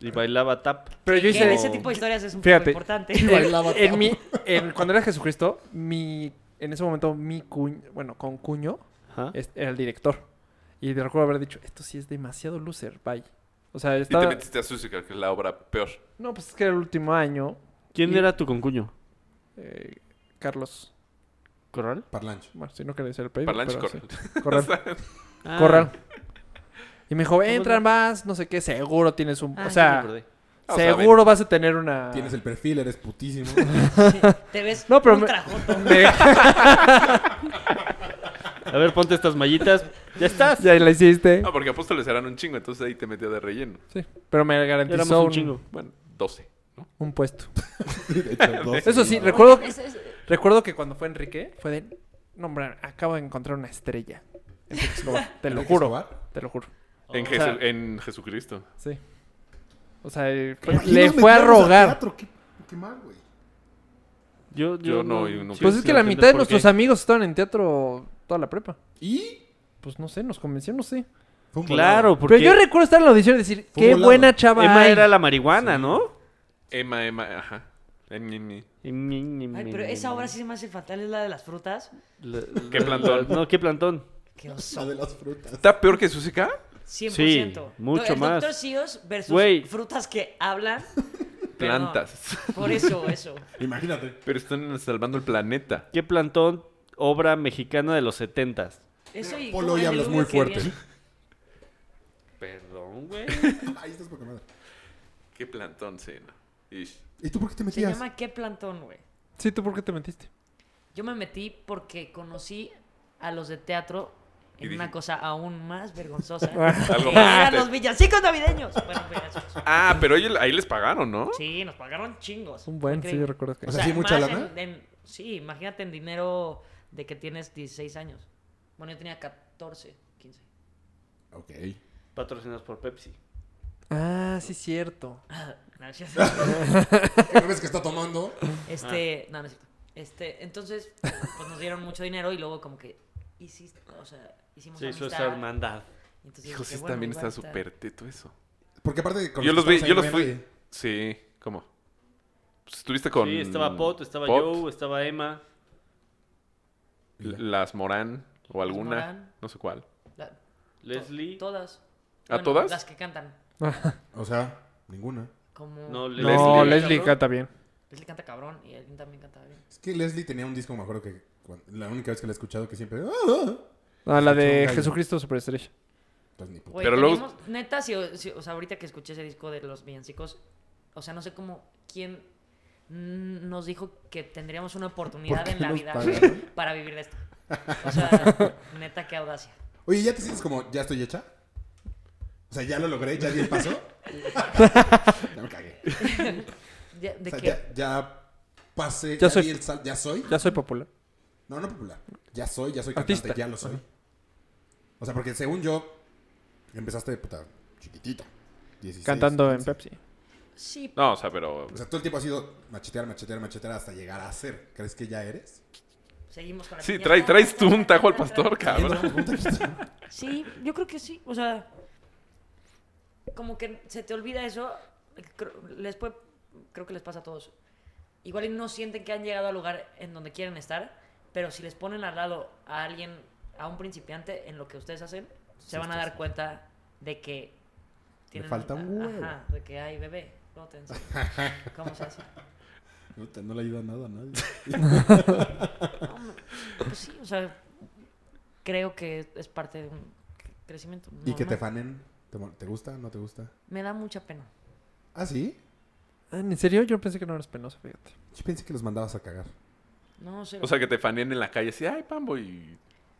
S4: Y bailaba tap.
S8: Pero yo
S5: Que en
S8: hice...
S5: ese tipo de historias es un poco
S8: Fíjate.
S5: importante.
S8: en-
S7: bailaba
S8: en
S7: tap.
S8: mi- en- cuando era Jesucristo, mi... En ese momento, mi cuño... Bueno, con cuño,
S4: Ajá.
S8: es- era el director. Y de recuerdo haber dicho, esto sí es demasiado loser, bye. O sea,
S9: Y te
S8: estaba...
S9: metiste a Susica, que es la obra peor.
S8: No, pues es que era el último año.
S4: ¿Quién
S8: Y-
S4: era tu concuño?
S8: eh, Carlos...
S4: ¿Corral?
S7: Parlancho.
S8: Bueno, si no quería decir el país.
S9: Parlanche
S8: pero
S9: Corral.
S8: sí. Corral.
S4: Ah,
S8: Corral. Y me dijo, entran más, no sé qué, seguro tienes un... o sea,
S9: Ah, o sea,
S8: seguro vas a tener una... *laughs*
S7: Tienes el perfil, eres putísimo.
S5: Te ves
S8: No, pero me-
S5: ultra joto.
S4: A ver, ponte estas mallitas. Ya *laughs* estás.
S8: ya la
S9: *laughs*
S8: hiciste.
S9: Ah, porque apóstoles eran un chingo, entonces ahí te metió de relleno.
S8: Sí, pero me
S4: Éramos
S8: garantizó
S4: un
S8: un,
S4: chingo.
S9: Bueno, 12, ¿no?
S8: un puesto.
S7: De hecho, dos.
S8: Eso sí, recuerdo, recuerdo que cuando fue Enrique, fue de... No, hombre, acabo de encontrar una estrella. en Texcoco". te lo
S7: ¿Enrique
S8: juro,
S7: Escobar?
S8: te lo juro.
S9: en,
S8: o
S9: Jesu-
S8: sea-
S9: en Jesucristo.
S8: Sí. O sea, eh, fue-
S7: ¿Por qué
S8: le
S7: nos
S8: fue a
S7: metíamos
S8: rogar.
S7: teatro? Qué, qué mal, güey.
S4: Yo,
S9: Yo no, yo no.
S4: sí,
S8: pues
S4: sí,
S8: es que
S4: no
S8: la
S4: entiendo
S8: mitad de
S4: por
S8: nuestros
S4: qué.
S8: amigos estaban en teatro toda la prepa.
S7: Y...
S8: Pues no sé, nos convenció, no sé.
S7: Fue un
S4: Claro,
S7: volado.
S4: porque
S8: Pero yo recuerdo estar en la audición y decir,
S7: Fue un
S8: qué
S7: volado.
S8: buena chava
S4: Emma
S8: hay".
S4: era la marihuana, ¿no?
S9: Emma, Emma, ajá. En, en- en-
S4: Mm.
S5: Ay, pero esa obra sí se me hace fatal, es la de las frutas.
S4: La-
S9: *laughs* ¿Qué
S4: la-
S9: plantón?
S4: No, ¿qué plantón?
S5: Qué
S7: La
S5: oso.
S7: de las frutas.
S9: ¿Está peor que Susica?
S5: 100%.
S4: mucho
S5: el
S4: más.
S5: Doctor Sios versus
S4: Güey.
S5: frutas que hablan.
S9: plantas.
S5: Por eso, eso.
S7: Imagínate.
S9: Pero están salvando el planeta.
S4: ¿Qué plantón obra mexicana de los setentas?
S5: Eso y
S7: Polo,
S5: como
S7: hoy
S5: el
S7: hablas
S5: diluvio
S7: muy
S5: que
S7: fuerte.
S5: viene.
S4: Perdón, güey.
S7: Ahí estás poca madre.
S9: Qué plantón, sí. ¿no? Ish.
S7: ¿Y tú por qué te
S5: Se
S7: metías?
S5: llama ¿Qué plantón, güey?
S8: Sí, ¿tú por qué te metiste?
S5: Yo me metí porque conocí a los de teatro
S9: Y
S5: en
S9: dije-
S5: una cosa aún más vergonzosa.
S9: *laughs* Algo
S5: que
S9: más.
S5: eran los villancicos navideños. Bueno, pues,
S9: *laughs*
S5: eso.
S9: Ah, pero ellos- ahí les pagaron, ¿no?
S5: sí, nos pagaron chingos.
S8: Un buen, sí,
S5: Increíble.
S8: yo recuerdo que.
S7: O sea, sí, mucha
S5: más
S7: lana.
S5: en- en- sí, imagínate en dinero de que tienes 16 años. Bueno, yo tenía 14, 15.
S7: Ok.
S4: Patrocinados por Pepsi.
S8: Ah, sí, *laughs* cierto.
S5: No, es cierto.
S7: ¿Qué ves que está tomando?
S5: Este, no, no es cierto. Este, entonces, pues nos dieron mucho dinero y luego como que hiciste, o sea, hicimos
S4: Se hizo esa
S5: amistad.
S4: hermandad.
S5: Y entonces
S9: Hijo,
S5: dije,
S9: sí,
S5: bueno,
S9: también
S5: igual
S9: está súper teto eso.
S7: Porque aparte con
S9: Yo los
S7: que
S9: vi, yo
S7: estábamos
S9: los
S7: ahí no había
S9: fui.
S7: nadie.
S9: Sí, ¿cómo? Pues estuviste con.
S4: Sí, estaba Pot, estaba
S9: Pot,
S4: Joe, estaba Emma.
S9: L- Las Morán o alguna.
S5: Morán.
S9: No sé cuál.
S5: la- to-
S4: Leslie.
S5: Todas.
S9: ¿A todas?
S5: Las que cantan.
S7: O sea, ninguna.
S5: Como...
S4: No,
S9: Leslie.
S8: No,
S9: Leslie,
S8: Leslie
S4: cabrón.
S8: canta bien.
S5: Leslie canta cabrón y alguien también canta bien.
S7: Es que Leslie tenía un disco, me acuerdo que cuando- la única vez que la he escuchado que siempre. "Ah, ah".
S8: Ah, la
S7: Escucha un
S8: de
S7: gallo.
S8: Jesucristo Superestrella.
S7: Pues ni puta.
S5: Güey,
S9: Pero luego-
S5: teníamos- Neta, si, si- o sea, ahorita que escuché ese disco de los villancicos, o sea, no sé cómo, quién mm, nos dijo que tendríamos una oportunidad
S7: qué
S5: en la
S7: nos
S5: vida
S7: pagaron?
S5: *laughs* para vivir de
S9: *laughs*
S5: esto. O sea, neta, qué audacia.
S7: Oye, ¿ya te sientes como, ya estoy hecha? O sea, ya lo logré, ya di el paso. ya me cagué.
S5: Ya- ¿De
S7: O sea,
S5: qué?
S7: ya, ya pasé,
S8: Ya
S7: ya,
S8: soy-
S7: di el sal- ya soy.
S8: Ya soy popular.
S7: No, no popular. Ya soy, ya soy
S8: Artista.
S7: cantante, ya lo soy. O sea, porque según yo, empezaste de puta chiquitita. 16,
S8: Cantando en
S7: 15.
S8: Pepsi.
S5: Sí,
S9: No, o sea, pero.
S7: O sea, todo el tiempo ha sido machetear, machetear, machetear hasta llegar a ser. ¿Crees que ya eres?
S5: seguimos con la
S9: Sí,
S5: piñata.
S9: trae, traes tú un tajo al
S5: *laughs*
S9: pastor, cabrón.
S5: Sí, yo creo que sí. O sea, como que se te olvida eso. cr- Les puede- creo que les pasa a todos. Igual y no sienten que han llegado al lugar en donde quieren estar, pero si les ponen al lado a alguien, a un principiante, en lo que ustedes hacen, se van a dar cuenta de que tienen.
S7: falta un huevo.
S5: Ajá, de que hay bebé. luego te
S7: *laughs*
S5: enseño ¿Cómo se hace?
S7: No, te- no le ayuda nada a nadie.
S5: Pues sí, o sea, creo que es parte de un crecimiento.
S7: ¿Y que te
S5: normal.
S7: fanen? ¿Te, mo- te gusta? ¿No te gusta?
S5: Me da mucha pena.
S7: ¿Ah, sí?
S8: Ah, ¿En serio? Yo pensé que no eras penoso, fíjate.
S7: Yo pensé que los mandabas a cagar.
S5: No sé.
S9: O sea, que te faneen en la calle así, ay, Pambo, y.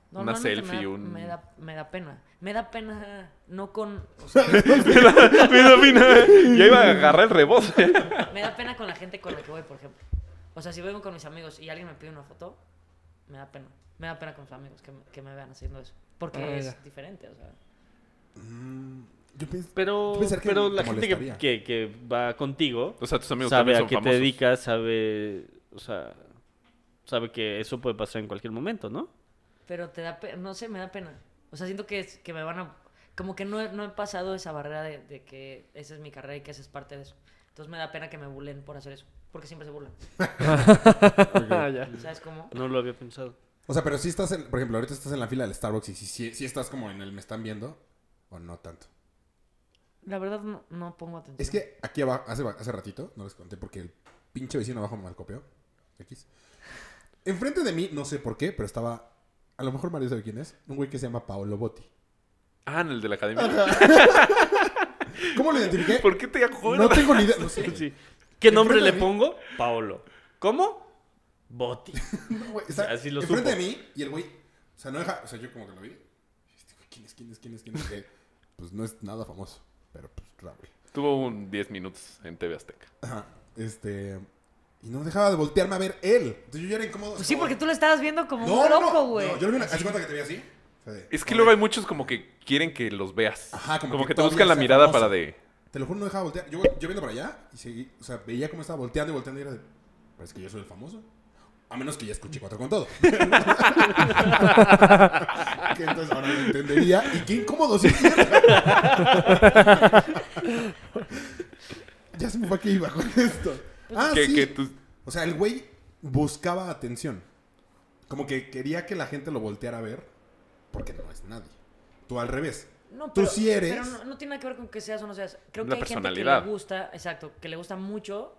S9: Una
S5: Normalmente me
S9: selfie,
S5: da-
S9: un-
S5: Me da, me da pena. Me da pena no con... o
S9: *laughs* Mira, mira, ya iba a agarrar el rebote.
S5: sea, me da pena con la gente con la que voy, por ejemplo. O sea, si vengo con mis amigos y alguien me pide una foto, me da pena. Me da pena con mis amigos que me, que me vean haciendo eso. Porque
S8: Ah, ya.
S5: es diferente, o sea.
S7: Mm, yo pensé...
S4: Pero,
S7: Yo pensé que
S4: pero
S7: te
S4: la gente que,
S7: molestaría.
S4: que, que va contigo
S9: O sea, tus amigos
S4: sabe
S9: también
S4: a
S9: son
S4: qué
S9: famosos.
S4: te dedicas, sabe, o sea, sabe que eso puede pasar en cualquier momento, ¿no?
S5: Pero te da pena, no sé, me da pena. O sea, siento que, es- que me van a... Como que no, he- no he pasado esa barrera de, de que esa es mi carrera y que esa es parte de eso. Entonces me da pena que me bulen por hacer eso. Porque siempre se burlan.
S8: Ah, *laughs* ya.
S5: ¿Sabes cómo?
S4: No lo había pensado.
S7: O sea, pero si estás en... Por ejemplo, ahorita estás en la fila del Starbucks y si, si, si estás como en el me están viendo o no tanto.
S5: La verdad no, no pongo atención.
S7: Es que aquí abajo, hace, hace ratito, no les conté porque el pinche vecino abajo me malcopió. X. Enfrente de mí, no sé por qué, pero estaba... A lo mejor Mario sabe quién es. Un güey que se llama Paolo Botti.
S9: Ah, en el de la academia.
S7: ¿Cómo lo identifiqué?
S9: ¿Por qué te acuerdas?
S7: No tengo ni
S9: *laughs*
S7: idea. No sé.
S4: Sí. ¿Qué nombre
S7: Enfrente
S4: le
S7: de mí.
S4: pongo? Paolo. ¿Cómo? Boti.
S7: No, güey, está
S4: Así lo
S7: enfrente
S4: supo.
S7: de mí y el güey, o sea, no deja, o sea, yo como que lo vi. y este güey, ¿Quién es, quién es, quién es, quién es? Que, pues no es nada famoso, pero pues Raúl.
S9: Tuvo un 10 minutos en TV Azteca.
S7: Ajá, este, y no dejaba de voltearme a ver él. Entonces yo ya era incómodo.
S5: Pues sí,
S7: No,
S5: porque tú lo estabas viendo como
S7: no,
S5: un
S7: no,
S5: loco, güey.
S7: No, yo lo vi, una- ¿haz cuenta que te vi así? O sea, de-
S9: Es que
S7: no,
S9: luego
S7: de-
S9: hay muchos como que quieren que los veas.
S7: Ajá, como
S9: como
S7: que
S9: que, te
S7: todavía
S9: buscan la
S7: sea
S9: mirada
S7: famoso.
S9: para de.
S7: Te lo juro, no dejaba de voltear. Yo, yo viendo para allá y seguí, o sea, veía cómo estaba volteando y volteando y era de, parece que yo soy el famoso. A menos que ya escuché cuatro con todo. *laughs* que entonces ahora lo entendería. Y qué incómodo sí *laughs* es cierto. ya se me fue aquí iba con esto. Ah,
S9: que,
S7: sí.
S9: que tú- *laughs*
S7: O sea, el güey buscaba atención. Como que quería que la gente lo volteara a ver porque no es nadie. Tú al revés.
S5: No,
S7: Tú sí eres.
S5: Pero no, no tiene nada que ver con que seas o no seas. Creo
S9: La
S5: que hay gente que le
S9: personalidad.
S5: gusta, exacto, que le gusta mucho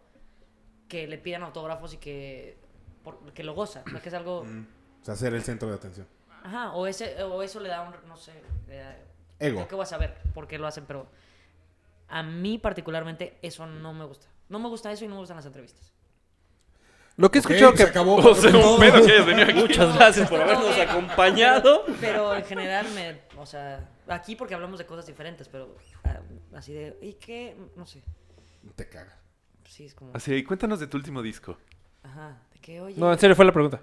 S5: que le pidan autógrafos y que, por- que lo goza. O sea, que es algo.
S7: O sea, ser el centro de atención.
S5: Ajá, o, ese, o eso le da un. No sé. le da-
S7: Ego.
S5: ¿Qué voy a saber por qué lo hacen? Pero a mí, particularmente, eso no me gusta. No me gusta eso y no me gustan las entrevistas.
S8: Lo que he
S7: Ok,
S8: escuchado
S7: se
S8: que
S7: acabó.
S8: *laughs*
S9: O sea,
S7: Todo.
S9: un pedo que hayas venido aquí.
S4: Muchas gracias por habernos acompañado.
S5: Pero en general, me, o sea, aquí porque hablamos de cosas diferentes, pero ah, así de, ¿y qué? No sé.
S7: Te caga.
S5: Sí, es como,
S9: Así, cuéntanos de tu último disco.
S5: ajá, de que, oye,
S8: No, en serio fue la pregunta.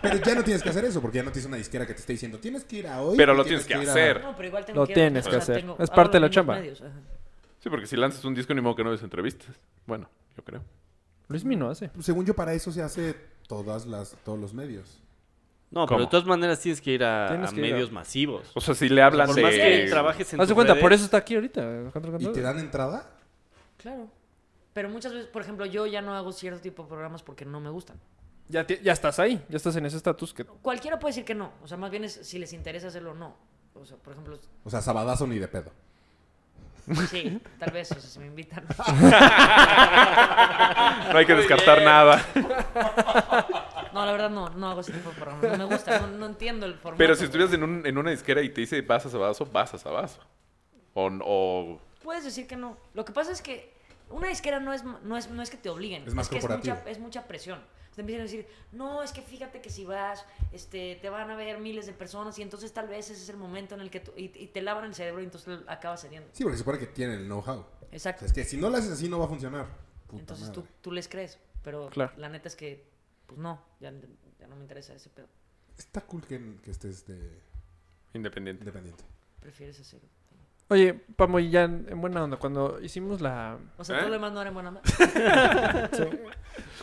S7: Pero ya no tienes que hacer eso, porque ya no tienes una disquera que te esté diciendo, tienes que ir a hoy.
S9: Pero lo
S7: tienes
S9: tienes que
S7: ir a-
S9: hacer.
S5: no, pero igual tengo
S8: Lo
S5: que
S8: tienes
S5: o
S8: que
S5: sea,
S8: hacer.
S5: tengo-
S8: Es
S5: hablo
S8: parte de la
S5: los mismos
S8: chamba.
S5: medios, ajá.
S9: Sí, porque si lanzas un disco, ni modo que no des entrevistas. Bueno, yo creo.
S8: *laughs* Luis Mino hace.
S7: Según yo, para eso se hace todas las, todos los medios.
S4: No, pero
S9: ¿Cómo?
S4: de todas maneras tienes que ir a,
S8: Tienes
S4: a
S8: que ir a-
S4: medios masivos.
S9: O sea, si le hablan
S4: Por
S9: de...
S4: más que
S9: *laughs*
S4: trabajes en
S8: Haz de
S4: tus
S8: cuenta, por
S4: redes,
S8: eso está aquí ahorita. Alejandro
S7: ¿Y
S8: Cantú.
S7: te dan entrada?
S5: Claro. Pero muchas veces, por ejemplo, yo ya no hago cierto tipo de programas porque no me gustan.
S8: Ya, te- ya estás ahí, ya estás en ese estatus que...
S5: Cualquiera puede decir que no. O sea, más bien es si les interesa hacerlo o no. O sea,
S8: *laughs*
S5: por ejemplo,
S7: O sea, sabadazo ni de pedo.
S5: sí, tal vez, o sea, si
S8: *laughs*
S5: me invitan.
S9: No hay que descartar nada.
S5: No, la verdad no, no hago ese tipo de programas. No me gusta, no, no entiendo el formato.
S9: Pero si estuvieras en, un- en una disquera y te dice vas a Sabazo, vas a Sabazo. O, o-
S5: Puedes decir que no. Lo que pasa es que una disquera no es, no es, no es que te obliguen.
S7: Es más
S5: que
S7: corporativo.
S5: mucha, es mucha presión. Te empiezan a decir, no, es que fíjate que si vas, este, te van a ver miles de personas y entonces tal vez ese es el momento en el que tú, y, y te lavan el cerebro y entonces acabas cediendo.
S7: Sí, porque se supone que tienen el know-how. O
S5: Exacto.
S7: sea, es que si no lo haces así, no va a funcionar. Puta
S5: entonces
S7: madre.
S5: tú, tú les crees. Pero
S8: Claro.
S5: la neta es que, pues no, ya, ya no me interesa ese pedo.
S7: Está cool que, que estés de-
S9: independiente.
S7: independiente.
S5: Prefieres hacer.
S8: Oye, Pamo, y ya en en buena onda, cuando hicimos
S7: *laughs*
S8: la...
S5: O sea, tú
S9: ¿Eh?
S5: le mando ahora en buena onda.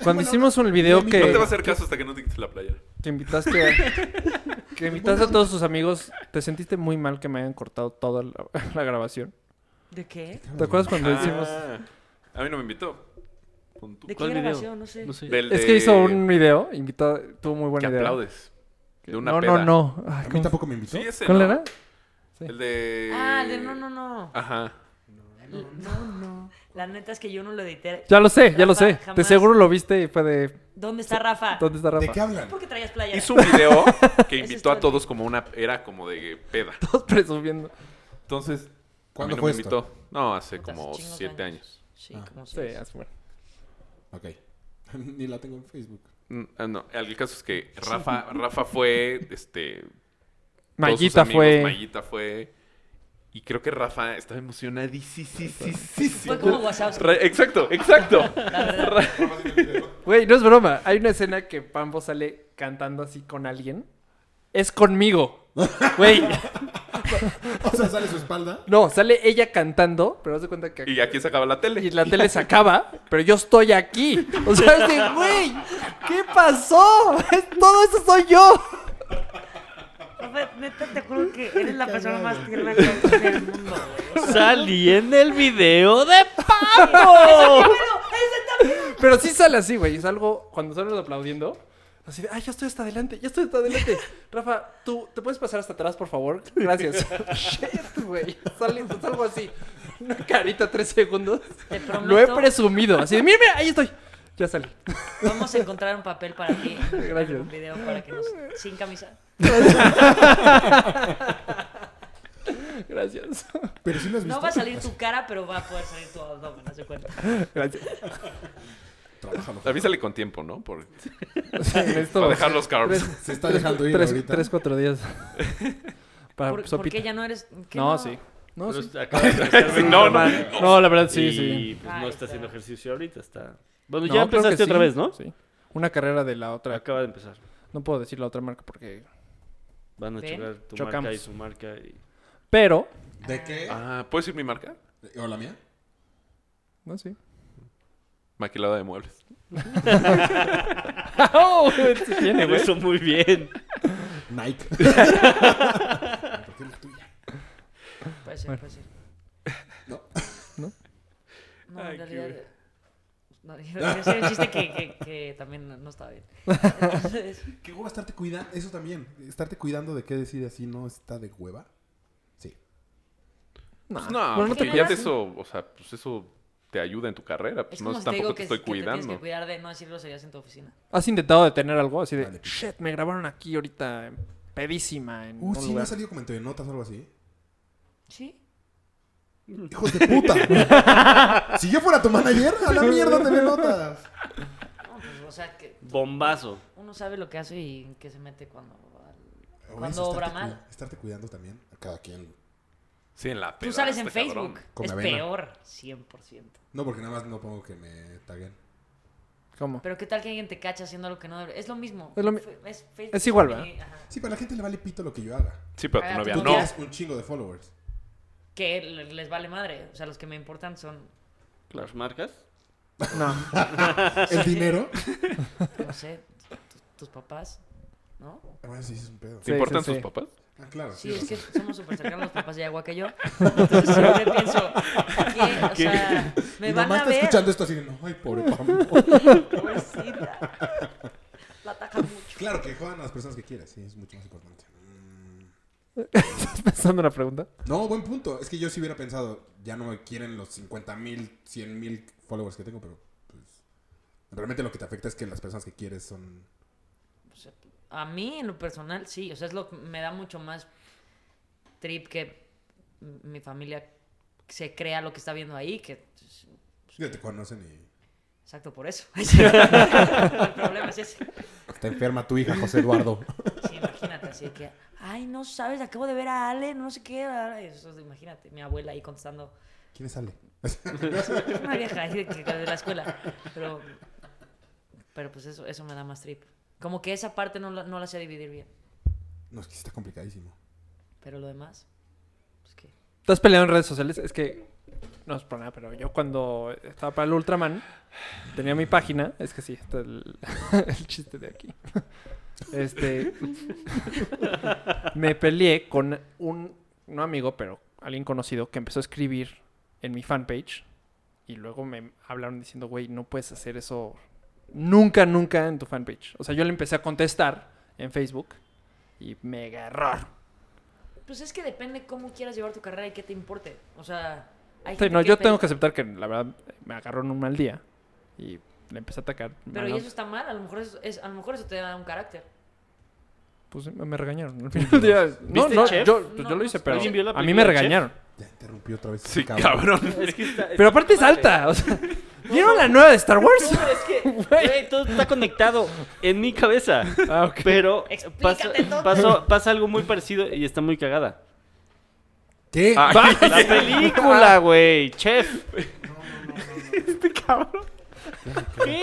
S8: Cuando hicimos un video
S7: no,
S8: que...
S9: No te va a hacer caso hasta que no te quites la playera.
S8: Que invitaste a,
S7: *laughs*
S8: que invitaste a todos tus amigos. Te sentiste muy mal que me hayan cortado toda la, *laughs* la grabación.
S5: *laughs* ¿De qué?
S8: ¿Te acuerdas cuando hicimos?
S9: Ah, a mí no me invitó. Pon tú.
S5: ¿De qué
S4: ¿Cuál video?
S5: grabación? No sé.
S4: No sé.
S9: Del
S8: Es
S9: de-
S8: que hizo un video, invitó, tuvo muy
S9: Que
S8: buena idea.
S9: aplaudes. De una
S8: no,
S9: peda.
S8: no, no, Ay,
S7: A mí
S8: ¿cómo-
S7: tampoco me invitó.
S9: Sí, ese,
S8: ¿Cuál
S9: ¿no?
S8: era?
S9: El de...
S5: Ah, de no, no, no.
S9: Ajá.
S5: No, no. La neta es que yo no lo edité.
S8: Ya lo sé, ya lo
S5: Rafa,
S8: sé. De
S5: jamás.
S8: seguro lo viste y fue de
S5: ¿Dónde está Rafa?
S8: ¿dónde está
S7: ¿De qué
S8: Rafa?
S7: hablan?
S5: ¿Por qué traías playa?
S9: Hizo un video
S5: *laughs*
S9: que
S5: Ese
S9: invitó a
S5: estuvo
S9: todos como una... Era como de peda.
S8: *laughs* Todos presumiendo.
S9: Entonces,
S7: ¿Cuándo
S9: a mí no
S7: fue
S9: me
S7: esto?
S9: invitó. No, hace
S5: Puta, hace
S9: como
S5: chingos de
S9: siete años.
S5: años. Sí,
S7: Ah.
S5: como
S8: Sí,
S5: se
S8: así, bueno.
S7: Ok. *laughs* Ni la tengo en Facebook.
S9: Mm, ah, No, el caso es que Rafa, Rafa fue, este... todos sus
S8: Mayita
S9: amigos,
S8: fue.
S9: Mayita fue... Y creo que Rafa estaba
S5: Fue
S9: emocionadísimo.
S5: como Wazowski.
S9: Ra- Exacto, exacto. Ra-
S8: Güey, no es broma. Hay una escena que Pambo sale cantando así con alguien. Es conmigo. Güey, *laughs*
S7: O sea, sale su espalda.
S8: no, sale ella cantando, pero haz de cuenta que
S9: Y aquí se acaba la tele.
S8: Y la tele se acaba, pero yo estoy aquí. O sea, es de, güey, ¿qué pasó? Todo eso soy yo.
S5: Rafa, neta, te juro que eres la persona más tierna que hay en el mundo,
S9: *laughs*
S5: güey.
S4: *laughs* Salí en el video de Pablo.
S8: Pero sí sale así, güey. Es algo, cuando salen los aplaudiendo, así de, ay, ya estoy hasta adelante, ya estoy hasta adelante. Rafa, tú, ¿te puedes pasar hasta atrás, por favor? Gracias. *laughs* Shit, güey. Sale, es algo así. Una carita, tres segundos.
S5: Te
S8: Lo he
S5: prometo,
S8: presumido. Así de, mira, mira, ahí estoy. Ya salí.
S5: vamos a encontrar un papel para ti.
S8: Gracias.
S5: Un video para que nos... Sin camisa.
S8: Gracias.
S7: Pero sí lo has visto.
S5: No va a
S7: *laughs*
S5: salir tu cara, pero va a poder salir tu abdomen, haz de cuenta.
S8: Ah, Gracias.
S7: Trabájalo.
S9: Avísale con tiempo, ¿no? Por,
S8: *laughs* Esto,
S9: para dejar los carbs.
S7: Se está dejando ir
S8: tres,
S7: ahorita.
S8: tres, cuatro *laughs* días. Para
S5: ¿Por, ¿por
S8: pues, sopita.
S5: qué ya no eres...? ¿qué
S8: No, sí. No, sí.
S4: Pero este- acaba de estar
S9: *laughs* Sí, no, no.
S4: mal.
S8: No, la verdad sí,
S4: Sí,
S8: sí.
S4: pues
S5: Ahí
S4: no está
S5: está.
S4: haciendo ejercicio ahorita, está. Bueno,
S8: No,
S4: pues ya
S8: creo que
S4: empezaste otra
S8: sí.
S4: vez, ¿no?
S8: Sí. Una carrera de la otra.
S4: Acaba de empezar.
S8: No puedo decir la otra marca porque.
S4: Van a
S5: Ven.
S4: chocar tu
S8: Chocamos.
S4: marca y su marca y
S8: Pero.
S7: ¿De qué?
S9: Ah, ¿Puedes ir mi marca?
S7: ¿O la mía?
S8: No, sí.
S9: Maquilada de muebles.
S8: *laughs* ¡Oh! Sí tiene,
S4: *laughs* Lo
S8: güey.
S4: hizo muy bien.
S7: *laughs* Nike. ¿Por qué la tuya?
S5: Puede ser, puede ser.
S7: No.
S8: ¿No?
S5: No,
S9: Ay,
S5: en
S9: qué
S5: realidad. eh, No,
S9: bueno.
S5: *laughs* yo sé un chiste que, que, que también no, no estaba
S8: *laughs*
S5: bien. Entonces,
S7: Qué hueva estarte cuidando. Eso también. Estarte cuidando de qué decir así no está de
S5: Ah,
S7: hueva.
S8: No,
S9: Pues no,
S8: bueno, no
S9: porque
S8: te
S5: ¿qué?
S9: ya
S5: cuidas.
S9: de eso, o sea, pues eso te ayuda en tu carrera. Pues
S5: Es
S9: no,
S5: como si te
S9: tampoco
S5: digo
S9: te
S5: que,
S9: estoy
S5: que te tienes que
S9: cuidando.
S5: cuidar de no decir groserías en tu oficina.
S8: ¿Has intentado detener algo así de, shit, me grabaron aquí ahorita pedísima en
S7: Uh,
S8: un
S7: sí, ¿no
S8: lugar"?
S7: ha salido como en notas o algo así?
S5: ¿Sí?
S7: ¡Hijos de puta! *laughs* si yo fuera tu manager, a la mierda te notas.
S5: No, pues, o sea, que
S4: Bombazo.
S5: uno sabe lo que hace y en qué se mete cuando...
S7: Güey,
S5: Cuando
S7: eso, estarte
S5: obra
S7: cu-
S5: mal.
S7: Estarte cuidando también a cada quien.
S9: Sí, en la
S5: Tú
S9: peda,
S5: sales en
S9: este cabrón.
S5: Facebook.
S7: Con
S5: Es
S7: avena.
S5: peor, 100%.
S7: No, porque nada más no pongo que me taguen.
S8: ¿Cómo?
S5: Pero qué tal que alguien te cacha haciendo algo que no debe. Es lo mismo.
S8: Es lo mi-
S5: Fe- es Facebook
S8: es igual,
S5: también, ajá.
S7: Sí, pero a la gente le vale pito lo que yo haga.
S9: Sí, pero tu
S5: Ah,
S9: novia
S5: tú
S7: Tú
S9: no.
S7: tienes un chingo de *laughs* followers.
S5: Que le- les vale madre. O sea, los que me importan son,
S4: Las marcas.
S8: *laughs* *laughs* No.
S7: El dinero.
S5: no sé, tu- tus papás, ¿no?
S7: Bueno, sí, es un pedo.
S9: ¿Te
S8: Sí,
S9: importan
S8: sí,
S9: tus
S8: sí.
S9: papás?
S7: Ah, claro.
S5: Sí, es que somos súper cercanos los papás de agua que yo. Entonces siempre pienso, ¿qué? O sea, me
S7: Mi
S5: van
S7: mamá
S5: a
S7: está
S5: ver.
S7: escuchando esto así de, no, ay,
S5: *laughs*
S7: pobre Pambo.
S5: Pobrecita. *laughs* La taja mucho.
S7: claro, que jodan a las personas que quieras, sí, es mucho más importante. Mm.
S8: ¿Estás pensando en la pregunta?
S7: No, buen punto. Es que yo sí hubiera pensado, ya no me quieren los 50 mil, 100 mil followers que tengo, pero pues... Realmente lo que te afecta es que las personas que quieres son...
S5: O sea, a mí, en lo personal, sí. O sea, es lo que me da mucho más trip que m- mi familia se crea lo que está viendo ahí, que
S7: pues, Ya te conocen y...
S5: Exacto, por eso. *laughs* el problema es ese.
S7: Está enferma tu hija, José Eduardo.
S5: Sí, imagínate, así de que, ay, no sabes, acabo de ver a Ale, no sé qué. ah, Eso, es de- imagínate, mi abuela ahí contestando.
S7: *laughs*
S5: *laughs*
S7: ¿Quién sale? *laughs*
S5: Es una vieja ahí de, que- de la escuela. Pero, pero pues eso, eso me da más trip. Como que esa parte no la, no la sé dividir bien.
S7: No, es que está complicadísimo.
S5: Pero lo demás, pues que.
S8: ¿Te has peleado en redes sociales? Es que no es por nada, pero yo cuando estaba para el Ultraman tenía mi página. Es que sí, está el, *laughs* el chiste de aquí. Este. me peleé con un. No amigo, pero alguien conocido que empezó a escribir en mi fanpage. Y luego me hablaron diciendo, güey, no puedes hacer eso nunca, nunca en tu fanpage. O sea, yo le empecé a contestar en Facebook y mega error.
S5: Pues es que depende cómo quieras llevar tu carrera y qué te importe. O sea, hay
S8: Sí,
S5: gente
S8: no, yo
S5: pe-
S8: tengo que aceptar que la verdad me agarró en un mal día y le empecé a atacar.
S5: Pero
S8: Mal,
S5: y
S8: ¿no?
S5: eso está mal, a lo mejor eso, es, a lo mejor eso te da un carácter.
S8: Pues sí, me me regañaron.
S4: *laughs*
S8: al final del día. No,
S4: ¿Viste
S8: no,
S4: Chef?
S8: yo, pues,
S5: No,
S8: yo lo
S5: no
S8: hice,
S5: sé.
S8: pero
S4: ¿Alguien vio la
S8: a mí me
S4: película de Chef?
S8: regañaron.
S7: Ya interrumpió otra vez.
S9: Sí,
S7: cabrón.
S5: *laughs*
S9: cabrón.
S4: Es que está-
S8: Pero aparte es
S4: Vale.
S8: alta. o sea, ¿Vieron la nueva de Star
S4: *laughs*
S8: Wars?
S4: Pero es
S8: *laughs*
S4: que, güey, todo está conectado en mi cabeza.
S8: Ah, ok.
S4: Pero pasa,
S5: Explícate todo.
S4: pasó- pasa algo muy parecido y está muy cagada.
S7: ¿Qué?
S9: Ah,
S4: La
S8: *laughs*
S4: película, güey. Chef. Este cabrón. ¿Qué?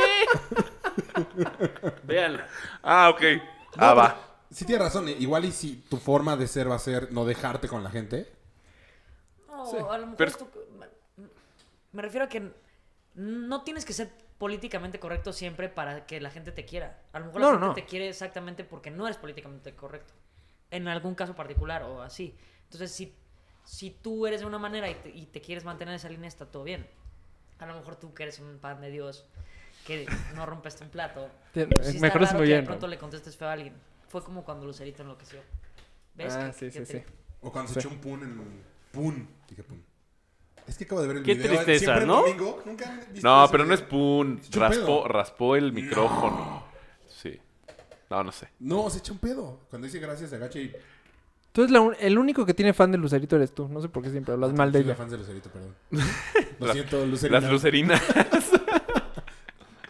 S4: Véanla.
S9: *laughs* Ah, ok. Ah, va.
S7: Sí tienes razón. eh, Igual y si tu forma de ser va a ser no dejarte con la gente.
S5: No, a lo mejor
S9: pero-
S5: es tu- me- Me refiero a que no tienes que ser políticamente correcto siempre para que la gente te quiera. A lo mejor la
S8: No,
S5: gente
S8: no.
S5: te quiere exactamente porque no eres políticamente correcto. En algún caso particular o así. Entonces, si, si tú eres de una manera y te, y te quieres mantener en esa línea, está todo bien. A lo mejor tú que eres un pan de Dios, que no rompes un plato.
S8: Tien-
S5: pues sí
S8: me
S5: está
S8: acuerdo
S5: raro
S8: Eh, muy
S5: que de
S8: bien,
S5: pronto
S8: ¿no?
S5: le contestes feo a alguien. Fue como cuando Lucerito enloqueció. ¿Ves?
S8: Ah,
S5: Qué-
S8: sí,
S5: qué
S8: sí, sí.
S5: trip.
S7: O cuando se echó un pun en... Pun. Dije pun. Es que acabo de ver el
S4: Qué
S7: video.
S4: tristeza,
S7: Siempre el
S4: ¿no?
S7: domingo, nunca han visto
S9: No,
S7: ese
S9: pero no es
S7: video.
S9: pun.
S7: Es un
S9: Raspó,
S7: pedo.
S9: raspó el micrófono. Sí. No, no sé.
S7: No, se echa un pedo. Cuando dice gracias, se agacha y...
S8: Tú eres la un- el único que tiene fan de Lucerito eres tú. No sé por qué siempre
S5: Ah,
S8: hablas mal de
S7: Soy la
S8: ella.
S7: fan de Lucerito,
S9: *laughs*
S7: perdón. Lo siento, Lucerito.
S9: Las lucerinas. *laughs*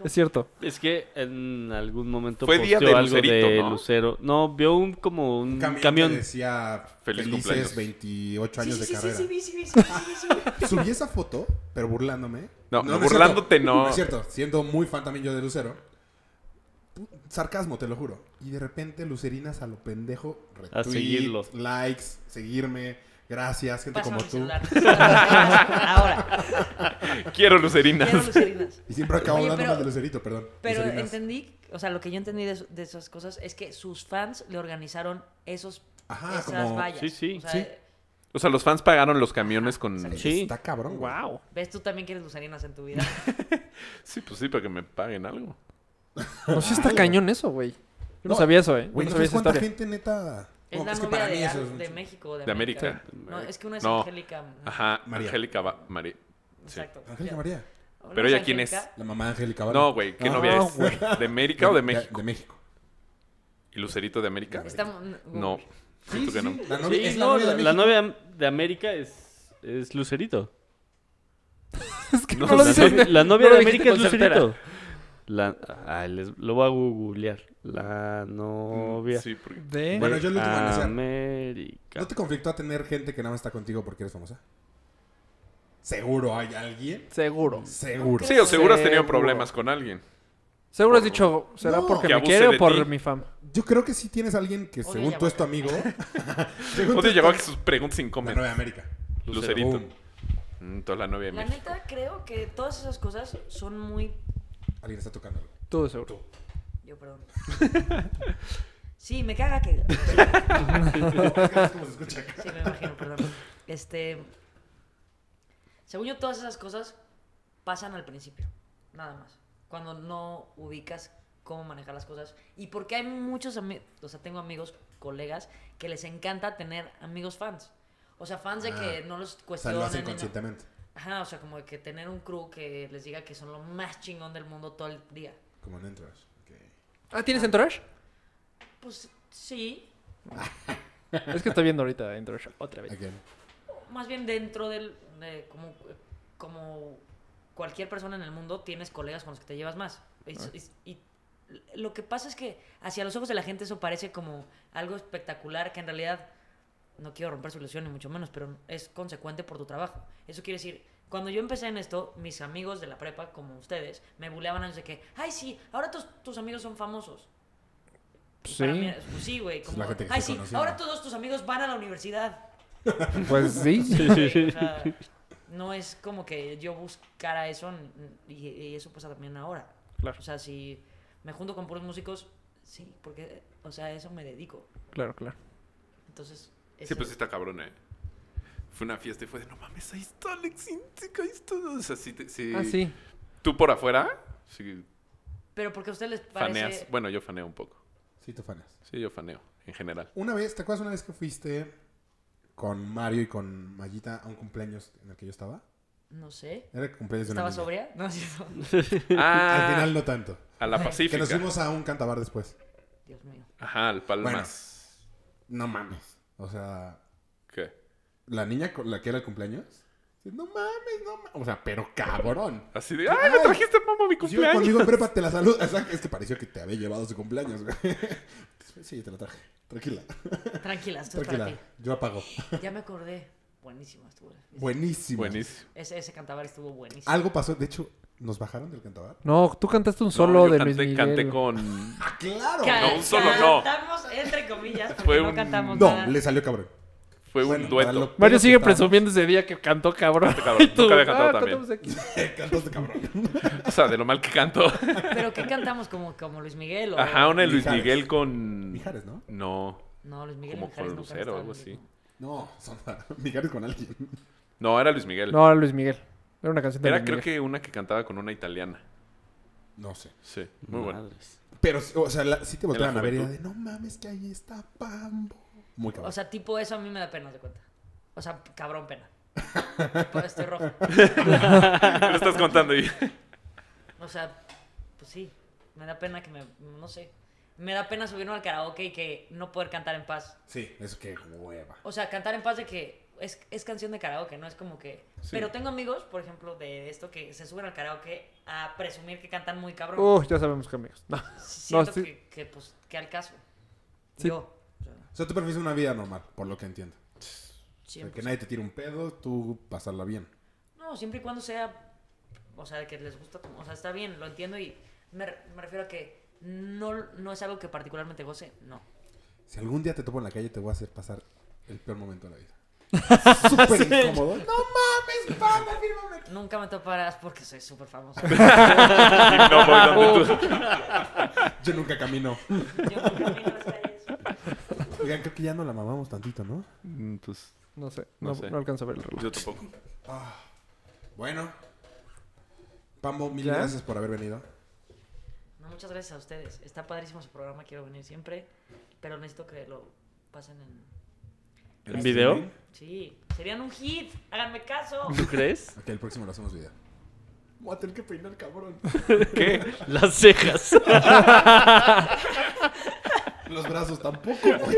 S8: Es cierto.
S4: Es que en algún momento
S9: Fue día
S4: posteó
S9: de
S4: algo
S9: Lucerito,
S4: de
S9: ¿no?
S4: Lucero. No, vio un como un
S7: Camión. que
S4: camión.
S7: decía
S9: Feliz
S7: felices
S9: cumpleaños".
S7: 28
S5: Sí,
S7: años
S5: sí,
S7: de
S5: sí, sí,
S7: carrera.
S5: sí, vi, sí, vi, sí, vi, sí, vi, sí, vi.
S7: Subí esa foto, pero burlándome.
S9: No, no,
S7: es
S9: burlándote
S7: cierto.
S9: no.
S7: Es cierto, siendo muy fan también yo de Lucero. Pu- Sarcasmo, te lo juro. Y de repente Lucerinas a lo pendejo. Retweet,
S4: seguirlo.
S7: Likes, seguirme. Gracias, gente
S5: Pásame
S7: como
S5: mi
S7: tú.
S5: celular. *laughs* Ahora.
S9: Quiero lucerinas.
S5: Quiero lucerinas.
S7: Y siempre acabo
S5: Oye,
S7: hablando
S5: pero-
S7: mal de Lucerito, perdón.
S5: Pero
S7: Lucerinas.
S5: entendí, o sea, lo que yo entendí de, de esas cosas es que sus fans le organizaron esos,
S7: Ajá,
S5: esas
S7: como-
S5: vallas.
S4: Sí, sí.
S5: O sea,
S4: Sí.
S9: O sea, los fans pagaron los camiones con.
S4: Sí.
S7: Está cabrón. güey.
S8: Wow.
S5: ¿Ves? Tú también quieres lucerinas en tu vida.
S7: *laughs*
S9: Sí, pues sí, para que me paguen algo.
S8: No, sí está cañón eso, güey. Yo no,
S7: No,
S8: sabía eso, eh. Yo
S7: Güey,
S8: no
S7: ¿no
S8: sabía
S7: sabes
S8: esa
S7: cuánta
S8: historia.
S7: gente neta
S5: Es la
S7: es que
S5: novia
S7: para mí
S5: de,
S7: eso
S5: Ar-
S7: es mucho.
S5: de México o de,
S9: De
S5: América.
S9: América.
S5: No, es que una es
S9: No.
S5: Angélica.
S9: Ajá,
S7: María.
S9: Angélica Va- María. sí.
S5: Exacto.
S7: Angélica María.
S5: Una
S9: Pero ella, ¿quién es?
S5: Angélica,
S7: La mamá de Angélica Vale.
S9: No, güey, ¿qué
S7: Ah,
S9: novia es?
S7: güey.
S9: ¿De América o de México?
S7: De México.
S9: ¿Y Lucerito de América?
S5: estamos-
S9: No. Siento que no.
S7: La novia,
S4: Sí,
S7: es la
S4: no,
S7: novia
S4: la,
S7: de
S4: la
S7: México.
S4: novia de América es, es Lucerito.
S8: Es que *laughs* no,
S9: No,
S8: lo
S9: la
S8: dices.
S9: novia-
S4: La novia
S8: no
S4: de
S8: lo dijiste
S4: América
S8: con
S4: es
S8: certera.
S4: Lucerito. La, ah, les- lo voy a googlear. La novia
S9: Sí, porque...
S8: De-
S7: Bueno, yo
S4: de
S7: lo último en hacer.
S8: *laughs*
S4: América.
S7: ¿No te conflictó a tener gente que nada más está contigo porque eres famosa? Seguro hay alguien.
S8: Seguro.
S7: Seguro.
S9: Sí, o seguro has tenido
S8: Seguro.
S9: problemas con alguien.
S8: Seguro has dicho, ¿será
S7: No.
S8: porque me
S9: Que abuse
S8: quiere
S9: de
S8: o por
S9: ti.
S8: mi fama?
S7: Yo creo que sí tienes a alguien que,
S5: Odio
S7: según tú es tu *laughs* amigo, según tú
S9: Odio
S7: es
S9: llegó
S7: tu-
S9: a que sus preguntas
S7: la
S9: incómodas.
S7: Nueva América.
S9: Lucerito.
S7: Boom.
S9: Mm, toda la novia de
S5: La
S9: México.
S5: neta, creo que todas esas cosas son muy
S7: Alguien está tocando.
S8: Tú, seguro.
S5: Yo,
S9: *laughs*
S5: perdón. Sí, me caga que.
S7: *laughs* Es como se escucha acá.
S5: Sí, me imagino, perdón. Este. Según yo, todas esas cosas pasan al principio. Nada más. Cuando no ubicas cómo manejar las cosas. Y porque hay muchos amigos. O sea, tengo amigos, colegas, que les encanta tener amigos fans. O sea, fans de que
S7: Ah.
S5: no los
S7: O sea, lo
S5: cuestionan.
S7: hacen
S5: ni nada.
S7: conscientemente.
S5: Ajá, o sea, como que tener un crew que les diga que son lo más chingón del mundo todo el día.
S7: Como en Entourage. Ok.
S8: Ah, ¿tienes Entourage?
S5: Pues sí,
S8: *laughs* Es que estoy viendo ahorita Entourage otra vez.
S7: Again.
S5: más bien dentro del de como como cualquier persona en el mundo tienes colegas con los que te llevas más y,
S7: Ah.
S5: y- y lo que pasa es que hacia los ojos de la gente eso parece como algo espectacular que en realidad no quiero romper su ilusión ni mucho menos pero es consecuente por tu trabajo eso quiere decir cuando yo empecé en esto, mis amigos de la prepa, como ustedes, me buleaban antes de que, ay, sí, ahora tus, tus amigos son famosos. Y para mí
S8: Sí.
S5: era- pues sí, güey.
S7: la
S5: Como,
S7: gente que
S5: ay,
S7: se
S5: sí,
S7: conocía,
S5: ahora
S7: ¿no?"
S5: todos tus amigos van a la universidad.
S8: Pues sí.
S5: Sí, o sea, no es como que yo buscara eso n- y, y eso pasa también ahora.
S8: Claro.
S5: O sea, si me junto con puros músicos, sí, porque, o sea, a eso me dedico.
S8: Claro, claro.
S5: Entonces,
S9: Sí,
S5: ese-
S9: pues sí está cabrón, eh. Fue una fiesta y fue de, no mames, ahí está Alex Intec, ahí está. O sea, sí, te- sí.
S8: Ah, sí.
S9: Tú por afuera, sí,
S5: pero porque a ustedes les parece...
S9: faneas. Bueno, yo faneo un poco.
S7: Sí, tú fanas.
S9: Sí, yo faneo, en general.
S7: Una vez, ¿te acuerdas una vez que fuiste con Mario y con Mayita a un cumpleaños en el que yo estaba?
S5: No sé.
S7: Era el cumpleaños de una
S5: ¿Estaba
S7: niña.
S5: sobria? No, *laughs* sí, no.
S7: *laughs*
S9: Ah,
S7: Al final no tanto.
S9: a la
S7: Que
S9: Pacífica.
S7: nos fuimos a un cantabar después.
S5: Dios mío.
S9: Ajá, al Palmas.
S7: No mames. O sea,
S9: ¿Qué?
S7: la niña con la que era el cumpleaños. No mames, no mames. O sea, pero cabrón.
S9: Así de, ¡ay, me trajiste este mamá a mi
S7: Si iba conmigo
S9: cumpleaños!
S7: en prepa, te la saludo. O sea, es que pareció que te había llevado su cumpleaños, güey. *laughs* Sí, yo te la traje. Tranquila,
S5: Tranquila, esto es para
S7: tranquila. Yo apago.
S5: ti. Ya me acordé. Buenísimo estuvo.
S7: Buenísimo.
S9: Buenísimo.
S5: Ese, ese cantabar estuvo buenísimo.
S7: Algo pasó. De hecho, ¿nos bajaron del cantabar?
S8: No, tú cantaste un
S9: No,
S8: solo
S9: yo
S8: de
S9: canté,
S8: Luis Miguel.
S9: canté con...
S7: ¡Ah, claro!
S5: Ca-
S9: No, un solo no.
S5: Cantamos entre comillas porque
S9: Fue
S5: no
S9: un-
S5: cantamos
S7: No,
S5: nada.
S7: le salió cabrón.
S9: Fue
S7: Bueno,
S9: un
S7: para
S9: dueto.
S7: lo peor
S8: Mario
S7: que
S8: sigue
S7: estábamos. *laughs*
S8: presumiendo ese día que cantó cabrón. *laughs*
S9: cabrón,
S8: Y tú,
S9: nunca había cantado
S8: ah,
S9: tan bien.
S8: cantamos aquí.
S7: Cantaste cabrón.
S9: O sea, de lo mal que canto.
S5: Pero ¿qué cantamos? ¿Como, como Luis Miguel? O...
S9: Ajá, una de Luis
S7: Mijares.
S9: Miguel con...
S7: Mijares, ¿no?
S9: No,
S5: No, Luis Miguel y
S9: como
S5: Mijares
S9: con
S5: nunca han
S9: Lucero
S5: estado
S9: o algo
S5: en el
S9: así.
S5: mismo.
S7: No, son *laughs* migares con alguien.
S9: No, era Luis Miguel.
S8: No, era Luis Miguel. Era una canción de
S9: Era
S8: Luis
S9: creo
S8: Miguel.
S9: que una que cantaba con una italiana.
S7: No sé.
S9: Sí, muy bueno.
S4: Madres.
S7: Pero, o sea, la- sí te volteaban
S9: la
S7: a ver y era de,
S9: juventud.
S7: no mames, que ahí está Pambo. Muy cabrón.
S5: O sea, tipo eso a mí me da pena, haz de cuenta. O sea, cabrón
S9: *laughs*
S5: pena. Pues estoy roja.
S9: Lo estás contando y...
S5: O sea, pues sí, me da pena que me, no sé. Me da pena subirme al karaoke y que no poder cantar en paz.
S7: sí, es que hueva.
S5: O sea, cantar en paz de que es, es canción de karaoke, no es como que... Pero tengo amigos, por ejemplo, de esto que se suben al karaoke a presumir que cantan muy cabrón.
S9: Oh,
S8: Uf, ya sabemos que amigos. *laughs* No.
S5: Siento
S8: sí.
S5: que, que, pues, que al caso.
S8: Sí.
S5: Yo. o sea,
S7: O sea, tú prefieres una vida normal, por lo que entiendo. O sea,
S5: siempre.
S7: que nadie te tire un pedo, tú pasarla bien.
S5: No, siempre y cuando sea, o sea, que les gusta, como- o sea, está bien, lo entiendo y me, re- me refiero a que no, no es algo que particularmente goce, no.
S7: Si algún día te topo en la calle, te voy a hacer pasar el peor momento de la *laughs* vida. Súper incómodo. No mames, Pambo, fírmame.
S5: Nunca me toparás porque soy súper
S9: *laughs*
S5: famoso.
S9: Y no voy donde tú.
S7: Yo nunca camino.
S5: Yo nunca camino en las calles.
S7: Oigan, creo que ya no la mamamos tantito, ¿no?
S9: Mm, Pues
S8: No sé. No,
S9: No sé.
S8: no alcanzo a ver el reloj.
S9: yo tampoco.
S7: Bueno. Pambo, mil
S8: ¿Ya?
S7: gracias por haber venido.
S5: No, muchas gracias a ustedes. Está padrísimo su programa, quiero venir siempre, pero necesito que lo pasen en...
S4: ¿En video?
S5: Sí, serían un hit, háganme caso.
S4: *laughs* ¿Tú crees?
S7: Ok, el próximo lo hacemos video. Voy a tener que peinar, cabrón.
S4: ¿Qué? Las cejas.
S7: Los brazos tampoco, güey.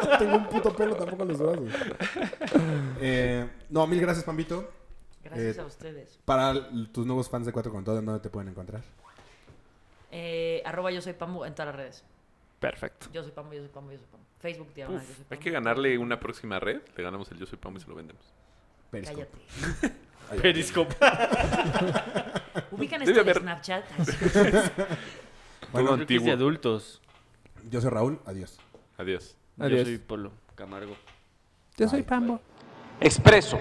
S7: No *laughs* tengo un puto pelo tampoco en los brazos. Eh, no, mil gracias, Pambito.
S5: Gracias
S7: Eh,
S5: a ustedes.
S7: Para l- tus nuevos fans de Cuatro con Todo, ¿dónde te pueden encontrar?
S5: Eh, arroba yo soy Pambo en todas las redes.
S8: Perfecto.
S5: Yo soy Pambo, yo soy Pambo, yo soy Pambo. Facebook, diagonal, yo soy
S9: Uf,
S5: Pambo.
S9: hay que ganarle una próxima red. Le ganamos el Yo Soy Pambo y se lo vendemos.
S7: Periscope.
S5: Cállate.
S7: Ahí va.
S4: Periscope.
S5: Ubican esto
S9: Debe
S5: de
S9: haber-
S5: Snapchat.
S9: *laughs* Todo
S4: Creo que es de
S9: antiguo.
S4: adultos.
S7: Yo soy Raúl, adiós.
S9: Adiós.
S8: Adiós.
S4: Yo soy Polo Camargo.
S8: Yo soy Pambo.
S10: Expreso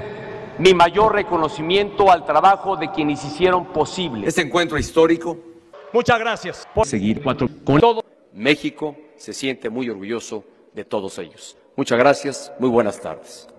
S10: mi mayor reconocimiento al trabajo de quienes hicieron posible
S11: Este encuentro histórico,
S10: Muchas gracias. Por
S11: seguir cuatro con todo. México se siente muy orgulloso de todos ellos. Muchas gracias, muy buenas tardes.